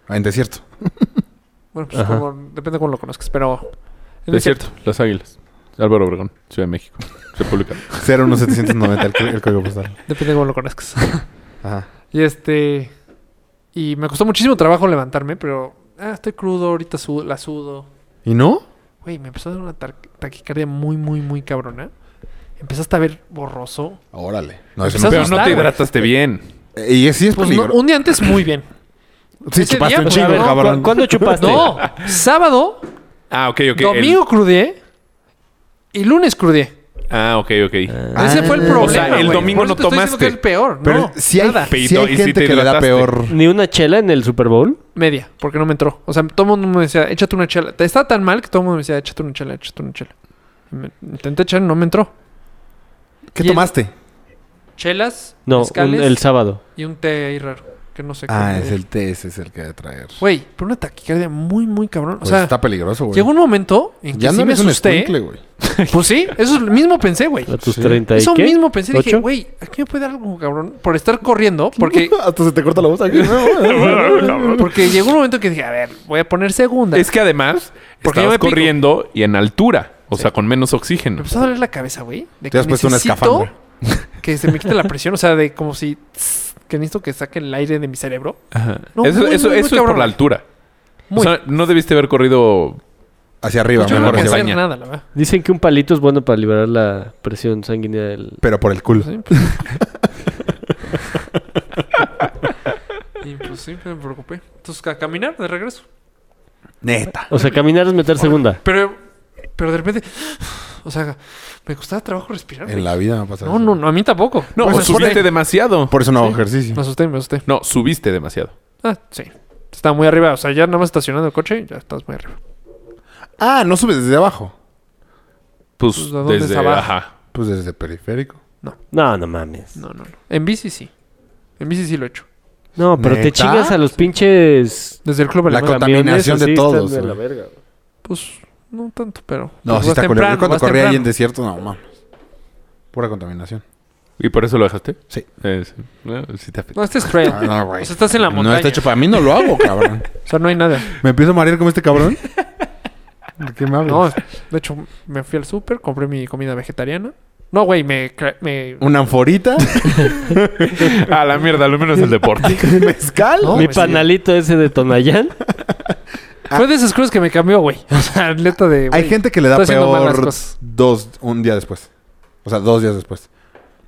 Speaker 2: Ah, En desierto.
Speaker 4: Bueno, pues
Speaker 1: Ajá.
Speaker 4: como, depende de cómo lo conozcas, pero. en
Speaker 3: Es cierto, las águilas. Álvaro Obregón, Ciudad de México, República.
Speaker 2: 01790 el, código- el código postal.
Speaker 4: Depende de cómo lo conozcas.
Speaker 2: Ajá.
Speaker 4: y este. Y me costó muchísimo trabajo levantarme, pero. Ah, estoy crudo, ahorita su- la sudo.
Speaker 2: ¿Y no?
Speaker 4: Güey, me empezó a dar una tar- taquicardia muy, muy, muy cabrona. Empecé hasta a ver borroso.
Speaker 2: Órale. No, eso
Speaker 4: Pues Estás
Speaker 2: no.
Speaker 3: Pero no
Speaker 4: asustado,
Speaker 3: te
Speaker 4: güey.
Speaker 3: hidrataste bien.
Speaker 2: Eh, Y sí es
Speaker 4: Pues no,
Speaker 2: peligro.
Speaker 4: un día antes muy bien.
Speaker 2: sí,
Speaker 4: ese
Speaker 2: chupaste
Speaker 4: día,
Speaker 2: un
Speaker 4: pues,
Speaker 2: chingo,
Speaker 4: a ver,
Speaker 1: ¿cu-
Speaker 2: cabrón.
Speaker 1: ¿Cuándo chupaste?
Speaker 4: No, sábado,
Speaker 3: Ah, ok, ok. el-
Speaker 4: domingo crudié y lunes crudié.
Speaker 3: Ah, ok, ok.
Speaker 4: Ese fue el problema.
Speaker 3: O sea, el
Speaker 4: güey.
Speaker 3: domingo
Speaker 4: Por
Speaker 3: no
Speaker 4: eso te estoy diciendo
Speaker 3: tomaste.
Speaker 4: que es el peor,
Speaker 2: Pero
Speaker 4: no.
Speaker 2: si hay,
Speaker 4: nada.
Speaker 2: sí hay
Speaker 3: Y si
Speaker 2: gente
Speaker 3: te
Speaker 2: que le da
Speaker 3: hidrataste.
Speaker 2: peor.
Speaker 1: ¿Ni una chela en el Super Bowl?
Speaker 4: Media, porque no me entró. O sea, todo el mundo me decía, échate una chela. Te Estaba tan mal que todo el mundo me decía, échate una chela, échate una chela. Y me- intenté echar, no me entró.
Speaker 2: ¿Qué
Speaker 4: Y el-
Speaker 2: tomaste?
Speaker 4: Chelas,
Speaker 1: No, un-
Speaker 4: mezcales
Speaker 1: el sábado.
Speaker 4: y un té ahí raro, que no sé
Speaker 2: Ah,
Speaker 4: qué
Speaker 2: es el té, ese es el que debe traer.
Speaker 4: Güey, pero una taquicardia muy, muy cabrón.
Speaker 2: Pues
Speaker 4: o sea,
Speaker 2: está peligroso, güey.
Speaker 4: llegó un momento en que
Speaker 2: Ya
Speaker 4: sí
Speaker 2: no
Speaker 4: me
Speaker 2: eres un escuincle,
Speaker 4: asusté.
Speaker 2: güey.
Speaker 4: Pues sí, eso es lo mismo pensé, güey.
Speaker 1: A tus
Speaker 2: Sí.
Speaker 1: 30 y
Speaker 4: Eso
Speaker 1: qué?
Speaker 4: mismo pensé, dije,
Speaker 1: ¿Ocho?
Speaker 4: güey, aquí me puede dar algo, cabrón, por estar corriendo, porque,
Speaker 2: Hasta se te corta la voz aquí.
Speaker 4: porque llegó un momento que dije, a ver, voy a poner segunda.
Speaker 3: Es que además,
Speaker 4: Porque
Speaker 3: porque
Speaker 4: yo me
Speaker 3: estabas
Speaker 4: pico.
Speaker 3: corriendo y en altura, o sea, con menos
Speaker 4: Me
Speaker 3: oxígeno.
Speaker 4: empezó a doler la cabeza, güey. de
Speaker 2: Te has
Speaker 4: que
Speaker 2: puesto una
Speaker 4: necesito
Speaker 2: escafandra.
Speaker 4: Que se me quite la presión, o sea, de como si tss, que necesito que saque el aire de mi cerebro.
Speaker 3: Ajá.
Speaker 4: No,
Speaker 3: eso eso,
Speaker 4: muy, muy, muy
Speaker 3: eso es por
Speaker 4: cabrón.
Speaker 3: la altura.
Speaker 4: Muy.
Speaker 3: O sea, no debiste haber corrido.
Speaker 2: Hacia arriba,
Speaker 3: Pues yo
Speaker 4: no
Speaker 3: mejor
Speaker 2: mejor
Speaker 3: creo
Speaker 4: pensé
Speaker 2: hacia
Speaker 3: que
Speaker 2: abajo.
Speaker 3: baña.
Speaker 4: en nada, la verdad.
Speaker 1: Dicen que un palito es bueno para liberar la presión sanguínea del...
Speaker 2: Pero por el culo.
Speaker 4: Sí, pues. y pues sí, me preocupé. Entonces, a caminar de regreso.
Speaker 2: Neta.
Speaker 1: O sea, caminar es meter segunda.
Speaker 4: Pero, pero de repente, o sea, me costaba trabajo respirar.
Speaker 2: En
Speaker 4: güey.
Speaker 2: la vida me ha pasado.
Speaker 4: No,
Speaker 2: eso.
Speaker 4: no, no, a mí tampoco.
Speaker 3: No,
Speaker 2: Pues
Speaker 3: o
Speaker 2: es por
Speaker 3: subiste
Speaker 2: ahí.
Speaker 3: demasiado.
Speaker 2: Por eso no hago ejercicio.
Speaker 4: Me asusté, me asusté.
Speaker 3: No, subiste demasiado.
Speaker 4: Ah, sí. Estaba muy arriba. O sea, ya nada más estacionando el coche, ya estás muy arriba.
Speaker 2: Ah, no subes desde abajo.
Speaker 3: Pues,
Speaker 4: Pues, ¿a dónde
Speaker 3: desde
Speaker 4: es abajo?
Speaker 3: ajá.
Speaker 2: Pues desde periférico.
Speaker 1: No, no mames.
Speaker 4: No, no, no. En bici sí. En bici sí lo he hecho.
Speaker 1: No, pero te
Speaker 2: ¿Neta?
Speaker 1: chingas a los pinches...
Speaker 4: Desde el club
Speaker 2: La
Speaker 4: alemán.
Speaker 2: co- Contaminación
Speaker 1: camiones, así,
Speaker 2: de todos,
Speaker 1: están de la
Speaker 2: güey.
Speaker 1: verga, güey.
Speaker 4: Pues no tanto, pero.
Speaker 2: No,
Speaker 4: pues,
Speaker 2: sí
Speaker 4: vas
Speaker 2: está culero. Yo cuando
Speaker 4: vas
Speaker 2: corría ahí en
Speaker 4: temprano.
Speaker 2: desierto, no, mames. Pura contaminación.
Speaker 3: ¿Y por eso lo dejaste?
Speaker 2: Sí.
Speaker 3: Eh, sí. No, sí te afecta.
Speaker 4: No, este es trail.
Speaker 2: Ah, no, güey.
Speaker 4: O sea, estás en la montaña.
Speaker 2: No está hecho para mí, no lo hago, cabrón.
Speaker 4: O sea, no hay nada.
Speaker 2: ¿Me empiezo a marear como este cabrón? ¿De qué me hablas?
Speaker 4: No, de hecho, me fui al súper, compré mi comida vegetariana. No, güey, me, cra- me.
Speaker 2: ¿Una anforita?
Speaker 3: A la mierda, lo menos el deporte.
Speaker 2: ¿Mezcal?
Speaker 4: No,
Speaker 1: Mi
Speaker 4: pues, sí. Ah.
Speaker 1: panalito ese de Tonayán.
Speaker 4: Fue de esas cosas que me cambió, güey. O sea, neta de.
Speaker 2: Hay
Speaker 4: güey,
Speaker 2: gente que le da
Speaker 4: estoy haciendo malas
Speaker 2: peor
Speaker 4: cosas.
Speaker 2: dos, un día después. O sea, dos días después.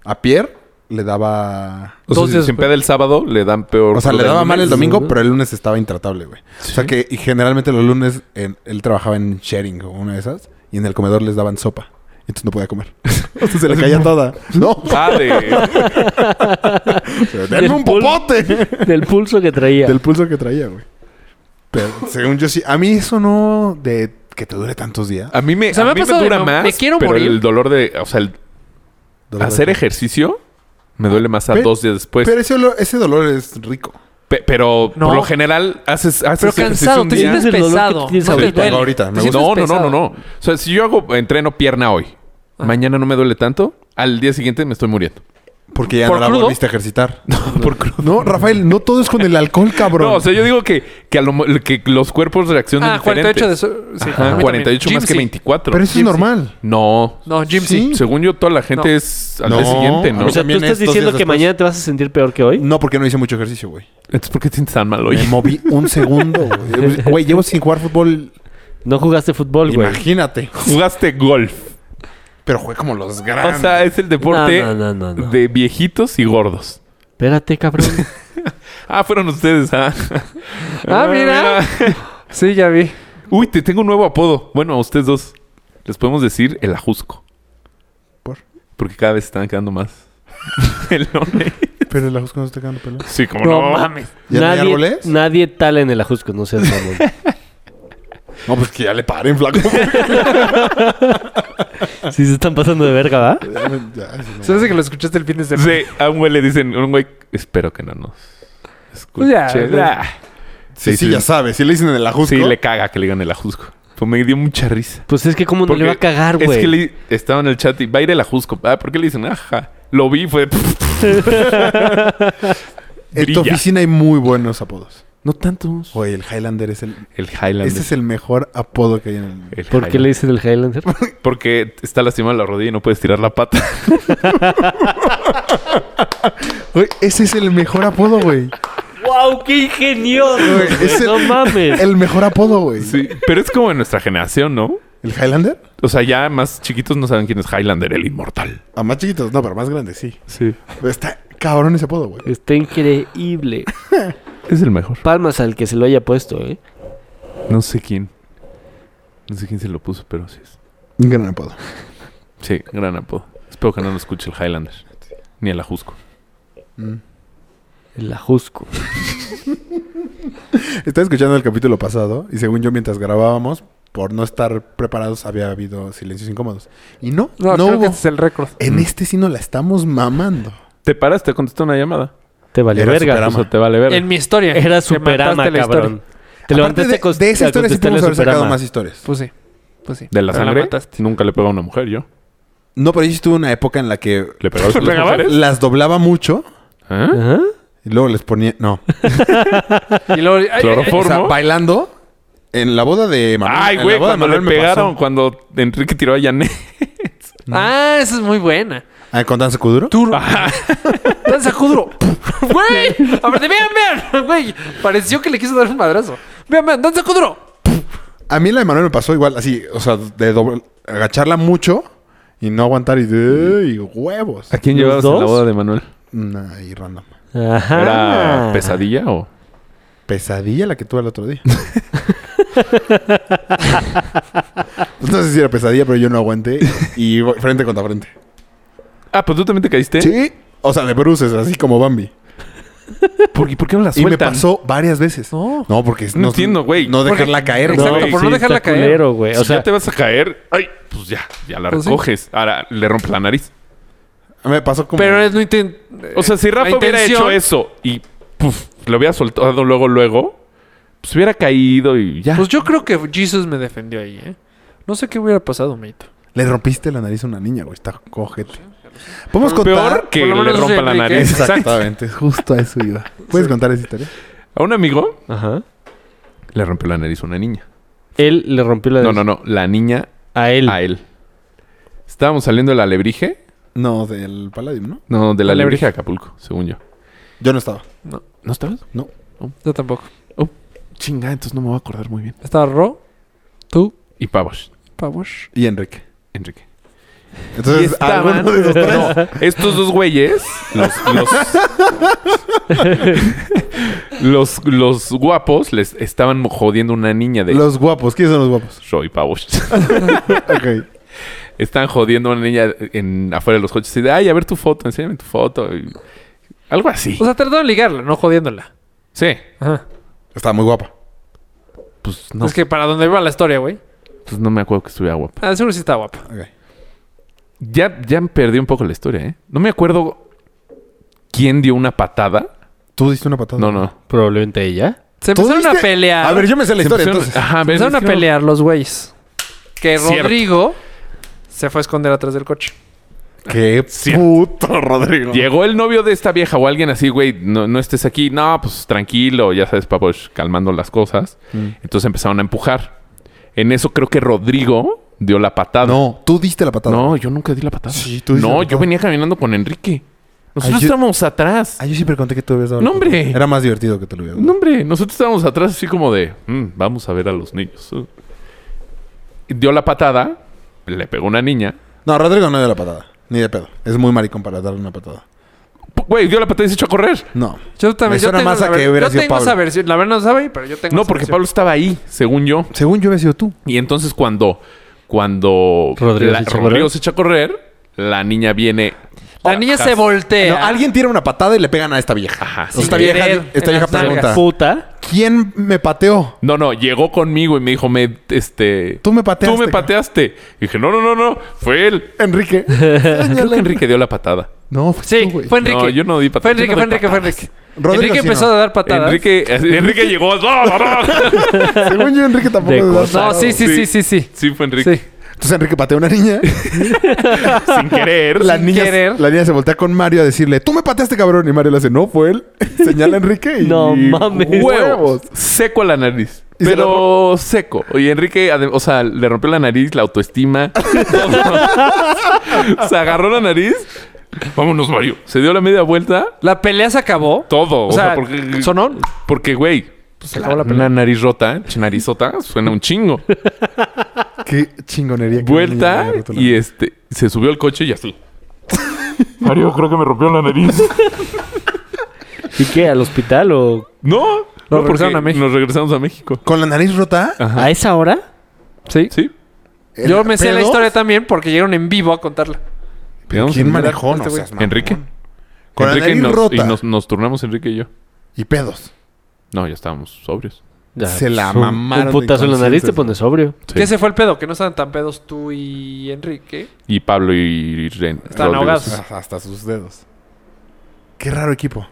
Speaker 2: A Pierre le daba...
Speaker 3: O sea,
Speaker 4: Dos
Speaker 3: si
Speaker 4: días
Speaker 3: se empeda el sábado, le dan peor.
Speaker 2: O sea, le
Speaker 3: cruda
Speaker 2: daba mal el
Speaker 3: lunes.
Speaker 2: domingo, pero el lunes estaba intratable, güey. O sea que y generalmente los lunes en- él trabajaba en sharing o una de esas y en el comedor les daban sopa. Entonces no podía comer. O sea, se le caía toda. No,
Speaker 3: Ah, de-
Speaker 2: denme un
Speaker 1: pul-
Speaker 2: popote.
Speaker 1: Del pulso que traía.
Speaker 2: Del pulso que traía, güey. Pero según yo sí, a mí eso no de que te dure tantos días.
Speaker 3: A mí me,
Speaker 4: O sea,
Speaker 3: a
Speaker 4: me ha
Speaker 3: mí me
Speaker 4: pasado de
Speaker 3: dura
Speaker 4: no-
Speaker 3: más.
Speaker 4: me quiero
Speaker 3: pero
Speaker 4: morir.
Speaker 3: el dolor de. O sea, el
Speaker 2: Dolor
Speaker 3: hacer
Speaker 2: de-
Speaker 3: ejercicio pues. me duele más a
Speaker 2: Pero-
Speaker 3: dos días después.
Speaker 2: Pero ese dolor, ese dolor es rico.
Speaker 3: Pe- pero
Speaker 4: No.
Speaker 3: por lo general haces, haces
Speaker 4: Pero cansado,
Speaker 3: un
Speaker 4: te
Speaker 3: día.
Speaker 4: sientes
Speaker 1: Es el dolor
Speaker 4: pesado.
Speaker 1: que tienes
Speaker 4: no te
Speaker 1: ahorita.
Speaker 4: duele.
Speaker 2: Ahorita, me
Speaker 4: Te
Speaker 2: gusta.
Speaker 3: No, no,
Speaker 4: sientes
Speaker 3: no, no,
Speaker 4: pesado.
Speaker 3: no. O sea, si yo hago entreno pierna hoy, mañana no me duele tanto, al día siguiente me estoy muriendo.
Speaker 2: Porque ya
Speaker 4: ¿Por
Speaker 2: no la
Speaker 4: crudo?
Speaker 2: volviste a ejercitar.
Speaker 3: Por crudo.
Speaker 2: No, Rafael, no todo es con el alcohol, cabrón.
Speaker 3: No, o sea, yo digo que, que, a lo mo- que los cuerpos reaccionan
Speaker 4: Ah, 48
Speaker 3: 48
Speaker 4: de su- sí,
Speaker 3: Sí,
Speaker 4: a mí también.
Speaker 3: 48 más
Speaker 4: Gym
Speaker 3: que
Speaker 4: sí.
Speaker 3: 24.
Speaker 2: pero eso es
Speaker 4: Jim, sí.
Speaker 2: normal.
Speaker 3: No.
Speaker 4: No, Jim sí.
Speaker 2: Sí.
Speaker 3: Según yo, toda la gente
Speaker 4: No.
Speaker 3: es al
Speaker 2: No.
Speaker 3: día siguiente, ¿no?
Speaker 2: O
Speaker 1: O sea, ¿tú
Speaker 2: También
Speaker 1: estás
Speaker 2: es dos Mm.
Speaker 1: diciendo
Speaker 2: días
Speaker 1: que
Speaker 2: después.
Speaker 1: mañana te vas a sentir peor que hoy?
Speaker 2: No, porque no hice mucho ejercicio, güey.
Speaker 3: Entonces, ¿por qué te sientes tan mal hoy?
Speaker 2: Me moví un segundo, güey. Güey, llevo sin jugar fútbol.
Speaker 1: No jugaste fútbol, güey.
Speaker 2: Imagínate.
Speaker 3: Jugaste golf.
Speaker 2: Pero jugué como los
Speaker 3: O
Speaker 2: grandes.
Speaker 3: sea, es el deporte
Speaker 1: No, no, no, no, no.
Speaker 3: de viejitos y gordos.
Speaker 1: Espérate, cabrón.
Speaker 3: Ah, fueron ustedes, ah.
Speaker 4: Ah, mira. Sí, ya vi.
Speaker 3: Uy, te tengo un nuevo apodo. Bueno, a ustedes dos. Les podemos decir el ajusco.
Speaker 2: ¿Por?
Speaker 3: Porque cada vez están quedando más. el nombre.
Speaker 2: pero el ajusco no está quedando pelado.
Speaker 3: Sí, como
Speaker 4: No
Speaker 3: no.
Speaker 4: mames.
Speaker 2: ¿Ya no hay
Speaker 1: nadie,
Speaker 2: árboles?
Speaker 1: nadie tala en el ajusco, no seas mamón.
Speaker 2: No, pues que ya le paren, flaco.
Speaker 1: Sí, se están pasando de verga, ¿va?
Speaker 2: Ya, sí, no.
Speaker 4: Se hace que lo escuchaste el fin de semana.
Speaker 3: Sí, a un güey le dicen, un güey, espero que no nos escuche.
Speaker 4: Ya, ya.
Speaker 3: Ah,
Speaker 2: Sí, sí, ya sabes. Si le dicen en el ajusco.
Speaker 3: Sí, le caga que le digan el ajusco. Pues me dio mucha risa.
Speaker 1: Pues es que cómo no le va a cagar, güey.
Speaker 3: Es que le- estaba en el chat y va a ir el ajusco. Ah, ¿por qué le dicen? Ajá. Lo vi y fue...
Speaker 2: En tu
Speaker 3: brilla.
Speaker 2: oficina hay muy buenos apodos.
Speaker 3: No tantos.
Speaker 2: Oye, el Highlander es el...
Speaker 3: El Highlander. Eh.
Speaker 2: Este es el mejor apodo que hay en el...
Speaker 3: El
Speaker 1: ¿Por qué
Speaker 3: Highlander.
Speaker 1: le dicen el Highlander?
Speaker 3: Porque está lastimada la rodilla y no puedes tirar la pata.
Speaker 2: Güey, ese es el mejor apodo, güey.
Speaker 1: ¡Wow! ¡Qué ingenioso!
Speaker 2: Güey, güey! es el-
Speaker 1: ¡No
Speaker 2: ¡No
Speaker 1: mames!
Speaker 2: El mejor apodo, güey.
Speaker 3: Sí. Pero es como en nuestra generación, ¿no?
Speaker 2: ¿El Highlander?
Speaker 3: O sea, ya más chiquitos no saben quién es Highlander, el inmortal.
Speaker 2: A más chiquitos, no, pero más grandes, sí.
Speaker 3: Sí.
Speaker 2: Pero está cabrón ese apodo, güey.
Speaker 1: Está increíble.
Speaker 3: Es el mejor.
Speaker 1: Palmas al que se lo haya puesto, ¿eh?
Speaker 3: No sé quién. No sé quién se lo puso, pero sí es.
Speaker 2: Un gran apodo.
Speaker 3: Sí, gran apodo. Espero que no lo escuche el Highlander. Ni el Ajusco.
Speaker 1: El ajusco.
Speaker 2: Estaba escuchando el capítulo pasado y según yo, mientras grabábamos, por no estar preparados, había habido silencios incómodos. Y no,
Speaker 4: No,
Speaker 2: no,
Speaker 4: creo
Speaker 2: hubo.
Speaker 4: que este es el récord.
Speaker 2: En este sí no la estamos mamando.
Speaker 3: Te paraste, contestó una llamada.
Speaker 1: Te vale
Speaker 2: Era
Speaker 1: verga.
Speaker 2: superama.
Speaker 3: O sea, te vale ver.
Speaker 4: En mi historia.
Speaker 1: Era
Speaker 4: Te
Speaker 1: superama,
Speaker 4: mataste la
Speaker 1: cabrón.
Speaker 4: historia.
Speaker 1: Te
Speaker 2: Aparte
Speaker 1: levantaste a
Speaker 2: de,
Speaker 1: cons-
Speaker 2: de esa
Speaker 1: a
Speaker 2: historia sí
Speaker 1: contestarle
Speaker 2: podemos haber sacado
Speaker 1: Superama.
Speaker 2: más historias.
Speaker 4: Pues sí. Pues sí.
Speaker 3: De la
Speaker 4: Pero
Speaker 3: sangre.
Speaker 4: mataste.
Speaker 3: nunca le pegó a una mujer, yo.
Speaker 2: No, pero yo sí tuve una época en la que
Speaker 3: ¿Le pegabas a las
Speaker 4: ¿Pegabas?
Speaker 3: mujeres?
Speaker 2: las doblaba mucho
Speaker 3: ¿Ah?
Speaker 1: Ajá.
Speaker 2: y luego les ponía... No.
Speaker 4: Y luego... ay, ay, ay,
Speaker 3: Cloroformo.
Speaker 2: O sea, bailando en la boda de Manuel.
Speaker 3: Ay,
Speaker 2: Ah, en la
Speaker 3: güey,
Speaker 2: boda de
Speaker 3: cuando le
Speaker 2: Manuel me pasó.
Speaker 3: pegaron, cuando Enrique tiró a Janet.
Speaker 4: Ah, esa es muy buena.
Speaker 2: Ah, ¿Con Danza Kuduro?
Speaker 4: Duro. Danza Kuduro. Güey. A ver, vean, vean. Güey. Pareció que le quiso dar un madrazo. Vean, vean. Danza Kuduro.
Speaker 2: A mí la de Manuel me pasó igual, así, o sea, de doble- agacharla mucho y no aguantar y, de, y huevos.
Speaker 3: ¿A quién
Speaker 1: ¿Los
Speaker 3: llevabas en la
Speaker 1: dos?
Speaker 3: boda de Manuel?
Speaker 2: Nah, y random.
Speaker 1: Ajá.
Speaker 2: Ah.
Speaker 3: ¿Era pesadilla o...?
Speaker 2: Pesadilla la que tuve el otro día. no sé si era pesadilla, pero yo no aguanté y voy frente contra frente.
Speaker 3: Ah, pues tú también te caíste.
Speaker 2: Sí. O sea, de bruces, así como Bambi.
Speaker 3: ¿Por, por qué no la
Speaker 2: Y me
Speaker 3: sueltan?
Speaker 2: pasó varias veces.
Speaker 4: No.
Speaker 2: porque
Speaker 3: No entiendo, güey.
Speaker 2: No dejarla caer,
Speaker 4: Exacto,
Speaker 2: güey.
Speaker 3: güey,
Speaker 4: por no
Speaker 1: sí,
Speaker 4: dejarla
Speaker 1: está
Speaker 4: caer.
Speaker 1: culero, güey. Eh, O
Speaker 3: si
Speaker 1: sea,
Speaker 3: ya te vas a caer, ay, pues ya, ya la
Speaker 4: Pues sí.
Speaker 3: recoges. Ahora le rompes la nariz.
Speaker 2: Me pasó como.
Speaker 4: Pero es no intent...
Speaker 3: O sea, si Rafa
Speaker 4: Eh, La
Speaker 3: hubiera
Speaker 4: intención-
Speaker 3: hecho eso y puf, lo hubiera soltado luego, luego, pues hubiera caído y ya.
Speaker 4: Pues yo creo que Jesus me defendió ahí, ¿eh? No sé qué hubiera pasado, Meito.
Speaker 2: Le rompiste la nariz a una niña, güey. Está cojete. Podemos
Speaker 3: Peor
Speaker 2: contar.
Speaker 3: que
Speaker 4: Por lo
Speaker 3: le
Speaker 4: menos
Speaker 3: rompa la
Speaker 4: Enrique.
Speaker 3: nariz.
Speaker 2: Exactamente, justo a eso iba. ¿Puedes contar esa historia?
Speaker 3: A un amigo
Speaker 1: ajá.
Speaker 3: le rompió la nariz a una niña.
Speaker 1: Él le rompió la
Speaker 3: No, no, no. La niña
Speaker 1: A él.
Speaker 3: a él. Estábamos saliendo del alebrije.
Speaker 2: No, del Palladium, ¿no?
Speaker 3: No, del alebrije
Speaker 4: Alebrije.
Speaker 3: a Acapulco, según yo.
Speaker 2: Yo no estaba.
Speaker 3: ¿No estabas?
Speaker 2: No.
Speaker 4: Yo tampoco.
Speaker 3: Chinga, entonces no me voy a acordar muy bien.
Speaker 4: Estaba Ro, tú,
Speaker 3: Y Pavos,
Speaker 4: Pavosh.
Speaker 2: Y Enrique.
Speaker 3: Enrique.
Speaker 2: Entonces,
Speaker 3: Y estaban-
Speaker 2: alguno de los tres.
Speaker 3: No, estos dos güeyes, los, los, los, los guapos, les estaban jodiendo una niña de
Speaker 2: Los guapos. ¿Quiénes son los guapos?
Speaker 3: Roy Pavos.
Speaker 2: Ok.
Speaker 3: Estaban jodiendo a una niña en, afuera de los coches. Y de, ay, a ver tu foto, enséñame tu foto. y- algo así.
Speaker 4: O sea, trataron de ligarla, no jodiéndola.
Speaker 3: Sí.
Speaker 4: Ajá.
Speaker 2: Estaba muy guapa.
Speaker 3: Pues no,
Speaker 4: Es que para donde iba la historia, güey.
Speaker 3: pues no me acuerdo que estuviera guapa.
Speaker 4: Ah, seguro sí estaba guapa.
Speaker 2: Ok.
Speaker 3: Ya, ya perdí un poco la historia, ¿eh? No me acuerdo quién dio una patada.
Speaker 2: ¿Tú diste una patada?
Speaker 3: No, no.
Speaker 1: Probablemente ella.
Speaker 4: Se
Speaker 2: ¿Tú
Speaker 4: empezaron
Speaker 2: diste?
Speaker 4: a pelear.
Speaker 2: A ver, yo me sé la historia
Speaker 3: Empezaron-
Speaker 2: entonces.
Speaker 3: Ajá, a
Speaker 4: se
Speaker 3: ver,
Speaker 4: empezaron
Speaker 3: es
Speaker 4: a
Speaker 3: que no-
Speaker 4: pelear los güeyes. Que
Speaker 3: Cierto.
Speaker 4: Rodrigo se fue a esconder atrás del coche.
Speaker 2: Qué puto, Rodrigo.
Speaker 3: Llegó el novio de esta vieja o alguien así, güey, no, no estés aquí. No, pues tranquilo, ya sabes, papos, calmando las cosas.
Speaker 2: Mm.
Speaker 3: Entonces empezaron a empujar. En eso creo que Rodrigo dio la patada.
Speaker 2: No, tú diste la patada.
Speaker 3: No, yo nunca di la patada.
Speaker 2: Sí, tú diste la
Speaker 3: no,
Speaker 2: patada.
Speaker 3: yo venía caminando con Enrique. Nosotros
Speaker 2: Ay, yo-
Speaker 3: estábamos atrás.
Speaker 2: Ah, yo siempre conté que tú habías dado. la
Speaker 3: No, hombre.
Speaker 2: patada. Era más divertido que te lo hubiera dado.
Speaker 3: No, hombre, nosotros estábamos atrás así como de, "Mm, vamos a ver a los niños. Uh. Dio la patada, le pegó una niña.
Speaker 2: No, Rodrigo no dio la patada. Ni de pedo. Es muy maricón para darle una patada.
Speaker 3: P- Güey, dio la patada y se echó a correr.
Speaker 2: No.
Speaker 4: Yo también.
Speaker 2: Me suena
Speaker 4: yo tengo,
Speaker 2: más a
Speaker 4: la ver-
Speaker 2: que hubiera
Speaker 4: yo
Speaker 2: sido
Speaker 4: tengo
Speaker 2: Pablo.
Speaker 4: esa versión. La verdad no sabe, pero yo tengo
Speaker 3: No,
Speaker 4: esa
Speaker 3: porque
Speaker 4: versión.
Speaker 3: Pablo estaba ahí, según yo.
Speaker 2: Según yo había sido tú.
Speaker 3: Y entonces cuando cuando
Speaker 1: Rodrigo
Speaker 3: la-
Speaker 1: se echa a
Speaker 3: Rodrigo
Speaker 1: correr.
Speaker 3: se echa a correr, la niña viene.
Speaker 4: La niña se
Speaker 3: Ajá.
Speaker 4: voltea.
Speaker 2: No, alguien tira una patada y le pegan a esta vieja.
Speaker 3: Ajá,
Speaker 2: O sea,
Speaker 3: sí.
Speaker 2: esta
Speaker 4: Sin
Speaker 2: vieja,
Speaker 4: querer,
Speaker 2: esta
Speaker 4: en
Speaker 2: vieja
Speaker 4: las nalgas.
Speaker 2: pregunta.
Speaker 1: Puta.
Speaker 2: ¿Quién me pateó?
Speaker 3: No, no, llegó conmigo y me dijo, me, este...
Speaker 2: Tú me pateaste.
Speaker 3: Tú me pateaste. Y dije, no, no, no, no, fue él.
Speaker 2: Enrique.
Speaker 3: Creo que Enrique dio la patada.
Speaker 2: No, fue
Speaker 4: Sí,
Speaker 2: tú, güey.
Speaker 4: fue Enrique.
Speaker 3: No, yo no di patadas.
Speaker 4: Fue Enrique,
Speaker 3: Yo no
Speaker 4: fue
Speaker 3: doy
Speaker 4: Enrique, fue
Speaker 3: patadas.
Speaker 4: Enrique.
Speaker 2: Rodrigo
Speaker 4: Enrique
Speaker 2: sí,
Speaker 4: empezó
Speaker 2: no.
Speaker 4: a dar patadas.
Speaker 3: Enrique, Enrique llegó. ¡No, no, no!
Speaker 2: Según yo, Enrique tampoco.
Speaker 1: De
Speaker 2: le da-
Speaker 1: cosa.
Speaker 4: No, sí, sí, sí, sí, sí.
Speaker 3: Sí, fue Enrique.
Speaker 4: Sí.
Speaker 2: Entonces Enrique pateó a una niña.
Speaker 3: Sin querer.
Speaker 2: La
Speaker 3: sin
Speaker 2: niña,
Speaker 3: querer.
Speaker 2: la niña se voltea con Mario a decirle, tú me pateaste, cabrón. Y Mario le hace, no, fue él. Señala a Enrique y...
Speaker 1: No mames.
Speaker 3: Huevos. Seco a la nariz.
Speaker 2: Y se
Speaker 3: Pero seco. Oye, Enrique, adem- o sea, le rompió la nariz, la autoestima. se agarró la nariz. Vámonos, Mario. Se dio la media vuelta.
Speaker 4: La pelea se acabó.
Speaker 3: Todo.
Speaker 4: O sea,
Speaker 3: porque,
Speaker 4: sonó.
Speaker 3: porque, güey, pues,
Speaker 4: acabó la
Speaker 3: una nariz rota, pinche narizota, suena un chingo.
Speaker 2: Qué chingonería. que la niña
Speaker 3: Vuelta
Speaker 2: haya roto la-
Speaker 3: y este se subió al coche y así. Mario, creo que me rompió la nariz.
Speaker 1: ¿Y qué? ¿Al hospital o
Speaker 3: No, no, porque
Speaker 4: regresaron a México.
Speaker 3: Nos regresamos a México.
Speaker 2: ¿Con la nariz rota?
Speaker 3: Ajá.
Speaker 1: a esa hora?
Speaker 4: Sí.
Speaker 3: Sí.
Speaker 2: ¿El
Speaker 4: Yo me sé la
Speaker 2: pedo?
Speaker 4: historia también porque llegaron en vivo a contarla.
Speaker 3: Pegamos
Speaker 2: ¿Quién
Speaker 3: en-
Speaker 2: manejó? No
Speaker 4: este güey.
Speaker 2: seas mamón.
Speaker 3: Enrique.
Speaker 2: Con la
Speaker 3: Enrique
Speaker 2: nariz
Speaker 3: y nos,
Speaker 2: rota.
Speaker 3: Y nos, nos turnamos Enrique y yo.
Speaker 2: Y pedos.
Speaker 3: No, ya estábamos sobrios.
Speaker 1: Ya,
Speaker 2: Se la
Speaker 1: pues, un- Un
Speaker 2: mamaron de
Speaker 1: putazo en la nariz te
Speaker 2: inconscientes.
Speaker 1: pones sobrio.
Speaker 3: Sí.
Speaker 4: ¿Qué se fue el pedo? Que no estaban tan pedos tú y Enrique.
Speaker 3: Y Pablo y Ren.
Speaker 4: Estaban
Speaker 3: Rodríguez.
Speaker 4: ahogados.
Speaker 2: Ah, Hasta sus dedos. Qué raro equipo.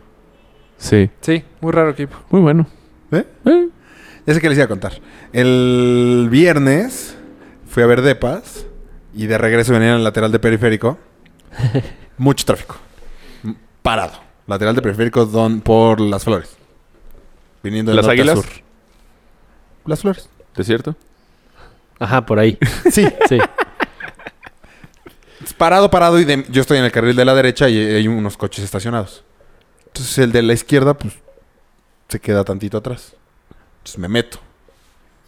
Speaker 3: Sí.
Speaker 4: Sí, muy raro equipo.
Speaker 3: Muy bueno.
Speaker 2: ¿Eh?
Speaker 3: Eh.
Speaker 2: Ya sé que les iba a contar. El viernes fui a ver Depas y de regreso venía en el lateral de periférico. Mucho tráfico. M- Parado. Lateral de periférico don, por las flores. Viniendo de
Speaker 3: ¿Las
Speaker 2: norte a
Speaker 3: águilas?
Speaker 2: sur. Las flores.
Speaker 3: ¿Desierto?
Speaker 1: Ajá, por ahí.
Speaker 2: Sí.
Speaker 1: Sí.
Speaker 2: Parado, parado, y de- yo estoy en el carril de la derecha y hay unos coches estacionados. Entonces el de la izquierda, pues, se queda tantito atrás. Entonces me meto.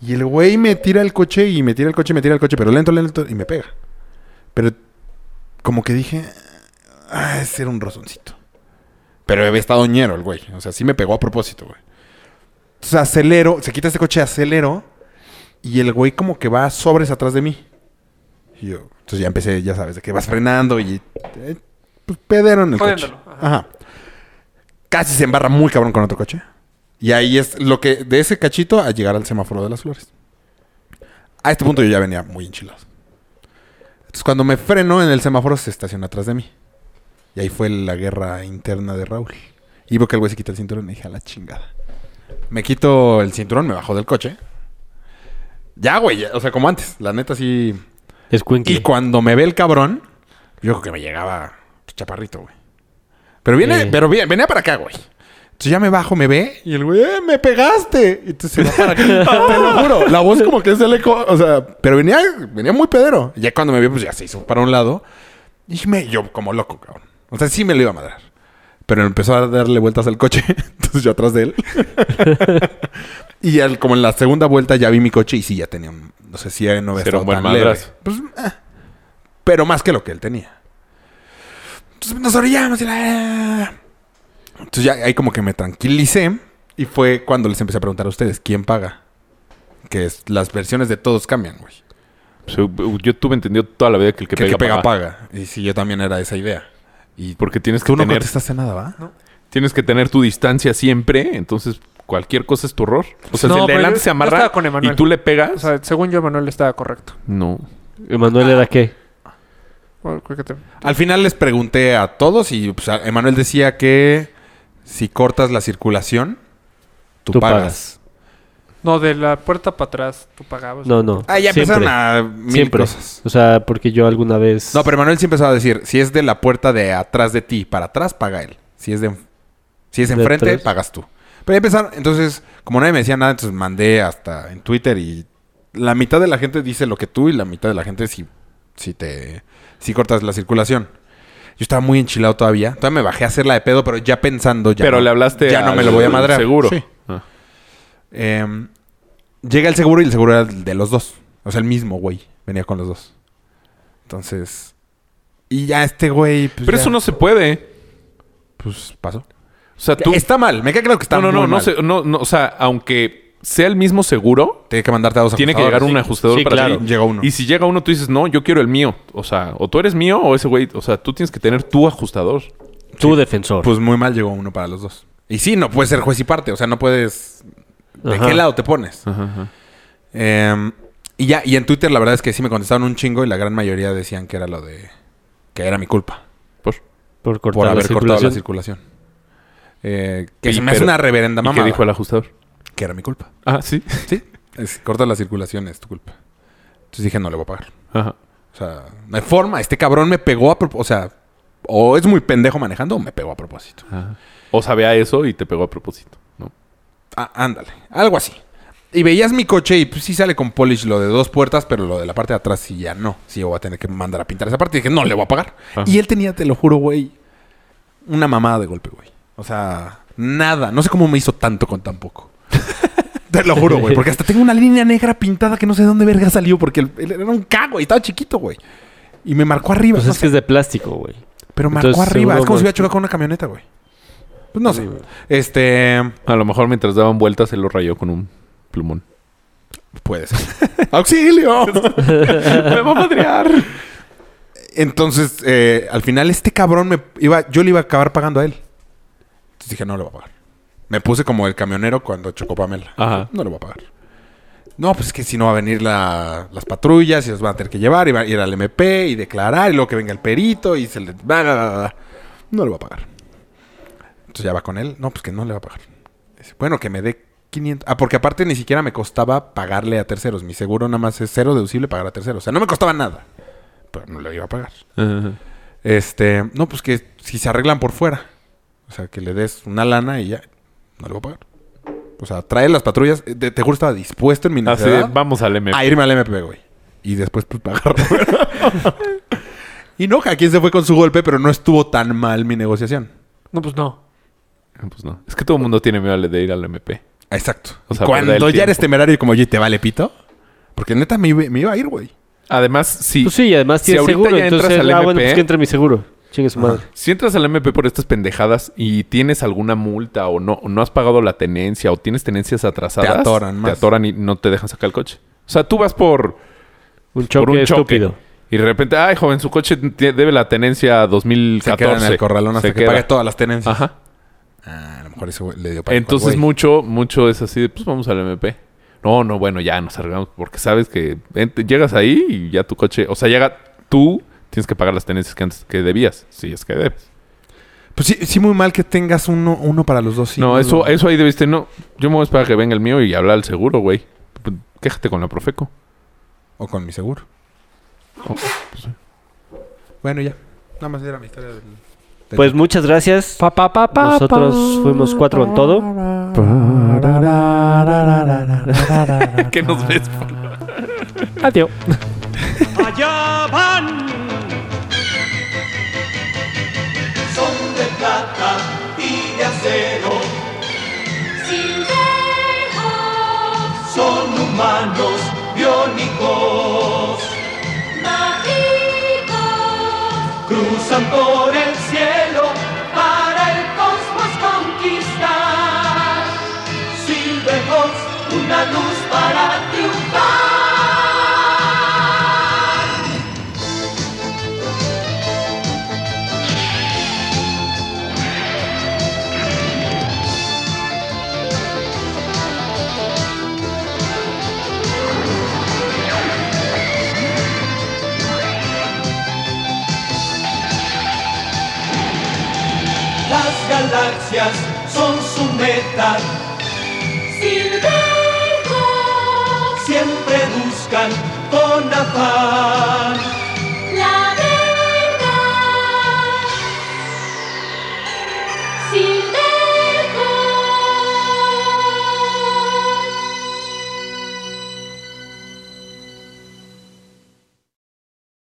Speaker 2: Y el güey me tira el coche y me tira el coche, me tira el coche, pero lento, lento, y me pega. Pero como que dije, ah, ese era un rozoncito. Pero había estado ñero el güey. O sea, sí me pegó a propósito, güey. Entonces acelero, se quita este coche, acelero, y el güey como que va sobres atrás de mí. Y yo, entonces ya empecé, ya sabes, de que vas frenando y eh, pues pedero en el
Speaker 4: Jodiéndolo,
Speaker 2: coche. Ajá. Casi se embarra muy cabrón con otro coche. Y ahí es lo que, de ese cachito a llegar al semáforo de las flores. A este punto yo ya venía muy enchilado. Entonces cuando me freno en el semáforo se estaciona atrás de mí. Y ahí fue la guerra interna de Raúl. Y veo que el güey se quita el cinturón y dije, a la chingada. Me quito el cinturón, me bajo del coche. Ya, güey, ya, o sea, como antes. La neta sí...
Speaker 1: Es
Speaker 2: Y cuando me ve el cabrón, yo creo que me llegaba chaparrito, güey. Pero viene,
Speaker 1: Sí.
Speaker 2: pero viene, venía para acá, güey. Entonces ya me bajo, me ve y el güey, "Eh, me pegaste. Y entonces se va para acá. Te lo juro. La voz como que es el eco. O sea, pero venía, venía muy pedero. Ya cuando me vio, pues ya se hizo para un lado. Y me, yo como loco, cabrón. O sea, sí me lo iba a madrar. Pero empezó a darle vueltas al coche. Entonces yo atrás de él. y al- como en la segunda vuelta ya vi mi coche y sí, ya tenía un... No sé si no había
Speaker 3: Sí, era
Speaker 2: estado
Speaker 3: un buen
Speaker 2: tan leve.
Speaker 3: madrazo.
Speaker 2: Pues, ah, pero más que lo que él tenía. Entonces nos orillamos y la... eh, Entonces ya ahí como que me tranquilicé. Y fue cuando les empecé a preguntar a ustedes, ¿quién paga? Que es, las versiones de todos cambian, güey.
Speaker 3: Pues, eh, yo tuve entendido toda la vida que el que,
Speaker 2: Que
Speaker 3: pega,
Speaker 2: el que pega
Speaker 3: paga.
Speaker 2: paga. Y sí, yo también era esa idea. Y
Speaker 3: Porque tienes que,
Speaker 2: tú no
Speaker 3: tener,
Speaker 2: contestaste nada, ¿va?
Speaker 3: tienes que tener tu distancia siempre. Entonces, cualquier cosa es tu horror. O sea,
Speaker 4: No,
Speaker 3: si el de
Speaker 4: pero
Speaker 3: adelante
Speaker 4: yo-
Speaker 3: se
Speaker 4: yo
Speaker 3: amarra
Speaker 4: estaba con Emanuel.
Speaker 3: y tú le pegas...
Speaker 4: O sea, según yo, Manuel estaba correcto.
Speaker 3: no.
Speaker 1: ¿Emanuel era qué?
Speaker 4: Bueno, creo que te-
Speaker 2: Al final les pregunté a todos y pues, a- Emanuel decía que si cortas la circulación, tú,
Speaker 1: Tú
Speaker 2: pagas.
Speaker 4: No, de la puerta para atrás tú pagabas.
Speaker 1: No, no.
Speaker 2: Ah, ya
Speaker 1: Siempre.
Speaker 2: empezaron a mil
Speaker 1: Siempre.
Speaker 2: cosas.
Speaker 1: O sea, porque yo alguna vez...
Speaker 2: No, pero Emanuel sí empezaba a decir, si es de la puerta de atrás de ti para atrás, paga él. Si es de, enf- si es
Speaker 1: De
Speaker 2: enfrente,
Speaker 1: atrás.
Speaker 2: pagas tú. Pero ya empezaron, entonces, como nadie me decía nada, entonces mandé hasta en Twitter y la mitad de la gente dice lo que tú y la mitad de la gente si, si te si cortas la circulación. Yo estaba muy enchilado todavía. Todavía me bajé a hacerla de pedo, pero ya pensando ya.
Speaker 3: pero
Speaker 2: no-
Speaker 3: le hablaste
Speaker 2: Ya no
Speaker 3: al-
Speaker 2: me lo voy a madrear.
Speaker 3: Seguro.
Speaker 2: Sí.
Speaker 3: Ah.
Speaker 2: Eh, llega el seguro y el seguro era el de los dos. O sea, el mismo güey. Venía con los dos. Entonces. Y ya este güey. pues,
Speaker 3: Pero
Speaker 2: ya,
Speaker 3: eso no se puede.
Speaker 2: Pues pasó.
Speaker 3: O sea, tú...
Speaker 2: Está mal. Me queda claro que está
Speaker 3: no, no, no,
Speaker 2: muy
Speaker 3: no,
Speaker 2: mal.
Speaker 3: se- no, no, o sea, aunque sea el mismo seguro,
Speaker 2: Tiene que mandarte a dos
Speaker 3: tiene que llegar un ajustador
Speaker 1: sí,
Speaker 3: para
Speaker 1: claro.
Speaker 3: ti.
Speaker 2: Llega uno.
Speaker 3: Y si llega uno, tú dices, no, yo quiero el mío. O sea, o tú eres mío o ese güey. O sea, tú tienes que tener tu ajustador.
Speaker 1: Tú defensor.
Speaker 2: Pues muy mal llegó uno para los dos. Y sí, no puedes ser juez y parte. O sea, no puedes ¿De
Speaker 1: Ajá.
Speaker 2: qué lado te pones?
Speaker 3: Ajá, ajá.
Speaker 2: Eh, y ya, y en Twitter la verdad es que sí me contestaron un chingo y la gran mayoría decían que era lo de... Que era mi culpa
Speaker 3: Pues,
Speaker 1: Por cortar
Speaker 2: por
Speaker 1: la
Speaker 2: haber cortado la
Speaker 1: circulación.
Speaker 2: circulación. Eh, que
Speaker 3: Y
Speaker 2: se me hace
Speaker 3: pero-
Speaker 2: una reverenda
Speaker 3: ¿Y
Speaker 2: mamá.
Speaker 3: qué dijo el ajustador?
Speaker 2: Que era mi culpa.
Speaker 3: Ah, sí.
Speaker 2: Sí. Es, corta la circulación, es tu culpa. Entonces dije, no le voy a pagar.
Speaker 3: Ajá.
Speaker 2: O sea, no hay forma. Este cabrón me pegó a propósito. O sea, o es muy pendejo manejando o me pegó a propósito.
Speaker 3: Ajá. O sabía eso y te pegó a propósito. ¿no?
Speaker 2: Ah, ándale. Algo así. Y veías mi coche y pues, sí sale con polish lo de dos puertas, pero lo de la parte de atrás sí ya no. Sí, yo voy a tener que mandar a pintar esa parte. Y dije, no, le voy a pagar.
Speaker 3: Ajá.
Speaker 2: Y él tenía, te lo juro, güey, una mamada de golpe, güey. O sea, nada. No sé cómo me hizo tanto con tan poco. te lo juro, güey. Porque hasta tengo una línea negra pintada que no sé de dónde verga salió porque él, él era un cago y estaba chiquito, güey. Y me marcó arriba.
Speaker 1: Pues
Speaker 2: no
Speaker 1: es
Speaker 2: sé.
Speaker 1: que es de plástico, güey.
Speaker 2: Pero marcó
Speaker 1: Entonces,
Speaker 2: arriba.
Speaker 1: seguro
Speaker 2: Es como si hubiera
Speaker 1: marcó.
Speaker 2: chocado con una camioneta, güey. Pues no sé. Este.
Speaker 3: A lo mejor mientras daban vueltas, él lo rayó con un plumón.
Speaker 2: Puede ser. ¡Auxilio!
Speaker 3: ¡Me va a madrear!
Speaker 2: Entonces, eh, al final, este cabrón me iba. Yo le iba a acabar pagando a él. Entonces dije, no le voy a pagar. Me puse como el camionero cuando chocó Pamela.
Speaker 3: Ajá.
Speaker 2: No le voy a pagar. No, pues es que si no va a venir la- las patrullas y los van a tener que llevar y va a ir al MP y declarar y luego que venga el perito y se le. bla, bla, bla, bla. No le voy a pagar. Entonces ya va con él. No, pues que no le va a pagar. Dice, bueno, que me dé 500. Ah, porque aparte ni siquiera me costaba pagarle a terceros. Mi seguro nada más es cero deducible pagar a terceros. O sea, no me costaba nada. Pero no le iba a pagar. Este, no, pues que si se arreglan por fuera. O sea, que le des una lana y ya. No le voy a pagar. O sea, trae las patrullas. Eh, Te, te juro, estaba dispuesto en mi
Speaker 3: Así de,
Speaker 2: necesidad
Speaker 3: vamos al MP.
Speaker 2: a irme al MP, güey. Y después, pues, pagar. y no, cada quien se fue con su golpe, pero no estuvo tan mal mi negociación.
Speaker 4: No, pues no.
Speaker 3: Ah, Pues no. Es que todo el mundo tiene miedo de ir al MP.
Speaker 2: Exacto.
Speaker 3: O sea,
Speaker 2: Y cuando
Speaker 3: perder
Speaker 2: ya
Speaker 3: el
Speaker 2: eres
Speaker 3: tiempo.
Speaker 2: temerario y como, oye, ¿te vale pito? Porque neta me, iba- me iba a ir, güey.
Speaker 3: Además, si,
Speaker 1: Pues sí, y además
Speaker 3: Si
Speaker 1: tiene
Speaker 3: ahorita
Speaker 1: seguro.
Speaker 3: ya entras
Speaker 1: Entonces, ah,
Speaker 3: al
Speaker 1: bueno,
Speaker 3: MP.
Speaker 1: pues que entre mi seguro. Chingue su madre.
Speaker 3: si entras al MP por estas pendejadas y tienes alguna multa o no, o no has pagado la tenencia o tienes tenencias atrasadas,
Speaker 2: Te atoran más.
Speaker 3: Te atoran y no te dejan sacar el coche. O sea, tú vas por,
Speaker 1: Un choque
Speaker 3: por un choque
Speaker 1: estúpido.
Speaker 3: y de repente, ay, joven, su coche te- debe la tenencia
Speaker 2: Se
Speaker 3: 2014.
Speaker 2: queda en el corralón hasta
Speaker 3: Se
Speaker 2: que
Speaker 3: queda.
Speaker 2: pague todas las tenencias.
Speaker 3: Ajá.
Speaker 2: Ah, a lo mejor ese güey le dio para
Speaker 3: Entonces mucho, mucho es así de, pues vamos al MP. No, no, bueno, ya nos arreglamos porque sabes que ent- llegas ahí y ya tu coche, o sea, llega tú, tienes que pagar las tenencias que antes que debías, si es que debes.
Speaker 2: Pues sí, sí, muy mal que tengas uno, uno para los dos. sí,
Speaker 3: no, eso,
Speaker 2: lo-
Speaker 3: eso ahí debiste, no, yo me voy a esperar a que venga el mío y hablar al seguro, güey. P- Quéjate con la Profeco.
Speaker 2: O con mi seguro.
Speaker 3: Oh, pues, sí.
Speaker 2: Bueno, ya. Nada más era mi historia del...
Speaker 1: Pues muchas gracias.
Speaker 4: Pa, pa, pa, pa,
Speaker 1: Nosotros fuimos cuatro en todo.
Speaker 3: ¿Qué nos ves?
Speaker 4: pa. Adiós.
Speaker 6: allá van. Son de plata y de acero. Son humanos biónicos. Cruzan por el cielo para el cosmos conquistar. Silvejos, una luz para triunfar. Las galaxias son su meta. Siempre buscan con afán